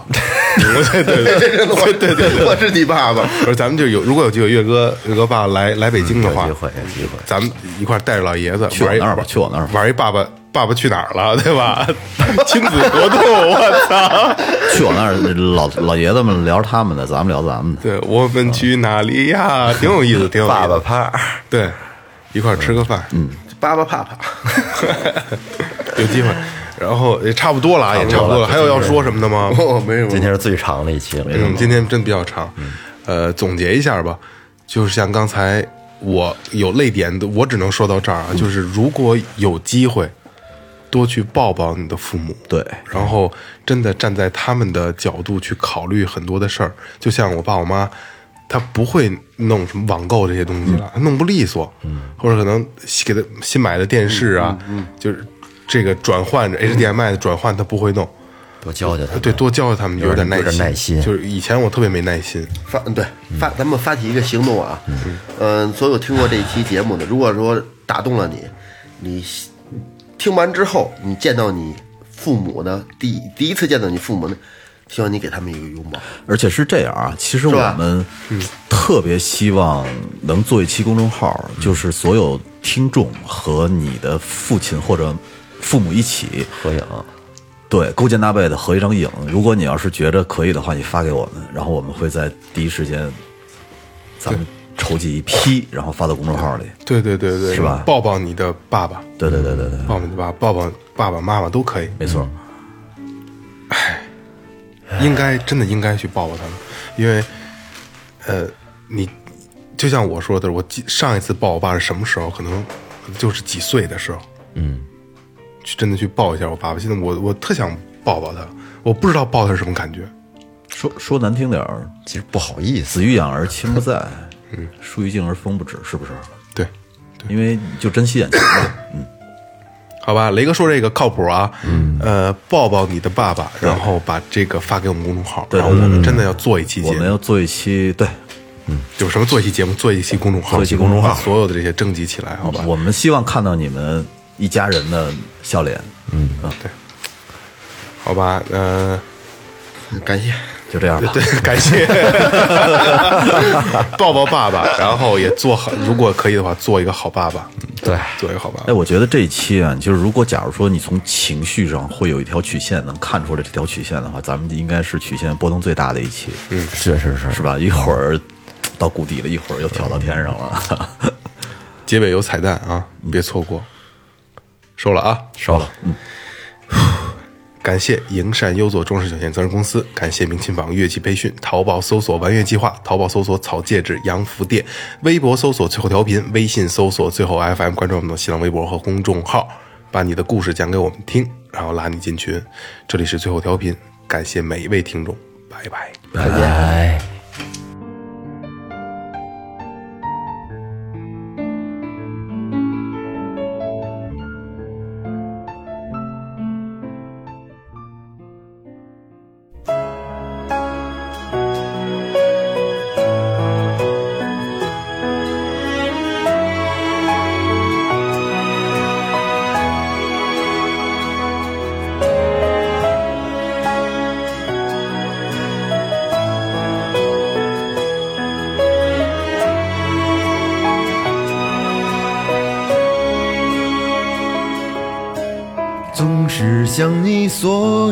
对对对，真正的我对对对对我是你爸爸。不是咱们就有如果有机会，岳哥岳哥爸来来北京的话，有机会有机会咱们一块儿带着老爷子去我玩一那儿吧去我那儿吧玩一爸爸爸爸去哪儿了， (laughs) 对 (laughs) 吧？亲子活动，我操！ (laughs) 去我那儿老老爷子们聊他们的，咱们聊咱们的。对我们去哪里呀？嗯挺有意思，挺有意思爸爸趴，对，一块儿吃个饭，嗯，爸爸怕怕，有机会。然后也差不多了啊，也差不多了。还有要说什么的吗？哦，没什么今。天是最长的一期了，嗯，今天真比较长，呃，总结一下吧，就是像刚才我有泪点的，我只能说到这儿啊，就是如果有机会，多去抱抱你的父母，对，然后真的站在他们的角度去考虑很多的事儿，就像我爸我妈。他不会弄什么网购这些东西了，他弄不利索，或者可能新给他新买的电视啊，就是这个转换着 HDMI 的转换，他不会弄，多教教他们。对，多教教他们，有点点耐有点耐心就是以前我特别没耐心，发对发，嗯咱们发起一个行动啊，嗯、所有听过这一期节目的，如果说打动了你，你听完之后，你见到你父母的第第一次见到你父母的，希望你给他们一个拥抱。而且是这样啊，其实我是吧们嗯特别希望能做一期公众号，嗯就是所有听众和你的父亲或者父母一起合影，对，勾肩搭背的合一张影。如果你要是觉着可以的话，你发给我们，然后我们会在第一时间，咱们筹集一批，然后发到公众号里。对对对对，是吧抱抱你的爸爸，对对对对嗯对，抱抱你的爸，爸，抱抱爸爸妈妈都可以，没错，应该真的应该去抱抱他们，因为，呃，你就像我说的，我记上一次抱我爸是什么时候？可能就是几岁的时候，嗯，去真的去抱一下我爸爸。现在我我特想抱抱他，我不知道抱他是什么感觉，说说难听点儿，其实不好意思，子欲养而亲不在，嗯树欲静而风不止，是不是？对。因为就珍惜眼前吧。好吧，雷哥说这个靠谱啊，嗯，呃，抱抱你的爸爸，然后把这个发给我们公众号，对然后我们真的要做一期节我们目，要做一期，对，有什么做一期节目，做一期公众号，做一期公众号嗯把所有的这些征集起来，好吧？我们希望看到你们一家人的笑脸。嗯，好吧，呃，感谢，就这样吧。对， (laughs) 感 (laughs) 谢抱抱爸爸，然后也做 (laughs) 好，如果可以的话，做一个好爸爸，对，做一个好爸哎，爸。我觉得这一期啊，就是如果假如说你从情绪上会有一条曲线能看出来这条曲线的话，咱们应该是曲线波动最大的一期，嗯是是是，是吧？一会儿到谷底了，一会儿又跳到天上了。结尾有彩蛋啊，你别错过。收了啊，收了，感谢营善优作装饰有限责任公司，感谢明琴坊乐器培训，淘宝搜索“玩乐计划”，淘宝搜索“草戒指洋服店”，微博搜索“最后调频”，微信搜索“最后 FM”，关注我们的新浪微博和公众号，把你的故事讲给我们听，然后拉你进群。这里是最后调频，感谢每一位听众，拜拜。拜拜。总是向你索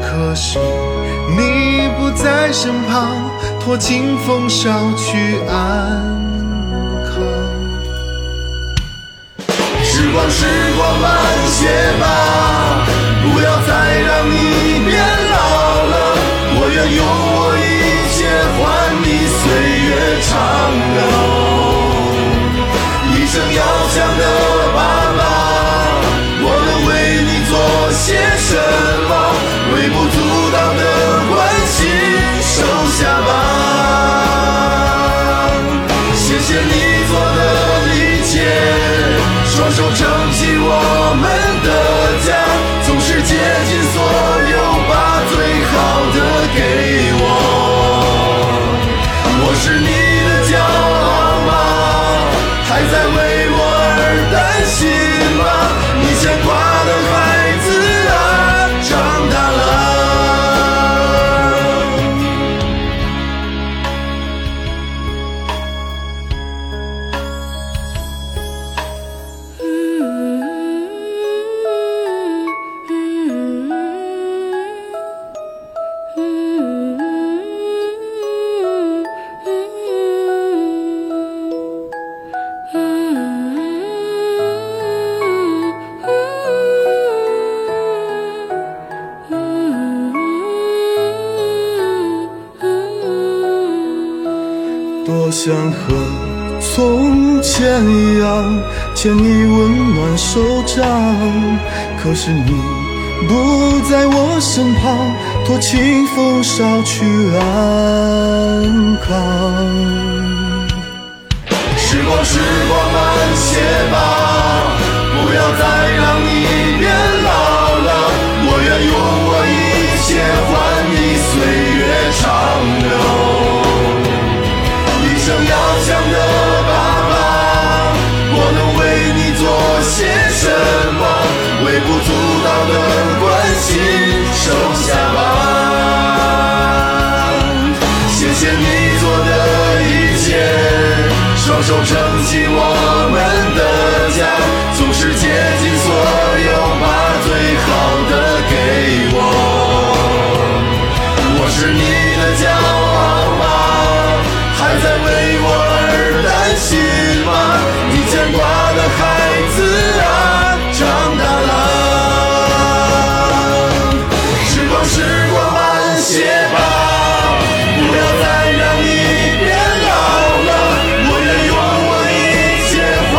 可惜你不在身旁，托清风捎去安康。时光，时光慢些吧，不要再让你变老了。我愿用我一切换你岁月长流。一生要强的爸爸，我能为你做些什么？微不足道的关心，收下吧。谢谢你做的一切，双手撑起我们的家，总是竭尽所有把最好的给我。我是你的骄傲吗？还在为我而担心吗？你牵挂的孩子啊，长大了。嗯嗯多想和从前一样牵你温暖手掌，可是你不在我身旁，托清风捎去安康。时光，时光慢些吧，不要再让你变老了。我愿用我一切换你岁月长流。一生要强的爸爸，我能为你做些什么？微不足道的关心，收下吧。谢谢你做的一切，双手撑起我们的家，总是竭尽所有把最好的给我。我是你的骄傲吗？还在为我而担心吗？你牵挂的孩子啊，长大了。时光，时光慢些吧，不要再让你变老了。我愿用我一切换啊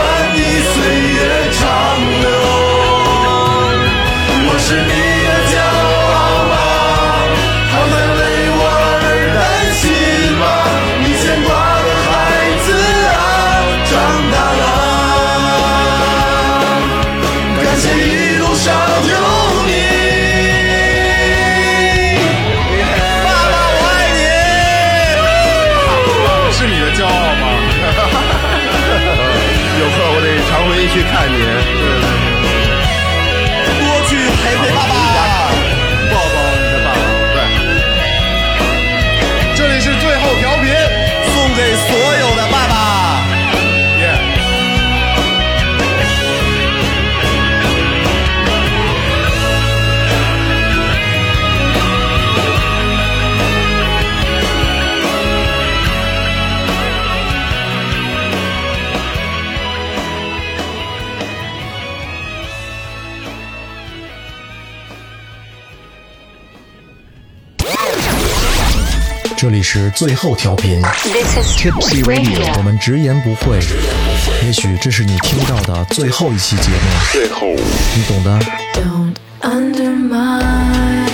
(laughs) 去看你。多去陪陪爸爸。抱抱你的爸爸。对，这里是最后调频，送给所有的爸爸。耶！这里是最后调频， This is Tipsy 我 Radio. 们直言不讳。也许这是你听到的最后一期节目，最后，你懂的。 Don't undermine